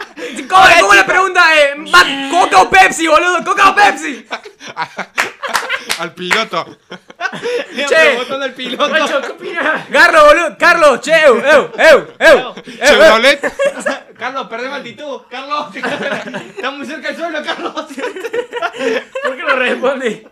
[SPEAKER 2] ¿Cómo, cómo le pregunta? Eh, va- ¿Coca o Pepsi, boludo? ¿Coca o Pepsi?
[SPEAKER 3] Al piloto.
[SPEAKER 1] (laughs) che. Botón del
[SPEAKER 2] (laughs)
[SPEAKER 1] piloto.
[SPEAKER 5] Nacho, ¿qué opinas?
[SPEAKER 2] Garro, boludo. Carlos, che, eu, eu, eu, eu, eu, eu.
[SPEAKER 3] Chevrolet.
[SPEAKER 1] (laughs) Carlos, perdemos altitud. Carlos, (laughs) está muy cerca del suelo, Carlos.
[SPEAKER 2] (laughs)
[SPEAKER 5] ¿Por qué no responde?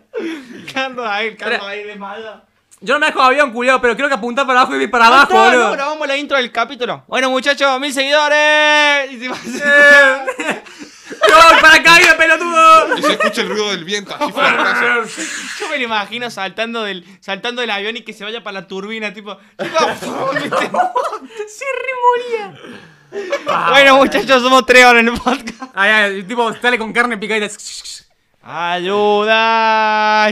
[SPEAKER 1] (laughs) Carlos ahí, Carlos ahí de mala.
[SPEAKER 2] Yo no me dejo avión, culiao, pero creo que apuntar para abajo y ir para abajo,
[SPEAKER 1] Está, no,
[SPEAKER 2] boludo.
[SPEAKER 1] grabamos la intro del capítulo. Bueno, muchachos, mil (laughs) seguidores. Y se va a hacer-
[SPEAKER 2] ¡Yo, para caída,
[SPEAKER 3] (laughs)
[SPEAKER 2] pelotudo!
[SPEAKER 3] Y se escucha el ruido del viento. Así fuera de casa.
[SPEAKER 1] Yo me lo imagino saltando del, saltando del avión y que se vaya para la turbina, tipo. (laughs) tipo, ¿viste?
[SPEAKER 2] Sí, remoría.
[SPEAKER 1] bueno, muchachos, somos tres ahora en el podcast.
[SPEAKER 2] Ay, ay, Ah, tipo, sale con carne picadita.
[SPEAKER 1] (laughs) Ayuda.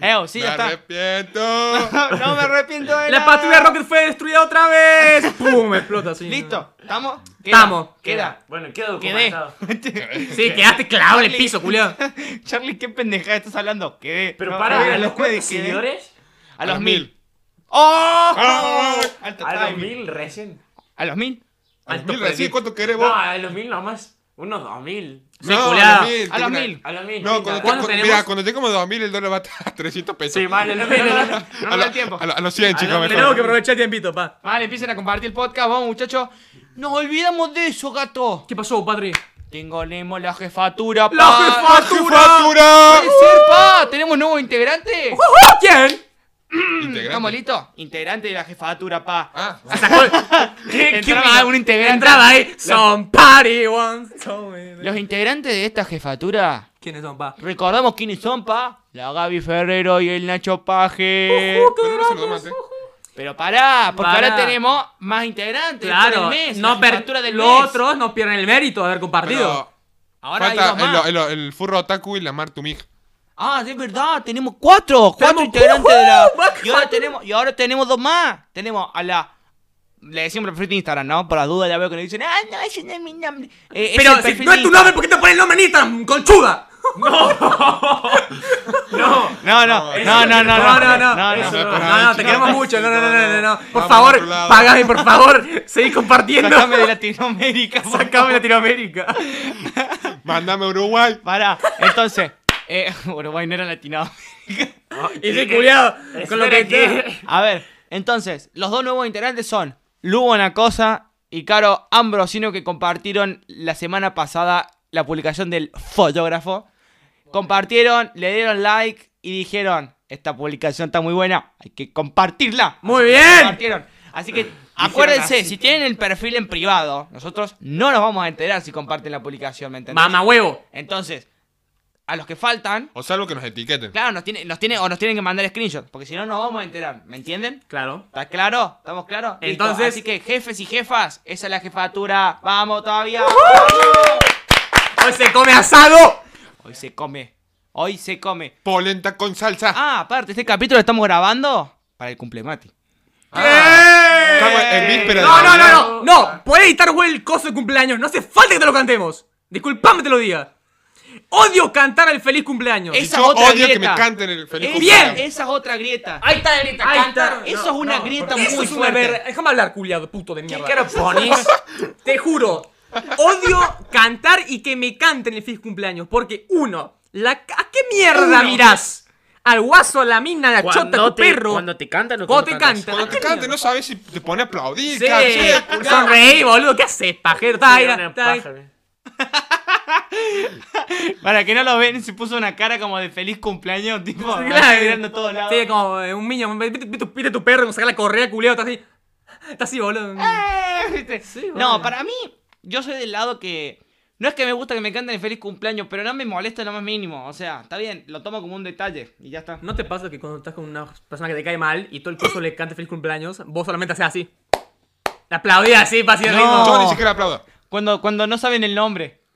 [SPEAKER 1] Eo, oh, sí,
[SPEAKER 3] Me
[SPEAKER 1] ya está.
[SPEAKER 3] arrepiento.
[SPEAKER 1] (laughs) No me arrepiento de
[SPEAKER 2] La
[SPEAKER 1] nada.
[SPEAKER 2] patrulla Rocket fue destruida otra vez. ¡Pum! Explota, sí.
[SPEAKER 1] Listo, ¿estamos? Queda,
[SPEAKER 2] Estamos.
[SPEAKER 1] Queda.
[SPEAKER 5] Bueno, queda
[SPEAKER 1] Quedé.
[SPEAKER 5] documentado.
[SPEAKER 2] Sí, quedaste clavado en el piso, culiao.
[SPEAKER 1] (laughs) Charlie, qué pendejada estás hablando. Quedé.
[SPEAKER 5] Pero
[SPEAKER 1] No,
[SPEAKER 5] para,
[SPEAKER 1] no,
[SPEAKER 5] a
[SPEAKER 1] no
[SPEAKER 5] los
[SPEAKER 1] puede, ¿eh?
[SPEAKER 5] cuantos
[SPEAKER 1] quedé.
[SPEAKER 5] seguidores,
[SPEAKER 1] A los mil. ¡Oh!
[SPEAKER 3] Ah.
[SPEAKER 1] Alto
[SPEAKER 5] a los
[SPEAKER 1] timing.
[SPEAKER 5] mil recién.
[SPEAKER 1] A los mil.
[SPEAKER 3] A los
[SPEAKER 2] Alto
[SPEAKER 3] mil recién,
[SPEAKER 2] Freddy.
[SPEAKER 3] ¿cuánto querés vos?
[SPEAKER 5] No, a los mil nomás. Unos dos mil.
[SPEAKER 3] No,
[SPEAKER 2] culiao.
[SPEAKER 1] A los
[SPEAKER 3] tengo una-
[SPEAKER 1] mil.
[SPEAKER 5] A los mil.
[SPEAKER 3] No, cuando, te,
[SPEAKER 2] ¿Cuándo
[SPEAKER 3] cuando,
[SPEAKER 2] tenemos?
[SPEAKER 3] mira, cuando tengamos 2000 el dólar va a estar a 300 pesos.
[SPEAKER 5] Sí, vale, a los mil. a
[SPEAKER 1] (laughs)
[SPEAKER 5] los-
[SPEAKER 1] No
[SPEAKER 3] a,
[SPEAKER 1] nos
[SPEAKER 3] lo-
[SPEAKER 1] da el tiempo.
[SPEAKER 3] a lo- a los 100, chicos, mejor.
[SPEAKER 2] Tenemos que aprovechar el tiempito, pa.
[SPEAKER 1] Vale, empiecen a compartir el podcast. Vamos, muchachos. Nos olvidamos de eso, gato.
[SPEAKER 2] ¿Qué pasó, Patri?
[SPEAKER 1] Tenemos la jefatura, pa.
[SPEAKER 2] ¡La jefatura!
[SPEAKER 3] ¡Factura!
[SPEAKER 1] ¡Puede ser, pa! ¿Tenemos nuevo integrante?
[SPEAKER 2] ¿Quién?
[SPEAKER 3] Integrante.
[SPEAKER 1] ¿Estamos listos? Integrante de la jefatura, pa.
[SPEAKER 3] Ah,
[SPEAKER 1] Entraba un integrante.
[SPEAKER 2] Entraba ahí. Somebody once told me that-
[SPEAKER 1] Los integrantes de esta jefatura.
[SPEAKER 2] ¿Quiénes son, pa?
[SPEAKER 1] Recordamos quiénes son, pa. La Gaby Ferrero y el Nacho Paje.
[SPEAKER 3] pero no saludó más, ¿eh?
[SPEAKER 1] Pero pará, porque
[SPEAKER 2] Pará.
[SPEAKER 1] ahora tenemos más integrantes.
[SPEAKER 2] Claro,
[SPEAKER 1] por el mes,
[SPEAKER 2] no
[SPEAKER 1] la
[SPEAKER 2] per
[SPEAKER 1] jefatura del
[SPEAKER 2] los
[SPEAKER 1] mes.
[SPEAKER 2] otros no pierden el mérito de haber compartido.
[SPEAKER 3] Pero
[SPEAKER 1] Ahora hay
[SPEAKER 3] falta
[SPEAKER 1] dos más.
[SPEAKER 3] el, el- el furro otaku y la Mar Tumig.
[SPEAKER 1] Ah, es verdad, tenemos cuatro. Cuatro
[SPEAKER 2] Tenemos-
[SPEAKER 1] integrantes de la.
[SPEAKER 2] ¡Ujú!
[SPEAKER 1] Y ahora tenemos, y ahora tenemos dos más. Tenemos a la. Le decimos el perfil de Instagram, ¿no? Por las dudas ya veo que le dicen, ah, no, ese no es mi nombre. Eh, es
[SPEAKER 2] Pero,
[SPEAKER 1] el
[SPEAKER 2] si
[SPEAKER 1] perfil
[SPEAKER 2] no
[SPEAKER 1] de
[SPEAKER 2] es tu
[SPEAKER 1] Instagram.
[SPEAKER 2] nombre, ¿por qué te pones el nombre en Instagram, conchuda?
[SPEAKER 1] No, no, no, no, no,
[SPEAKER 2] No, no, no.
[SPEAKER 1] no,
[SPEAKER 2] eso
[SPEAKER 1] no.
[SPEAKER 2] no,
[SPEAKER 3] no, no,
[SPEAKER 2] no, te
[SPEAKER 3] no,
[SPEAKER 2] queremos
[SPEAKER 3] no,
[SPEAKER 2] mucho. No, no, no, no, no, no.
[SPEAKER 3] Vamos
[SPEAKER 2] Por
[SPEAKER 3] a
[SPEAKER 2] favor,
[SPEAKER 3] otro lado.
[SPEAKER 2] págame, por favor. Seguí compartiendo.
[SPEAKER 1] Sacame de Latinoamérica. por
[SPEAKER 2] Sacame de Latinoamérica.
[SPEAKER 3] Mándame a Uruguay.
[SPEAKER 1] Pará, entonces, eh, (laughs) Uruguay no era latino.
[SPEAKER 2] Y sí, culiado. Con lo que
[SPEAKER 5] Espera
[SPEAKER 2] te...
[SPEAKER 1] A ver, entonces, los dos nuevos integrantes son Lugo Nacosa y Caro Ambrosino que compartieron la semana pasada la publicación del fotógrafo. Compartieron, le dieron like y dijeron, esta publicación está muy buena, hay que compartirla.
[SPEAKER 2] Muy
[SPEAKER 1] Así que
[SPEAKER 2] bien.
[SPEAKER 1] compartieron. Así que acuérdense, si tienen el perfil en privado, nosotros no nos vamos a enterar si comparten la publicación, ¿me entendés?
[SPEAKER 2] Mamá huevo.
[SPEAKER 1] Entonces, a los que faltan,
[SPEAKER 3] O salvo que nos etiqueten.
[SPEAKER 1] claro, nos tiene, nos tiene, o nos tienen que mandar screenshots, porque si no nos vamos a enterar, ¿me entienden?
[SPEAKER 2] Claro.
[SPEAKER 1] ¿Está claro? ¿Estamos claros? Listo.
[SPEAKER 2] Entonces-
[SPEAKER 1] Así que jefes y jefas, esa es la jefatura. Vamos todavía.
[SPEAKER 2] Hoy se come asado.
[SPEAKER 1] Hoy se come. Hoy se come.
[SPEAKER 3] Polenta con salsa.
[SPEAKER 1] Ah, aparte, este capítulo lo estamos grabando para el cumplemati.
[SPEAKER 3] Ah, Estamos
[SPEAKER 1] eh,
[SPEAKER 3] en víspera de
[SPEAKER 2] No, no,
[SPEAKER 3] Navidad.
[SPEAKER 2] no, no. No, podés editar güey, el coso de cumpleaños. No hace falta que te lo cantemos. Disculpame, te lo diga. Odio cantar el feliz cumpleaños.
[SPEAKER 1] Esa
[SPEAKER 3] yo
[SPEAKER 1] es otra
[SPEAKER 3] odio que
[SPEAKER 1] grieta.
[SPEAKER 3] me canten el feliz
[SPEAKER 1] Eh,
[SPEAKER 3] cumpleaños.
[SPEAKER 1] Bien, esa es otra grieta.
[SPEAKER 5] Ahí está la grieta,
[SPEAKER 2] Ahí
[SPEAKER 5] canta.
[SPEAKER 2] está.
[SPEAKER 1] Eso es una grieta
[SPEAKER 2] Eso
[SPEAKER 1] muy
[SPEAKER 2] es una
[SPEAKER 1] fuerte.
[SPEAKER 2] verga. Déjame hablar, culiado, puto de mierda.
[SPEAKER 5] ¿Qué lo pones?
[SPEAKER 2] (laughs) Te juro, odio cantar y que me canten el feliz cumpleaños. Porque, uno, la, ¿a qué mierda mirás? Al guaso, a la mina, a la chota, a tu
[SPEAKER 5] te,
[SPEAKER 2] perro.
[SPEAKER 5] Cuando te cantan o
[SPEAKER 2] Cuando te
[SPEAKER 5] cantas?
[SPEAKER 2] cantan.
[SPEAKER 3] Cuando
[SPEAKER 2] ¿A
[SPEAKER 3] te
[SPEAKER 2] qué
[SPEAKER 3] canten,
[SPEAKER 2] mierda?
[SPEAKER 3] no sabes si te pone a aplaudir.
[SPEAKER 2] Sí,
[SPEAKER 3] cansen.
[SPEAKER 2] sonreí, boludo. ¿Qué haces, pajero? Está ahí,
[SPEAKER 5] Era una
[SPEAKER 2] está ahí.
[SPEAKER 5] paja, güey.
[SPEAKER 1] Para que no lo ven, se puso una cara como de feliz cumpleaños, tipo,
[SPEAKER 2] Sí,
[SPEAKER 1] así
[SPEAKER 2] claro.
[SPEAKER 1] mirando a todos lados.
[SPEAKER 2] Sí, como eh, un niño. Viste, viste tu- viste tu perro, como saca la correa, culiado, está así. Está así, boludo.
[SPEAKER 1] Eh, ¿viste?
[SPEAKER 2] bueno.
[SPEAKER 1] No, para mí, yo soy del lado que. No es que me gusta que me canten el feliz cumpleaños, pero no me molesta lo más mínimo. O sea, está bien, lo tomo como un detalle y ya está.
[SPEAKER 2] ¿No te pasa que cuando estás con una persona que te cae mal y todo el coso le canta feliz cumpleaños, vos solamente haces así? La aplaudís así, para así el
[SPEAKER 1] No.
[SPEAKER 2] ritmo.
[SPEAKER 3] Yo ni siquiera aplaudo.
[SPEAKER 1] Cuando, cuando no saben el nombre.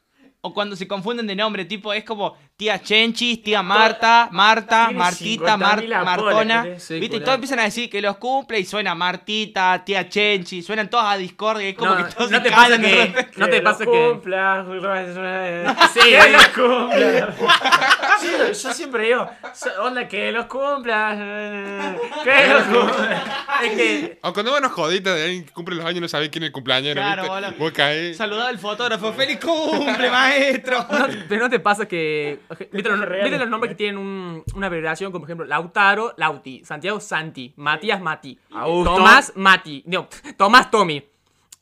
[SPEAKER 1] O cuando se confunden de nombre, tipo, es como tía Chenchis, tía Marta, Marta,
[SPEAKER 5] Tiene
[SPEAKER 1] Martita,
[SPEAKER 5] 50.000
[SPEAKER 1] Mar-
[SPEAKER 5] apodos,
[SPEAKER 1] Martona.
[SPEAKER 5] ¿querés? Sí,
[SPEAKER 1] ¿Viste? Y
[SPEAKER 5] culiao.
[SPEAKER 1] todos empiezan a decir que los cumple y suena Martita, tía Chenchi, suenan todos a Discord y es como
[SPEAKER 2] No,
[SPEAKER 1] que todos
[SPEAKER 2] no
[SPEAKER 1] se
[SPEAKER 2] te pasa
[SPEAKER 1] callan de
[SPEAKER 2] que-
[SPEAKER 1] repente.
[SPEAKER 2] No te
[SPEAKER 5] Que lo
[SPEAKER 2] pasa que-
[SPEAKER 5] cumpla,
[SPEAKER 2] (laughs)
[SPEAKER 5] güey.
[SPEAKER 2] Sí,
[SPEAKER 5] Que
[SPEAKER 2] ahí.
[SPEAKER 5] los cumpla.
[SPEAKER 2] Eh,
[SPEAKER 5] (laughs) Sí, yo siempre digo, so- onda, que los cumpla. Que los cumpla.
[SPEAKER 2] Es que
[SPEAKER 3] Aunque cuando van joditas de alguien que cumple los años no sabés quién es el cumpleañero,
[SPEAKER 1] Claro,
[SPEAKER 3] ¿viste?
[SPEAKER 1] boludo.
[SPEAKER 3] Vos caés.
[SPEAKER 1] Saludaba al fotógrafo, feliz cumple,
[SPEAKER 2] (laughs)
[SPEAKER 1] maestro.
[SPEAKER 2] No, pero no te pasa que. ¿Viste los, viste los nombres que tienen un- una abreviación? Como por ejemplo, Lautaro, Lauti, Santiago, Santi, Matías, Mati,
[SPEAKER 5] Augusto.
[SPEAKER 2] Tomás, Mati, no, Tomás, Tommy.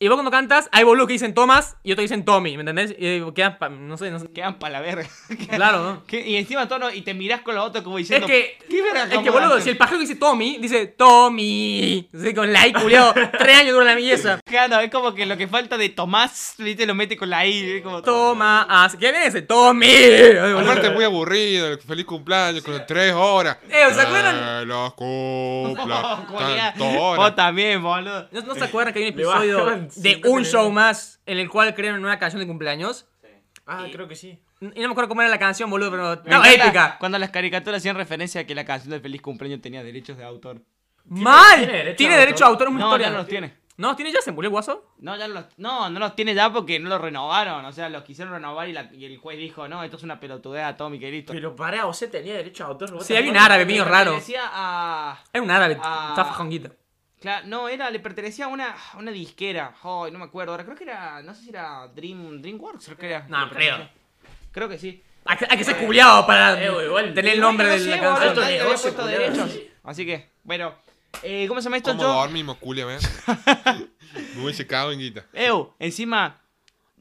[SPEAKER 2] Y vos cuando cantas, hay boludos que dicen Tomás y otros dicen Tommy, ¿me entendés? Y eh, quedan, pa- no sé, no sé.
[SPEAKER 1] Quedan para la verga.
[SPEAKER 2] Claro, ¿no?
[SPEAKER 1] ¿Qué? Y encima tono, y te mirás con los otros como
[SPEAKER 2] Es
[SPEAKER 1] diciendo.
[SPEAKER 2] que,
[SPEAKER 1] ¿qué verga
[SPEAKER 2] es que
[SPEAKER 1] acomodan?
[SPEAKER 2] boludo, si el pajero que dice Tommy, dice Tommy. Sí, con la
[SPEAKER 1] (laughs)
[SPEAKER 2] I, culiao. Tres años dura la belleza.
[SPEAKER 1] Claro, es como que lo que falta de Tomás, viste, lo mete con la I. es como
[SPEAKER 2] Toma, as- ¿qué viene ese? Tommy.
[SPEAKER 3] Aparte es muy aburrido, el feliz cumpleaños con tres horas.
[SPEAKER 2] Eh, ¿se acuerdan? (laughs)
[SPEAKER 3] Que los
[SPEAKER 1] (laughs)
[SPEAKER 3] cumpla
[SPEAKER 1] Oh, culiá.
[SPEAKER 3] tanto
[SPEAKER 1] Vos
[SPEAKER 3] horas.
[SPEAKER 1] también, boludo.
[SPEAKER 2] ¿No, no se acuerdan que hay un
[SPEAKER 5] Le bajaban
[SPEAKER 2] episodio de
[SPEAKER 5] cinco
[SPEAKER 2] un show
[SPEAKER 5] niveles.
[SPEAKER 2] más en el cual crearon una canción de cumpleaños?
[SPEAKER 5] Ah, creo que sí.
[SPEAKER 2] Y no me acuerdo cómo era la canción, boludo, pero
[SPEAKER 1] Me
[SPEAKER 2] estaba
[SPEAKER 1] encanta
[SPEAKER 2] épica.
[SPEAKER 1] Cuando las caricaturas hacían referencia a que la canción del feliz cumpleaños tenía derechos de autor.
[SPEAKER 2] ¡Mal!
[SPEAKER 5] tiene derecho
[SPEAKER 2] Tiene
[SPEAKER 5] de
[SPEAKER 2] derecho a autor, es una
[SPEAKER 1] No,
[SPEAKER 2] historia.
[SPEAKER 1] ya no los tiene.
[SPEAKER 2] No, tiene ya, se murió el guaso.
[SPEAKER 1] No, ya no los, no, no los tiene ya porque no los renovaron. O sea, los quisieron renovar y, la- y el juez dijo, no, esto es una pelotudez atómica y listo.
[SPEAKER 5] Pero pará, o sea, tenía derecho a autor. ¿vos
[SPEAKER 2] Sí,
[SPEAKER 5] te
[SPEAKER 2] hay un
[SPEAKER 5] acordás?
[SPEAKER 2] árabe mío
[SPEAKER 1] Le
[SPEAKER 2] raro.
[SPEAKER 1] pertenecía a-
[SPEAKER 2] Era un árabe,
[SPEAKER 1] Ah.
[SPEAKER 2] estaba fajonguito.
[SPEAKER 1] Claro, no, era, le pertenecía a una, a una disquera. Ay, no me acuerdo. Ahora creo que era, no sé si era Dream, DreamWorks, creo que era.
[SPEAKER 2] No,
[SPEAKER 1] Le
[SPEAKER 2] creo.
[SPEAKER 1] pertenecía. Creo que sí.
[SPEAKER 2] Hay que, hay que ser culiado para
[SPEAKER 5] Eh, igual,
[SPEAKER 2] tener el
[SPEAKER 5] igual
[SPEAKER 2] nombre
[SPEAKER 1] No
[SPEAKER 2] de
[SPEAKER 1] sé,
[SPEAKER 2] la
[SPEAKER 1] boludo,
[SPEAKER 2] canción.
[SPEAKER 5] otro
[SPEAKER 1] nadie le había
[SPEAKER 5] negocio,
[SPEAKER 1] puesto
[SPEAKER 5] culiao.
[SPEAKER 1] derechos. Así que, bueno. Eh, ¿Cómo se llama esto?
[SPEAKER 3] ¿Cómo
[SPEAKER 1] Yo,
[SPEAKER 3] dormimos,
[SPEAKER 2] (laughs)
[SPEAKER 3] culia, man? Me hubiese cagado en guita.
[SPEAKER 1] Eu, encima.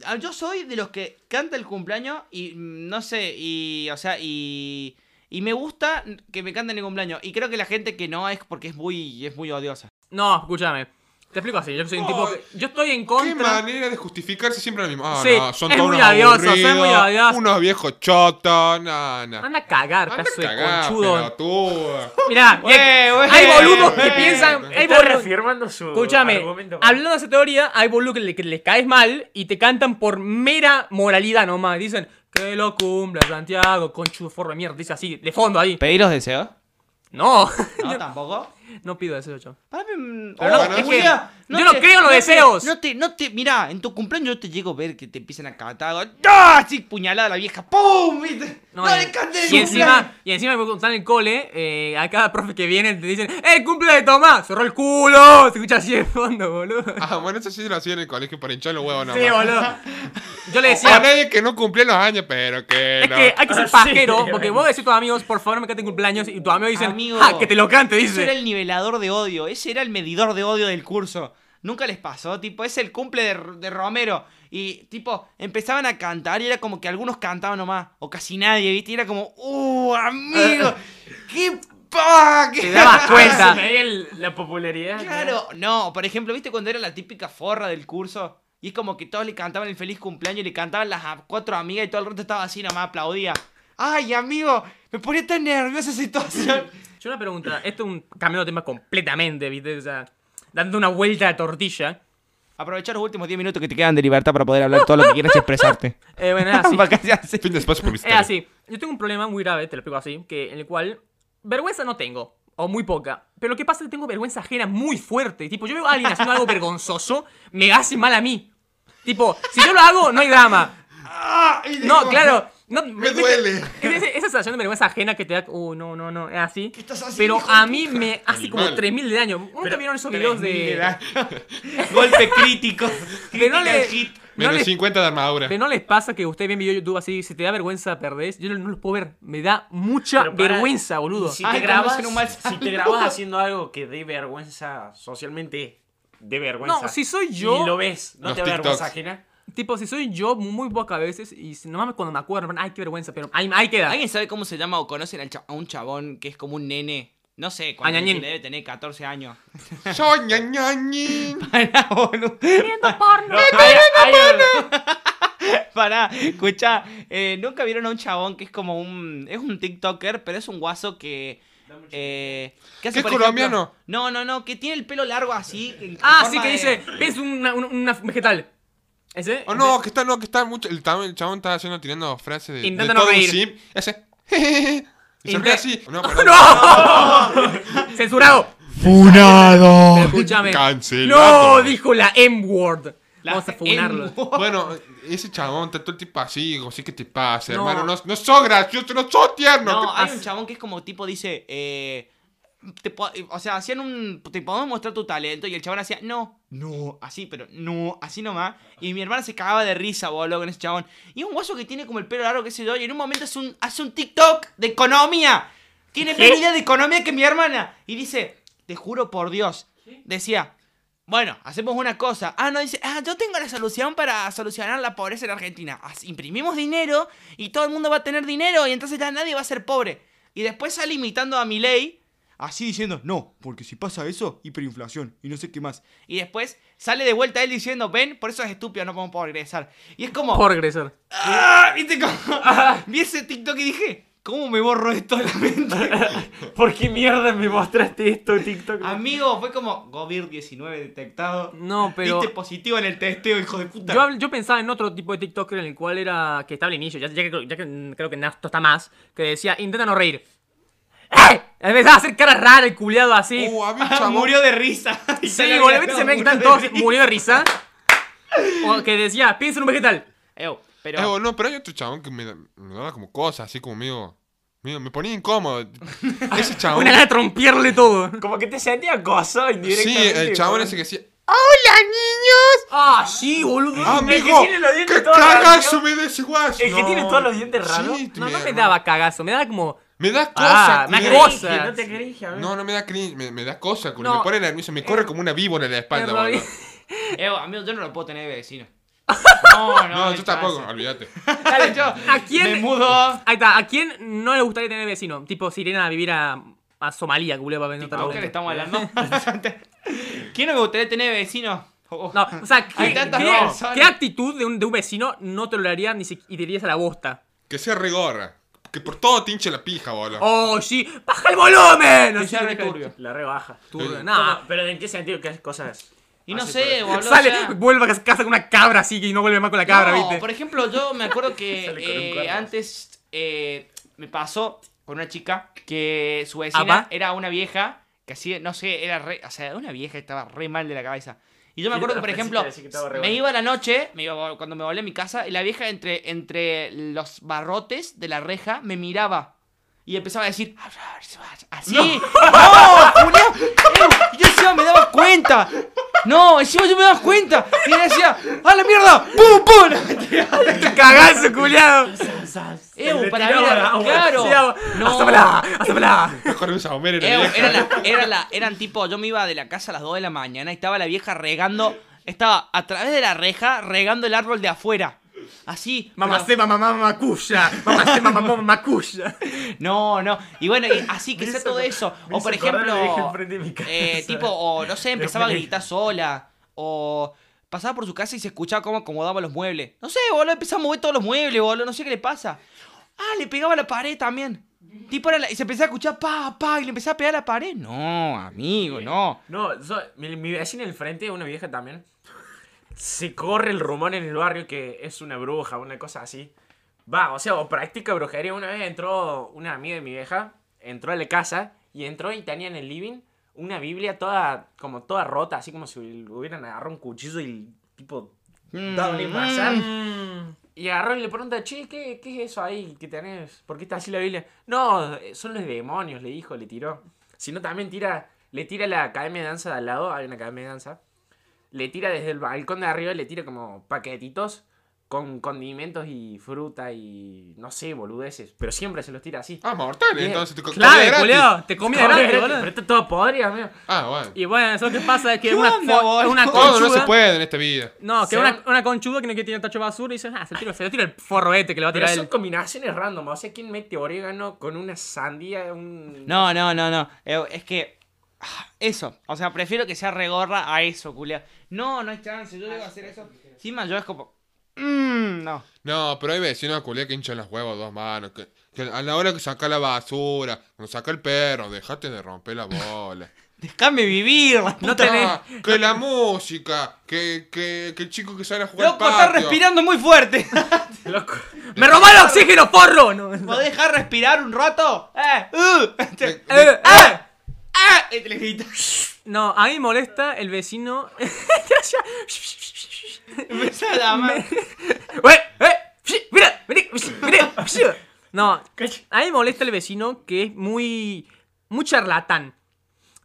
[SPEAKER 1] ah, Yo soy de los que canta el cumpleaños y mm, no sé, y. O sea, y. Y me gusta que me canten el cumpleaños. Y creo que la gente que no es porque es muy, es muy odiosa.
[SPEAKER 2] No, escúchame. Te explico así, yo soy un
[SPEAKER 3] Oh,
[SPEAKER 2] tipo que- Yo estoy en
[SPEAKER 3] Qué
[SPEAKER 2] contra.
[SPEAKER 3] manera de justificarse siempre lo mismo. Ah,
[SPEAKER 2] Sí,
[SPEAKER 3] no, son
[SPEAKER 2] es
[SPEAKER 3] todos
[SPEAKER 2] muy
[SPEAKER 3] unos
[SPEAKER 2] odioso, soy
[SPEAKER 3] aburridos,
[SPEAKER 2] muy odioso.
[SPEAKER 3] Unos viejos chotos, no, no.
[SPEAKER 2] Anda a cagar,
[SPEAKER 3] Anda a
[SPEAKER 2] pedazo de
[SPEAKER 3] cagar,
[SPEAKER 2] conchudo.
[SPEAKER 3] pelotudo.
[SPEAKER 2] Mirá,
[SPEAKER 1] Wey,
[SPEAKER 2] eh,
[SPEAKER 1] wey,
[SPEAKER 2] hay boludos que
[SPEAKER 3] wey.
[SPEAKER 2] piensan.
[SPEAKER 3] Está
[SPEAKER 2] Hay
[SPEAKER 5] Está
[SPEAKER 2] boludos.
[SPEAKER 5] reafirmando su
[SPEAKER 2] Escúchame,
[SPEAKER 5] argumento.
[SPEAKER 2] hablando de esa teoría, hay boludos que, le- que les caes mal y te cantan por mera moralidad nomás. Dicen que lo cumpla Santiago, conchudo forro de mierda. Dice así, de fondo ahí.
[SPEAKER 1] ¿Pedí los
[SPEAKER 2] (laughs)
[SPEAKER 1] deseos?
[SPEAKER 2] No,
[SPEAKER 1] No, tampoco.
[SPEAKER 2] no pido ese yo.
[SPEAKER 1] Para mí,
[SPEAKER 3] Pero no,
[SPEAKER 1] oh,
[SPEAKER 3] es que
[SPEAKER 1] Julia,
[SPEAKER 2] yo no creo en los
[SPEAKER 1] te-
[SPEAKER 2] deseos.
[SPEAKER 1] no te, no te, mira, en tu cumpleaños yo te llego a ver que te empiezan a catar. hago, ¡Ah! Así puñalada la vieja. ¡Pum! Y te- No,
[SPEAKER 2] y-
[SPEAKER 1] le cantes el
[SPEAKER 2] eh, y encima,
[SPEAKER 1] cumpleaños.
[SPEAKER 2] y encima me contan en el cole, eh, a cada profe que viene te dicen, ¡Eh, cumple de Tomás! ¡Cerró el culo! Se escucha así de fondo, boludo.
[SPEAKER 3] Ah, bueno, eso sí lo hacía en el colegio para hinchar los huevos, no.
[SPEAKER 2] Sí, boludo.
[SPEAKER 3] (laughs)
[SPEAKER 2] Yo le
[SPEAKER 3] a
[SPEAKER 2] decía,
[SPEAKER 3] nadie que no cumplía los años, pero que
[SPEAKER 2] es
[SPEAKER 3] no.
[SPEAKER 2] que hay que ser
[SPEAKER 1] Ah,
[SPEAKER 5] Sí,
[SPEAKER 2] pajero,
[SPEAKER 5] bueno.
[SPEAKER 2] porque vos decís a tus amigos, por favor, me canten cumpleaños, y tus amigos dicen,
[SPEAKER 1] Amigo,
[SPEAKER 2] ¡Ah, que te lo cante!
[SPEAKER 1] Ese era
[SPEAKER 2] Dice.
[SPEAKER 1] el nivelador de odio. Ese era el medidor de odio del curso. Nunca les pasó, tipo, es el cumple de, de Romero. Y, tipo, empezaban a cantar y era como que algunos cantaban nomás. O casi nadie, ¿viste? Y era como, ¡Uh,
[SPEAKER 2] (laughs)
[SPEAKER 1] amigo! ¡Qué pa!
[SPEAKER 2] Te dabas cuenta.
[SPEAKER 5] Ah, Me da el- la popularidad.
[SPEAKER 1] (laughs) Claro, no, por ejemplo, ¿viste cuando era la típica forra del curso? Y es como que todos le cantaban el feliz cumpleaños y le cantaban las a- cuatro amigas y todo el rato estaba así, nomás aplaudía. Ay, amigo, me ponía tan nerviosa esa situación.
[SPEAKER 2] Yo una pregunta, esto es un cambio de tema completamente, ¿viste? O sea, dando una vuelta de tortilla.
[SPEAKER 1] Aprovechar los últimos 10 minutos que te quedan de libertad para poder hablar todo lo que quieras y expresarte.
[SPEAKER 2] Eh, bueno, es así.
[SPEAKER 1] Para que sea (laughs) así.
[SPEAKER 3] Fin de espacio
[SPEAKER 2] Es
[SPEAKER 3] publicitario.
[SPEAKER 2] así. Yo tengo un problema muy grave, te lo explico así, que en el cual vergüenza no tengo, o muy poca. Pero lo que pasa es que tengo vergüenza ajena muy fuerte. Tipo, yo veo a alguien haciendo algo vergonzoso, me hace mal a mí. Tipo, si yo lo hago, no hay drama.
[SPEAKER 3] Ah, y
[SPEAKER 2] No,
[SPEAKER 3] (laughs) digo,
[SPEAKER 2] claro. no-
[SPEAKER 3] Me duele.
[SPEAKER 2] es- es- esa sensación de vergüenza ajena que te da, uh, no, no, no, es así.
[SPEAKER 1] estás haciendo,
[SPEAKER 2] Pero
[SPEAKER 1] hijo de
[SPEAKER 2] a mí me hace como
[SPEAKER 3] Animal.
[SPEAKER 2] 3.000 de daño. ¿Nunca vieron esos videos
[SPEAKER 1] ah, (laughs)
[SPEAKER 2] de...
[SPEAKER 1] Golpe crítico. (laughs)
[SPEAKER 2] Pero
[SPEAKER 1] Crítica
[SPEAKER 2] no le-
[SPEAKER 1] al hit.
[SPEAKER 2] no
[SPEAKER 3] Menos
[SPEAKER 2] le
[SPEAKER 3] 50 de armadura.
[SPEAKER 2] Pero no les pasa que ustedes ven video de YouTube así, si te da vergüenza perdés, yo no, no los puedo ver. Me da mucha
[SPEAKER 5] Pero para-
[SPEAKER 2] vergüenza, boludo. Ah,
[SPEAKER 5] Y Si
[SPEAKER 1] Ay,
[SPEAKER 5] te,
[SPEAKER 1] cuando
[SPEAKER 5] grabas,
[SPEAKER 1] hacen un mal
[SPEAKER 5] si te grabas haciendo algo que dé vergüenza socialmente, de vergüenza.
[SPEAKER 2] No, si soy yo-
[SPEAKER 5] Y lo ves, ¿no
[SPEAKER 3] Los
[SPEAKER 5] te da
[SPEAKER 3] TikToks.
[SPEAKER 5] vergüenza ajena?
[SPEAKER 2] Tipo, si soy yo muy pocas veces y si- nomás cuando me acuerdo, ay, qué vergüenza, pero ahí, ahí queda.
[SPEAKER 1] ¿Alguien sabe cómo se llama o conocen al cha- a un chabón que es como un nene? No sé, cuando
[SPEAKER 2] Añañín.
[SPEAKER 1] debe tener 14 años. (laughs)
[SPEAKER 3] Soy ñañañín.
[SPEAKER 1] Pará, boludo.
[SPEAKER 5] No, hay- hay-
[SPEAKER 1] Pará, escucha. Nunca vieron a un chabón que es como un. Es un TikToker, pero es un guaso que. Eh, ¿Qué
[SPEAKER 3] ¿Que es
[SPEAKER 1] por ejemplo?
[SPEAKER 3] colombiano?
[SPEAKER 1] No, no, no, que tiene el pelo largo así. en
[SPEAKER 2] ah, sí
[SPEAKER 1] forma
[SPEAKER 2] que
[SPEAKER 1] de-
[SPEAKER 2] dice, ves una, una- una vegetal. ¿Ese?
[SPEAKER 3] Oh, no, que está, no, que está mucho. El, tam- el chabón está haciendo, tirando frases de.
[SPEAKER 2] Intenta
[SPEAKER 3] de
[SPEAKER 2] no
[SPEAKER 3] todo un
[SPEAKER 2] reír.
[SPEAKER 3] sim, (laughs) y hace. Y se ríe
[SPEAKER 2] Inte-
[SPEAKER 3] así. No,
[SPEAKER 2] ¡No!
[SPEAKER 3] pero-
[SPEAKER 2] (laughs) ¡Censurado!
[SPEAKER 7] Funado.
[SPEAKER 2] Escúchame.
[SPEAKER 3] Cancelado.
[SPEAKER 2] No, dijo la M-word.
[SPEAKER 1] la-
[SPEAKER 2] Vamos
[SPEAKER 1] (laughs)
[SPEAKER 2] a funarlo.
[SPEAKER 1] en-
[SPEAKER 3] Bueno, ese chabón está todo el tipo así, como así que te pasa,
[SPEAKER 2] No.
[SPEAKER 3] hermano. No, no sos gracioso, no sos tierno.
[SPEAKER 1] No,
[SPEAKER 3] ¿Qué
[SPEAKER 1] hay
[SPEAKER 3] pasa?
[SPEAKER 1] un chabón que es como tipo dice. eh, te po- o sea, hacían un. Te podemos mostrar tu talento. Y el chabón hacía, no, no, así, pero no, así nomás. Y mi hermana se cagaba de risa, boludo, con ese chabón. Y un guaso que tiene como el pelo largo, que se yo. Y en un momento hace un, hace un TikTok de economía. Tiene menos idea de economía que mi hermana. Y dice, te juro por Dios. Decía. Bueno, hacemos una cosa. Ah, no, dice, ah, yo tengo la solución para solucionar la pobreza en Argentina. As- imprimimos dinero y todo el mundo va a tener dinero y entonces ya nadie va a ser pobre. Y después sale imitando a Milei, así diciendo, no, porque si pasa eso, hiperinflación y no sé qué más. Y después sale de vuelta él diciendo, ven, por eso es estúpido, no podemos progresar. Y es como,
[SPEAKER 2] Por regresar.
[SPEAKER 1] "Ah", ¿viste cómo? Vi ese TikTok y dije, ¿cómo me borro esto de la mente?
[SPEAKER 5] ¿Por qué mierda me mostraste esto, TikTok?
[SPEAKER 1] Amigo, fue como, COVID-19 detectado.
[SPEAKER 2] No, pero...
[SPEAKER 1] Diste positivo en el testeo, hijo de puta.
[SPEAKER 2] Yo, habl- yo pensaba en otro tipo de TikToker en el cual era. que estaba al inicio, ya, ya que, ya que, mm, creo que esto está más. Que decía, intenta no reír. ¡Eh! Empezaba a hacer cara rara el culiado así.
[SPEAKER 3] Uh, había
[SPEAKER 1] (laughs)
[SPEAKER 3] un
[SPEAKER 1] Ah,
[SPEAKER 3] chabón.
[SPEAKER 1] murió de risa. (laughs)
[SPEAKER 2] sí, boludo, ¿viste? se me están todos. Murió de risa. O que decía, piensa en un vegetal.
[SPEAKER 1] Ew, pero
[SPEAKER 3] Eh, oh, no, pero hay otro chabón que me, da- me daba como cosas, así como medio. medio- me ponía incómodo. Ese chabón.
[SPEAKER 2] Una gana de trompearle todo.
[SPEAKER 5] Como que te sentía gozo
[SPEAKER 3] Sí,
[SPEAKER 5] indirectamente.
[SPEAKER 3] el chabón
[SPEAKER 5] boludo.
[SPEAKER 3] ese que decía. ¡Hola, niños!
[SPEAKER 2] ¡Ah, sí, boludo!
[SPEAKER 5] el que
[SPEAKER 3] ¡Amigo!
[SPEAKER 5] tiene los dientes
[SPEAKER 3] ¡Qué
[SPEAKER 5] todos
[SPEAKER 3] cagazo
[SPEAKER 5] raros.
[SPEAKER 3] me da ese guaso!
[SPEAKER 5] El que tiene todos los dientes raros.
[SPEAKER 3] Sí,
[SPEAKER 2] No, no
[SPEAKER 3] mierda.
[SPEAKER 2] me daba cagazo, me daba como.
[SPEAKER 3] Me da cosa.
[SPEAKER 2] Ah, me da
[SPEAKER 3] culiao.
[SPEAKER 2] cosa.
[SPEAKER 5] Cringe, No te cringe, a ver.
[SPEAKER 3] No, no me da cringe, me, me da cosa. culiao.
[SPEAKER 2] No.
[SPEAKER 3] Me pone nervioso, me corre como una víbora en la espalda,
[SPEAKER 2] Error. (laughs)
[SPEAKER 3] boludo.
[SPEAKER 1] Ew, amigo, yo no lo puedo tener de vecino. No, no,
[SPEAKER 3] No,
[SPEAKER 1] hay
[SPEAKER 3] yo tampoco,
[SPEAKER 1] chance.
[SPEAKER 3] olvídate.
[SPEAKER 1] Dale, yo.
[SPEAKER 2] ¿A quién?
[SPEAKER 1] Me mudo.
[SPEAKER 2] Ahí está, ¿a quién no le gustaría tener vecino? Tipo, si irían a vivir a, a Somalia, culiado, para vender (laughs)
[SPEAKER 1] ¿A vos qué le
[SPEAKER 2] otra
[SPEAKER 1] estamos hablando? ¿Quién no me gustaría tener vecinos? Oh, oh.
[SPEAKER 2] No, o sea, ¿qué,
[SPEAKER 1] Hay tantas
[SPEAKER 2] qué-
[SPEAKER 1] personas.
[SPEAKER 2] qué actitud de un, de un vecino no te lo haría ni si, y dirías a la bosta?
[SPEAKER 3] Que sea regorra. Que por todo te hinche la pija, boludo.
[SPEAKER 2] ¡Oh, sí! ¡Baja el volumen!
[SPEAKER 1] Que
[SPEAKER 2] Así
[SPEAKER 1] sea
[SPEAKER 2] te
[SPEAKER 1] re
[SPEAKER 2] deja-
[SPEAKER 1] turbio.
[SPEAKER 5] La rebaja.
[SPEAKER 2] Turbio,
[SPEAKER 5] No,
[SPEAKER 2] nada.
[SPEAKER 5] pero ¿en qué sentido? ¿Qué cosas?
[SPEAKER 1] Y no
[SPEAKER 3] Ah,
[SPEAKER 5] Así
[SPEAKER 1] sé,
[SPEAKER 5] puede.
[SPEAKER 1] boludo.
[SPEAKER 2] Sale,
[SPEAKER 1] o sea-
[SPEAKER 2] vuelve a casa con una cabra así y no vuelve más con la cabra,
[SPEAKER 1] No,
[SPEAKER 2] ¿viste?
[SPEAKER 1] Por ejemplo, yo me acuerdo que
[SPEAKER 5] (laughs) Sale con un
[SPEAKER 1] eh,
[SPEAKER 5] cuerno.
[SPEAKER 1] antes eh, me pasó con una chica que su vecina
[SPEAKER 2] Apa.
[SPEAKER 1] era una vieja que así, no sé, era re, o sea, era una vieja que estaba re mal de la cabeza. Y yo me
[SPEAKER 5] Y
[SPEAKER 1] acuerdo que,
[SPEAKER 5] era
[SPEAKER 1] por
[SPEAKER 5] una
[SPEAKER 1] ejemplo,
[SPEAKER 5] fresita, así que estaba re
[SPEAKER 1] me
[SPEAKER 5] buena.
[SPEAKER 1] iba a la noche, me iba, cuando me volé a mi casa, y la vieja entre, entre los barrotes de la reja me miraba. Y empezaba a decir, así, no, Julián, eh, y yo encima me daba cuenta. No, encima yo me daba cuenta. Y ella decía, ¡a la mierda! ¡Pum, (laughs) pum!
[SPEAKER 2] ¡Cagazo, culiado!
[SPEAKER 1] Ew,
[SPEAKER 5] le
[SPEAKER 1] para mí
[SPEAKER 5] tiraba
[SPEAKER 1] era-
[SPEAKER 5] el agua.
[SPEAKER 1] claro.
[SPEAKER 2] Sí, hago-
[SPEAKER 1] No.
[SPEAKER 2] ¡Házamela! ¡Házamela!
[SPEAKER 3] Mejor un saumero en
[SPEAKER 1] Ew,
[SPEAKER 3] la vieja.
[SPEAKER 1] Eh, era la- era la- eran tipo, yo me iba de la casa a las 2 de la mañana y estaba la vieja regando, estaba a través de la reja regando el árbol de afuera. Así.
[SPEAKER 2] Mamá
[SPEAKER 1] pero-
[SPEAKER 2] se mamá mamá cuya. Mamá se mamá mamá cuya.
[SPEAKER 1] No, no. Y bueno, y así que
[SPEAKER 5] Me
[SPEAKER 1] sea
[SPEAKER 5] hizo
[SPEAKER 1] todo
[SPEAKER 5] acor-
[SPEAKER 1] eso.
[SPEAKER 5] me
[SPEAKER 1] O
[SPEAKER 5] hizo
[SPEAKER 1] por
[SPEAKER 5] acordar
[SPEAKER 1] ejemplo,
[SPEAKER 5] lo que dije enfrente de mi casa.
[SPEAKER 1] (laughs) eh, tipo, o no sé, empezaba a
[SPEAKER 5] Pero-
[SPEAKER 1] gritar sola. O pasaba por su casa y se escuchaba cómo acomodaba los muebles. No sé, boludo, empezaba a mover todos los muebles, boludo. No sé qué le pasa. Ah, le pegaba a la pared también. Tipo, era la- y se empezaba a escuchar pa, pa, y le empezaba a pegar a la pared. No, amigo, no.
[SPEAKER 5] No, so- mi, mi vecina del frente, una vieja también. Se corre el rumor en el barrio que es una bruja, una cosa así. Va, o sea, o practica brujería. Una vez entró una amiga de mi vieja, entró a la casa y entró y tenía en el living una Biblia toda, como toda rota, así como si le hubieran agarrado un cuchillo y tipo dado un pasar. Mm. Y agarró y le pregunta, che, ¿qué, ¿qué es eso ahí que tenés? ¿Por qué está así la Biblia? No, eh, son los demonios, le dijo, le tiró. Si no, también tira, le tira la academia de danza de al lado, hay una academia de danza. Le tira desde el balcón de arriba, le tira como paquetitos con condimentos y fruta y no sé, boludeces. Pero siempre se los tira así. (laughs)
[SPEAKER 3] Ah, mortal,
[SPEAKER 5] Bien.
[SPEAKER 3] entonces te co- comida
[SPEAKER 2] Claro,
[SPEAKER 3] gratis.
[SPEAKER 2] culiado. Te comí adelante,
[SPEAKER 5] Pero
[SPEAKER 2] boludo.
[SPEAKER 5] está todo podrido, amigo.
[SPEAKER 3] Ah, bueno.
[SPEAKER 2] Y bueno, eso que pasa es que una,
[SPEAKER 1] onda,
[SPEAKER 2] fo-
[SPEAKER 1] boludo?
[SPEAKER 2] una
[SPEAKER 3] Todo no se
[SPEAKER 2] conchuda-
[SPEAKER 3] puede en esta vida.
[SPEAKER 2] No, que
[SPEAKER 5] Se
[SPEAKER 2] una,
[SPEAKER 5] van-
[SPEAKER 2] una conchuda que no quiere tirar tacho de basura y dice, ah, se tira, se lo tira el forroete que le va a
[SPEAKER 5] Pero
[SPEAKER 2] tirar
[SPEAKER 5] son
[SPEAKER 2] él.
[SPEAKER 5] combinaciones random. O sea, ¿quién mete orégano con una sandía? Un...
[SPEAKER 1] No, no, no, no. Eh, Es que. ah, Eso. O sea, prefiero que sea regorra a eso, culia. No, no hay chance. Yo debo hacer eso. Encima yo es como. Mmm, no.
[SPEAKER 3] No, pero hay vecinos culiados que hinchan las huevos dos manos. Que, que a la hora que saca la basura, cuando saca el perro, dejate de romper la bola.
[SPEAKER 1] Déjame vivir. la
[SPEAKER 2] No
[SPEAKER 1] puta
[SPEAKER 2] tenés-
[SPEAKER 3] Ah, que la música, que, que, que el chico que sale a jugar al
[SPEAKER 1] Loco, está
[SPEAKER 3] patio.
[SPEAKER 1] respirando muy fuerte. (laughs)
[SPEAKER 5] Loco.
[SPEAKER 2] ¡Me robó el oxígeno, forro! No,
[SPEAKER 1] (laughs)
[SPEAKER 2] no.
[SPEAKER 1] ¿Podés dejar respirar un rato? ¡Eh! ¡Uh! Te-
[SPEAKER 3] De- de-
[SPEAKER 2] Eh, eh.
[SPEAKER 1] ¡Ah! Y te le
[SPEAKER 2] (laughs)
[SPEAKER 1] grita.
[SPEAKER 2] No, a mí me molesta el vecino. (laughs)
[SPEAKER 1] Empezá a llamar.
[SPEAKER 2] ¡Ué! ¡Eh! ¡Pshi! ¡Mira! ¡Vení! ¡Pshi! ¡Mira! ¡Pshi! No, a mí me molesta el vecino que es muy. muy charlatán.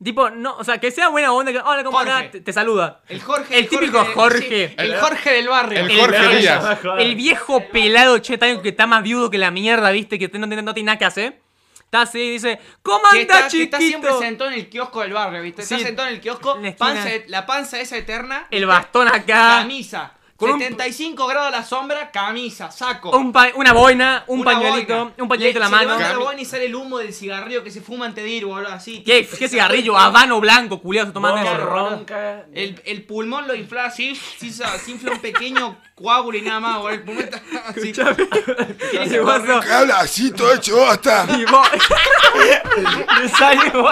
[SPEAKER 2] Tipo, no, o sea, que sea buena onda, que hola, ¿cómo
[SPEAKER 1] Jorge.
[SPEAKER 2] andás? Te, te saluda.
[SPEAKER 1] El Jorge.
[SPEAKER 2] El típico Jorge.
[SPEAKER 1] sí, El Jorge del barrio.
[SPEAKER 3] El Jorge
[SPEAKER 2] el-
[SPEAKER 3] Díaz.
[SPEAKER 2] El viejo pelado chetaño que está más viudo que la mierda, viste, que no tiene, no tiene nada que hacer. Está así y dice, ¿cómo
[SPEAKER 1] que está,
[SPEAKER 2] anda,
[SPEAKER 1] que
[SPEAKER 2] chiquito?
[SPEAKER 1] está siempre sentado en el kiosco del barrio, ¿viste?
[SPEAKER 2] Sí.
[SPEAKER 1] Está sentado en el kiosco,
[SPEAKER 2] En la esquina.
[SPEAKER 1] panza, la panza esa eterna,
[SPEAKER 2] El bastón acá,
[SPEAKER 1] camisa.
[SPEAKER 2] Con un-
[SPEAKER 1] 75 grados a la sombra, camisa, saco.
[SPEAKER 2] un pa- una boina, un
[SPEAKER 1] Una
[SPEAKER 2] pañuelito,
[SPEAKER 1] boina.
[SPEAKER 2] un pañuelito en la
[SPEAKER 1] Le-
[SPEAKER 2] mano.
[SPEAKER 1] Se levanta la boina y sale el humo del cigarrillo que se fuma ante de ir, boludo, así.
[SPEAKER 2] ¿Qué, qué cigarrillo? Habano blanco, culiado, se tomando
[SPEAKER 5] Boca
[SPEAKER 2] eso. (laughs)
[SPEAKER 5] ronca.
[SPEAKER 1] El, el pulmón lo infla así, sí, se se infla un pequeño coágulo y nada más, boludo. El pulmón está así. Tiene
[SPEAKER 2] ¿Qué
[SPEAKER 1] que correr.
[SPEAKER 2] pasó?
[SPEAKER 9] ¿Qué habla así Oh, todo hecho hasta?
[SPEAKER 2] Y (laughs) vos- salió,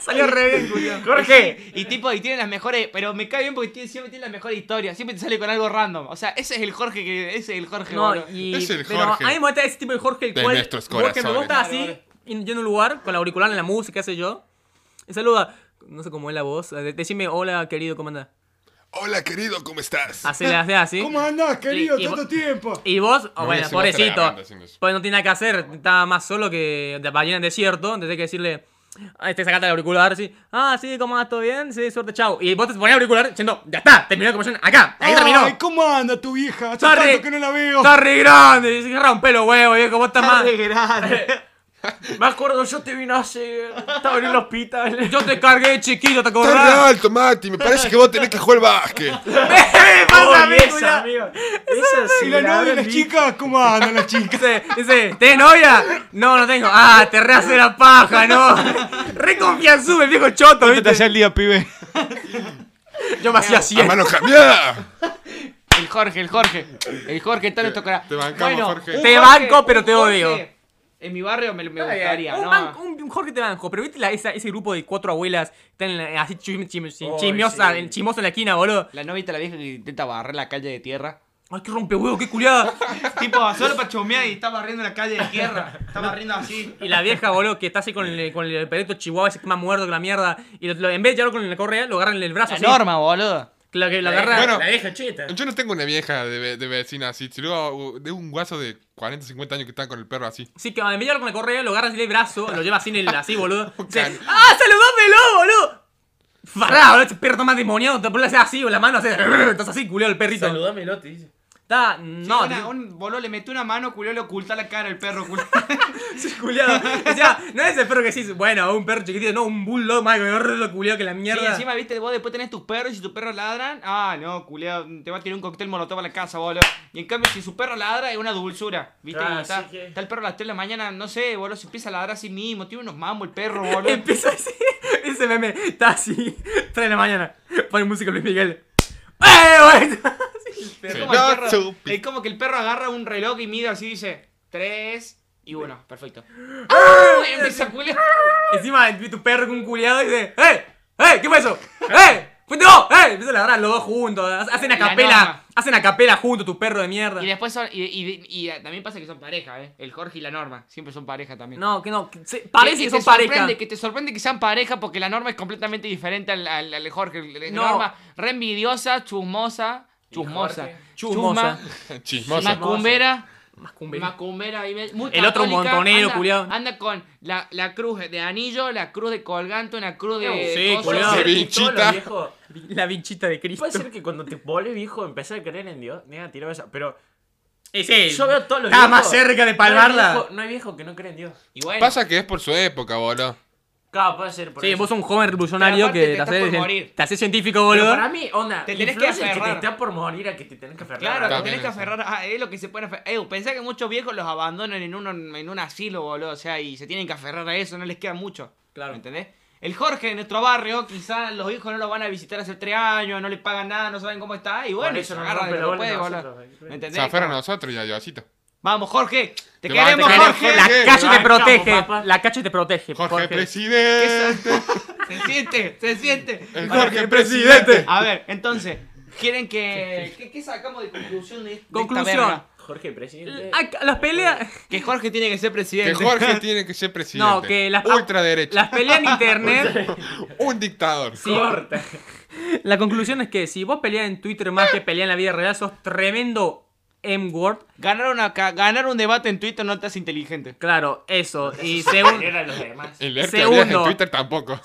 [SPEAKER 2] salió re bien, culiado.
[SPEAKER 5] Jorge.
[SPEAKER 1] Y tipo, y tiene las mejores. Pero me cae bien porque tiene- siempre tiene las mejores historias. Siempre te sale con algo random. O sea, ese es el Jorge que. Ese es el Jorge,
[SPEAKER 2] No,
[SPEAKER 1] boludo.
[SPEAKER 2] y,
[SPEAKER 3] Es el
[SPEAKER 2] pero
[SPEAKER 3] Jorge.
[SPEAKER 2] a mí me molesta ese tipo de Jorge, el
[SPEAKER 3] De
[SPEAKER 2] cual.
[SPEAKER 3] nuestros
[SPEAKER 2] vos que me
[SPEAKER 3] corazones.
[SPEAKER 2] gusta así, yendo a un lugar, con la auricular en la música, qué sé yo. Y saluda, no sé cómo es la voz. de- Decime, hola, querido, ¿cómo andás?
[SPEAKER 9] Hola querido, ¿cómo estás?
[SPEAKER 2] Así le haces así.
[SPEAKER 7] ¿Cómo andás, querido?
[SPEAKER 2] Y- y-
[SPEAKER 7] Tanto tiempo.
[SPEAKER 2] Y vos, oh,
[SPEAKER 3] Me
[SPEAKER 2] bueno,
[SPEAKER 3] hubiese mostrado
[SPEAKER 2] pobrecito,
[SPEAKER 3] grabando haciendo eso.
[SPEAKER 2] pues no tiene nada que hacer, está más solo que de ballena en desierto, entonces hay que decirle, ah, este sacaste el auricular, sí, ah, sí, ¿cómo vas? ¿Todo bien? Sí, suerte, chao. Y vos te pones el auricular diciendo, ya está, terminó la conversación, acá, ahí terminó.
[SPEAKER 7] Ay, ¿cómo anda tu vieja? Hace
[SPEAKER 2] Está re-
[SPEAKER 7] tanto que no la veo.
[SPEAKER 2] Está re grande, y se rompe los huevos, viejo, vos estás más...
[SPEAKER 5] (laughs) Me acuerdo, yo te vino hace. Estaba en el hospital. (laughs)
[SPEAKER 2] Yo te cargué, chiquito, ¿te
[SPEAKER 9] Está re
[SPEAKER 2] acordás?
[SPEAKER 9] alto, Mati. Me parece que vos tenés que jugar al
[SPEAKER 3] (laughs)
[SPEAKER 9] básquet.
[SPEAKER 2] (laughs) ¿Qué pasa,
[SPEAKER 5] Oye,
[SPEAKER 2] amigo?
[SPEAKER 5] esa,
[SPEAKER 2] Ya.
[SPEAKER 5] amigo. Esa sí
[SPEAKER 7] ¿Y la
[SPEAKER 5] la
[SPEAKER 7] novia de
[SPEAKER 5] habrán
[SPEAKER 7] las
[SPEAKER 5] visto.
[SPEAKER 7] chicas? ¿Cómo andan las chicas?
[SPEAKER 2] Dice, dice, ¿tenés novia? No, no tengo. Ah, te re hace la paja, no. Re confianzudo el viejo choto, ¿viste?
[SPEAKER 7] el día, pibe.
[SPEAKER 5] Yo me hacía así.
[SPEAKER 9] ¡A mano cambiada!
[SPEAKER 1] El Jorge, el Jorge. El Jorge tal le tocará.
[SPEAKER 3] te bancamos, Jorge.
[SPEAKER 1] un
[SPEAKER 2] Te banco, pero te
[SPEAKER 1] un
[SPEAKER 2] odio.
[SPEAKER 1] Jorge En mi barrio me, me
[SPEAKER 5] ¿eh?
[SPEAKER 1] gustaría,
[SPEAKER 2] un,
[SPEAKER 1] ¿no?
[SPEAKER 2] banco- un- un Jorge te banco, pero viste la- esa- ese grupo de cuatro abuelas que están en la- así chim, chim- chim-
[SPEAKER 5] Ay,
[SPEAKER 2] chismosa-
[SPEAKER 5] sí.
[SPEAKER 2] en- chismosa en la esquina, boludo.
[SPEAKER 1] La novita, la vieja que intenta barrer la calle de tierra.
[SPEAKER 2] Ay, qué rompe huevo, qué culiada.
[SPEAKER 1] tipo, solo para chomear y está barriendo la calle de tierra. Está barriendo así.
[SPEAKER 2] Y la vieja, boludo, que está así con el, con el perrito chihuahua, ese que más muerto que la mierda. Y lo- lo- en vez de llevarlo con la correa, lo agarran en el brazo.
[SPEAKER 1] La
[SPEAKER 2] así.
[SPEAKER 1] norma, boludo.
[SPEAKER 2] La, que lo agarra.
[SPEAKER 3] Bueno.
[SPEAKER 5] La vieja cheta.
[SPEAKER 3] Yo no tengo una vieja de, ve- de vecina así, sino de un guaso de 40, 50 años que está con el perro así. (laughs)
[SPEAKER 2] Sí, que en vez de llevarlo con la correa, lo agarra así del brazo, lo lleva así, en el,
[SPEAKER 1] (laughs)
[SPEAKER 2] así boludo.
[SPEAKER 3] Un
[SPEAKER 2] Dice,
[SPEAKER 3] can-
[SPEAKER 2] ¡Ah, saludámelo, boludo! Fará, boludo, ese perro está más demoniado. Te pones así, o la mano así. (laughs) Estás así, culiado, el perrito.
[SPEAKER 5] Saludámelo, te dice.
[SPEAKER 2] Está,
[SPEAKER 1] Sí,
[SPEAKER 2] no,
[SPEAKER 1] una- un boludo le metió una mano, culió, le oculta la cara al perro, culió.
[SPEAKER 2] (laughs) culiado. O sea, no es el perro que decís, bueno, un perro chiquitito, no, un bulldog más gordo culiado que la
[SPEAKER 1] Sí,
[SPEAKER 2] mierda.
[SPEAKER 1] encima, viste, vos después tenés tus perros y si tus perros ladran, ah, no, culiao, te va a tirar un cóctel molotov a la casa, boludo. Y en cambio, si su perro ladra, es una dulzura, viste,
[SPEAKER 5] Ah,
[SPEAKER 1] y está,
[SPEAKER 5] sí que-
[SPEAKER 1] está el perro a las 3 de la mañana, no sé, boludo, se empieza a ladrar a sí mismo, tiene unos mamos el perro, boludo.
[SPEAKER 2] (laughs) (laughs) Empieza así, ese meme, está así, (laughs) 3 de la mañana, pone música Luis Miguel. ¡Eh, güey! Así,
[SPEAKER 1] Es
[SPEAKER 2] perro.
[SPEAKER 1] como, el
[SPEAKER 3] No,
[SPEAKER 1] perro-
[SPEAKER 3] chupi.
[SPEAKER 1] es como que el perro agarra un reloj y mide así, dice, 3 y 1, perfecto. (laughs) ¡Ah! Y empieza a culiar.
[SPEAKER 2] Encima tu perro con un culiado y dice, ¡eh! ¡eh! ¿Qué fue eso? ¡eh! ¡Fuiste vos! ¡eh! Empiezan a ladrar los dos juntos, hacen a
[SPEAKER 1] La
[SPEAKER 2] capela,
[SPEAKER 1] norma.
[SPEAKER 2] hacen a capela juntos tu perro de mierda.
[SPEAKER 1] Y después son, y, y- y, eh, también pasa que son pareja, eh. El Jorge y la Norma, siempre son pareja también.
[SPEAKER 2] No, que no, que se- parece
[SPEAKER 1] te
[SPEAKER 2] que son pareja.
[SPEAKER 1] sorprende- Que te sorprende que sean pareja porque la norma es completamente diferente al, al, al Jorge. La
[SPEAKER 2] No.
[SPEAKER 1] norma re envidiosa, chusmosa, chusmosa.
[SPEAKER 5] Jorge?
[SPEAKER 2] Chusmosa.
[SPEAKER 3] Chismoso.
[SPEAKER 1] macumbera.
[SPEAKER 2] Macumbera.
[SPEAKER 1] Macumbera y me- muy
[SPEAKER 2] El otro
[SPEAKER 1] católica,
[SPEAKER 2] montonero,
[SPEAKER 1] anda-
[SPEAKER 2] culiao.
[SPEAKER 1] Anda con la, la cruz de anillo, la cruz de colgante, una cruz de.
[SPEAKER 2] Sí,
[SPEAKER 1] coso.
[SPEAKER 2] culiao.
[SPEAKER 3] De
[SPEAKER 5] Ser que
[SPEAKER 3] bichita.
[SPEAKER 5] todos los viejos-
[SPEAKER 2] La vinchita de Cristo. (laughs)
[SPEAKER 5] Puede ser que cuando te vuelves viejo empezás a creer en Dios. Mira, tiraba esa. Pero
[SPEAKER 2] Eh, sí,
[SPEAKER 5] yo veo todos los
[SPEAKER 2] Está
[SPEAKER 5] viejos.
[SPEAKER 2] más cerca de
[SPEAKER 5] No hay
[SPEAKER 2] palmarla.
[SPEAKER 5] viejo, no hay viejo que no cree en Dios.
[SPEAKER 1] Y bueno,
[SPEAKER 3] Pasa que es por su época, boludo.
[SPEAKER 5] Claro, puede ser. Por
[SPEAKER 2] Sí,
[SPEAKER 5] eso.
[SPEAKER 2] vos sos un joven revolucionario
[SPEAKER 1] Pero aparte te
[SPEAKER 2] que te
[SPEAKER 1] estás
[SPEAKER 2] haces,
[SPEAKER 1] por morir.
[SPEAKER 2] te haces científico,
[SPEAKER 5] Pero
[SPEAKER 2] boludo.
[SPEAKER 5] para mí, onda,
[SPEAKER 1] Te
[SPEAKER 5] te
[SPEAKER 1] tenés que
[SPEAKER 5] que, que te
[SPEAKER 1] aferrar.
[SPEAKER 5] está por morir a que te tenés que aferrar.
[SPEAKER 1] claro, te
[SPEAKER 3] También
[SPEAKER 1] tenés que
[SPEAKER 3] eso.
[SPEAKER 1] aferrar a es lo que se puede aferrar. Eh, pensá que muchos viejos los abandonan en, uno, en un asilo, boludo. O sea, y se tienen que aferrar a eso, no les queda mucho.
[SPEAKER 2] Claro.
[SPEAKER 1] ¿Me entendés? El Jorge de nuestro barrio, quizás los hijos no lo van a visitar hace tres años, no le pagan nada, no saben cómo está. Y bueno,
[SPEAKER 5] Por
[SPEAKER 1] y
[SPEAKER 5] eso
[SPEAKER 1] se
[SPEAKER 5] nos
[SPEAKER 1] agarran de
[SPEAKER 5] rompe
[SPEAKER 1] lo que
[SPEAKER 5] la
[SPEAKER 1] puede,
[SPEAKER 5] bola
[SPEAKER 1] boludo.
[SPEAKER 5] nosotros,
[SPEAKER 1] ¿Me
[SPEAKER 3] Se
[SPEAKER 1] entendés?
[SPEAKER 3] aferran a nosotros y a Diosito.
[SPEAKER 1] Vamos, Jorge. Te
[SPEAKER 3] Te
[SPEAKER 1] queremos,
[SPEAKER 3] vas a tener,
[SPEAKER 1] Jorge.
[SPEAKER 2] La calle
[SPEAKER 3] Jorge,
[SPEAKER 2] te
[SPEAKER 3] bancamos,
[SPEAKER 2] protege.
[SPEAKER 5] papá.
[SPEAKER 2] La calle te protege.
[SPEAKER 3] Jorge,
[SPEAKER 2] Jorge.
[SPEAKER 3] presidente.
[SPEAKER 1] Se siente, se siente.
[SPEAKER 3] El
[SPEAKER 1] Bueno,
[SPEAKER 3] Jorge presidente.
[SPEAKER 1] A ver, entonces, ¿quieren que. ¿Qué, qué sacamos de conclusión de, de esta
[SPEAKER 2] Conclusión.
[SPEAKER 1] verga?
[SPEAKER 5] Jorge, presidente.
[SPEAKER 2] Ah, Las peleas.
[SPEAKER 1] Que Jorge tiene que ser presidente.
[SPEAKER 3] Que Jorge tiene que ser presidente.
[SPEAKER 2] No, que las.
[SPEAKER 3] Ultraderecha.
[SPEAKER 2] Las peleas en internet.
[SPEAKER 3] (laughs) Un dictador.
[SPEAKER 2] sí. La conclusión es que si vos peleas en Twitter más que peleas en la vida real, sos tremendo M-word.
[SPEAKER 1] Ganar, una, ca- ganar un debate en Twitter no te hace inteligente.
[SPEAKER 2] Claro, eso. Y según.
[SPEAKER 5] Era los demás.
[SPEAKER 3] El leer
[SPEAKER 2] Segundo.
[SPEAKER 3] teorías en Twitter tampoco.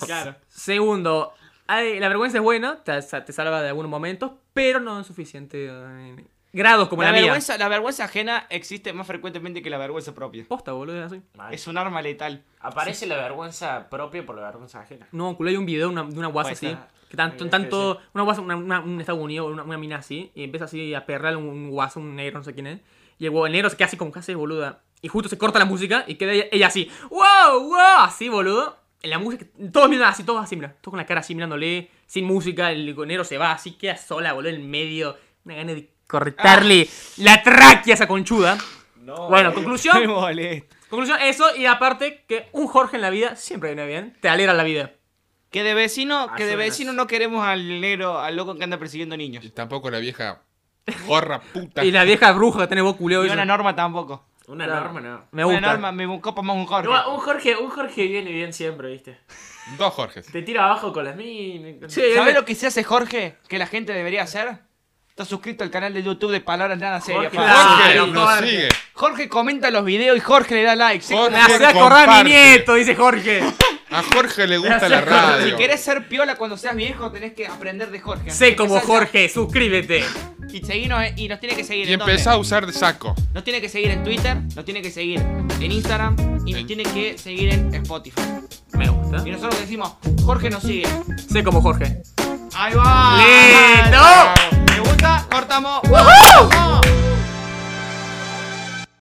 [SPEAKER 2] Segundo, ay, la vergüenza es buena, te, te salva de algunos momentos, pero no en suficiente eh, grados como la,
[SPEAKER 1] la,
[SPEAKER 2] mía.
[SPEAKER 1] vergüenza, la vergüenza ajena existe más frecuentemente que la vergüenza propia.
[SPEAKER 2] Posta, boludo, así.
[SPEAKER 5] Mal.
[SPEAKER 1] Es un arma letal.
[SPEAKER 5] Aparece la vergüenza propia por la vergüenza ajena.
[SPEAKER 2] No, culo, hay un video de una- de una guasa
[SPEAKER 1] Pues,
[SPEAKER 2] así.
[SPEAKER 1] ah,
[SPEAKER 2] Que tanto,
[SPEAKER 5] mira,
[SPEAKER 2] tanto una guasa, una, una- un Estados Unidos, una, una mina así, y empieza así a perrar un, un guaso, un negro, no sé quién es. Y el, hue- el negro se queda así como casi boluda. Y justo se corta la música y queda ella, ella así, wow, wow, así, boludo. En la música, todos miran así, todos así, mira, todos con la cara así mirándole, sin música, el negro se va así, queda sola, boludo, en medio. Una gana de cortarle la tráquea a esa conchuda.
[SPEAKER 5] Oh.
[SPEAKER 2] bueno,
[SPEAKER 1] (laughs)
[SPEAKER 2] conclusión,
[SPEAKER 1] Me molesta.
[SPEAKER 2] conclusión, eso, y aparte que un Jorge en la vida siempre viene bien, te alegra la vida.
[SPEAKER 1] Que de vecino, que de
[SPEAKER 5] Ayúdenos.
[SPEAKER 1] vecino no queremos al negro, al loco que anda persiguiendo niños.
[SPEAKER 3] Y tampoco la vieja gorra puta.
[SPEAKER 2] Y la vieja bruja que tenés vos culeo.
[SPEAKER 1] Y
[SPEAKER 2] esa.
[SPEAKER 1] una norma tampoco.
[SPEAKER 5] Una
[SPEAKER 2] Claro.
[SPEAKER 5] norma, no.
[SPEAKER 2] Me gusta.
[SPEAKER 1] Una norma, me copa más un Jorge.
[SPEAKER 5] No, Un Jorge, un Jorge viene bien siempre, ¿viste?
[SPEAKER 3] Dos Jorges.
[SPEAKER 5] Te tira abajo con las minas.
[SPEAKER 2] Sí,
[SPEAKER 1] ¿Sabes lo que se hace, Jorge? Que la gente debería hacer. Está suscrito al canal de YouTube de Palabras Nada Serias.
[SPEAKER 5] Jorge,
[SPEAKER 1] pa.
[SPEAKER 2] claro.
[SPEAKER 3] Jorge
[SPEAKER 2] Claro,
[SPEAKER 3] nos
[SPEAKER 2] Jorge.
[SPEAKER 3] sigue.
[SPEAKER 1] Jorge comenta los videos y Jorge le da like. Sí,
[SPEAKER 3] Jorge
[SPEAKER 2] Me hace acordar a
[SPEAKER 3] comparte.
[SPEAKER 2] mi nieto,
[SPEAKER 1] (laughs)
[SPEAKER 2] dice Jorge.
[SPEAKER 3] A Jorge le gusta
[SPEAKER 5] hace
[SPEAKER 3] la
[SPEAKER 5] acordar.
[SPEAKER 1] Si
[SPEAKER 3] radio.
[SPEAKER 1] querés ser piola cuando seas viejo, tenés que aprender de Jorge.
[SPEAKER 2] sé como
[SPEAKER 1] Empezá ya.
[SPEAKER 2] Jorge, suscríbete.
[SPEAKER 1] Y, seguinos, eh, y nos tiene que seguir
[SPEAKER 3] Y
[SPEAKER 1] en dónde?
[SPEAKER 3] empezó a usar de saco.
[SPEAKER 1] Nos tiene que seguir en Twitter, nos tiene que seguir en Instagram y nos
[SPEAKER 3] En-
[SPEAKER 1] tiene que seguir en Spotify.
[SPEAKER 2] Me gusta.
[SPEAKER 1] Y nosotros decimos, Jorge nos sigue.
[SPEAKER 2] Sé como Jorge.
[SPEAKER 1] ¡Ahí va!
[SPEAKER 2] ¡Listo!
[SPEAKER 1] ¿Te gusta? ¡Cortamos! ¡Vamos!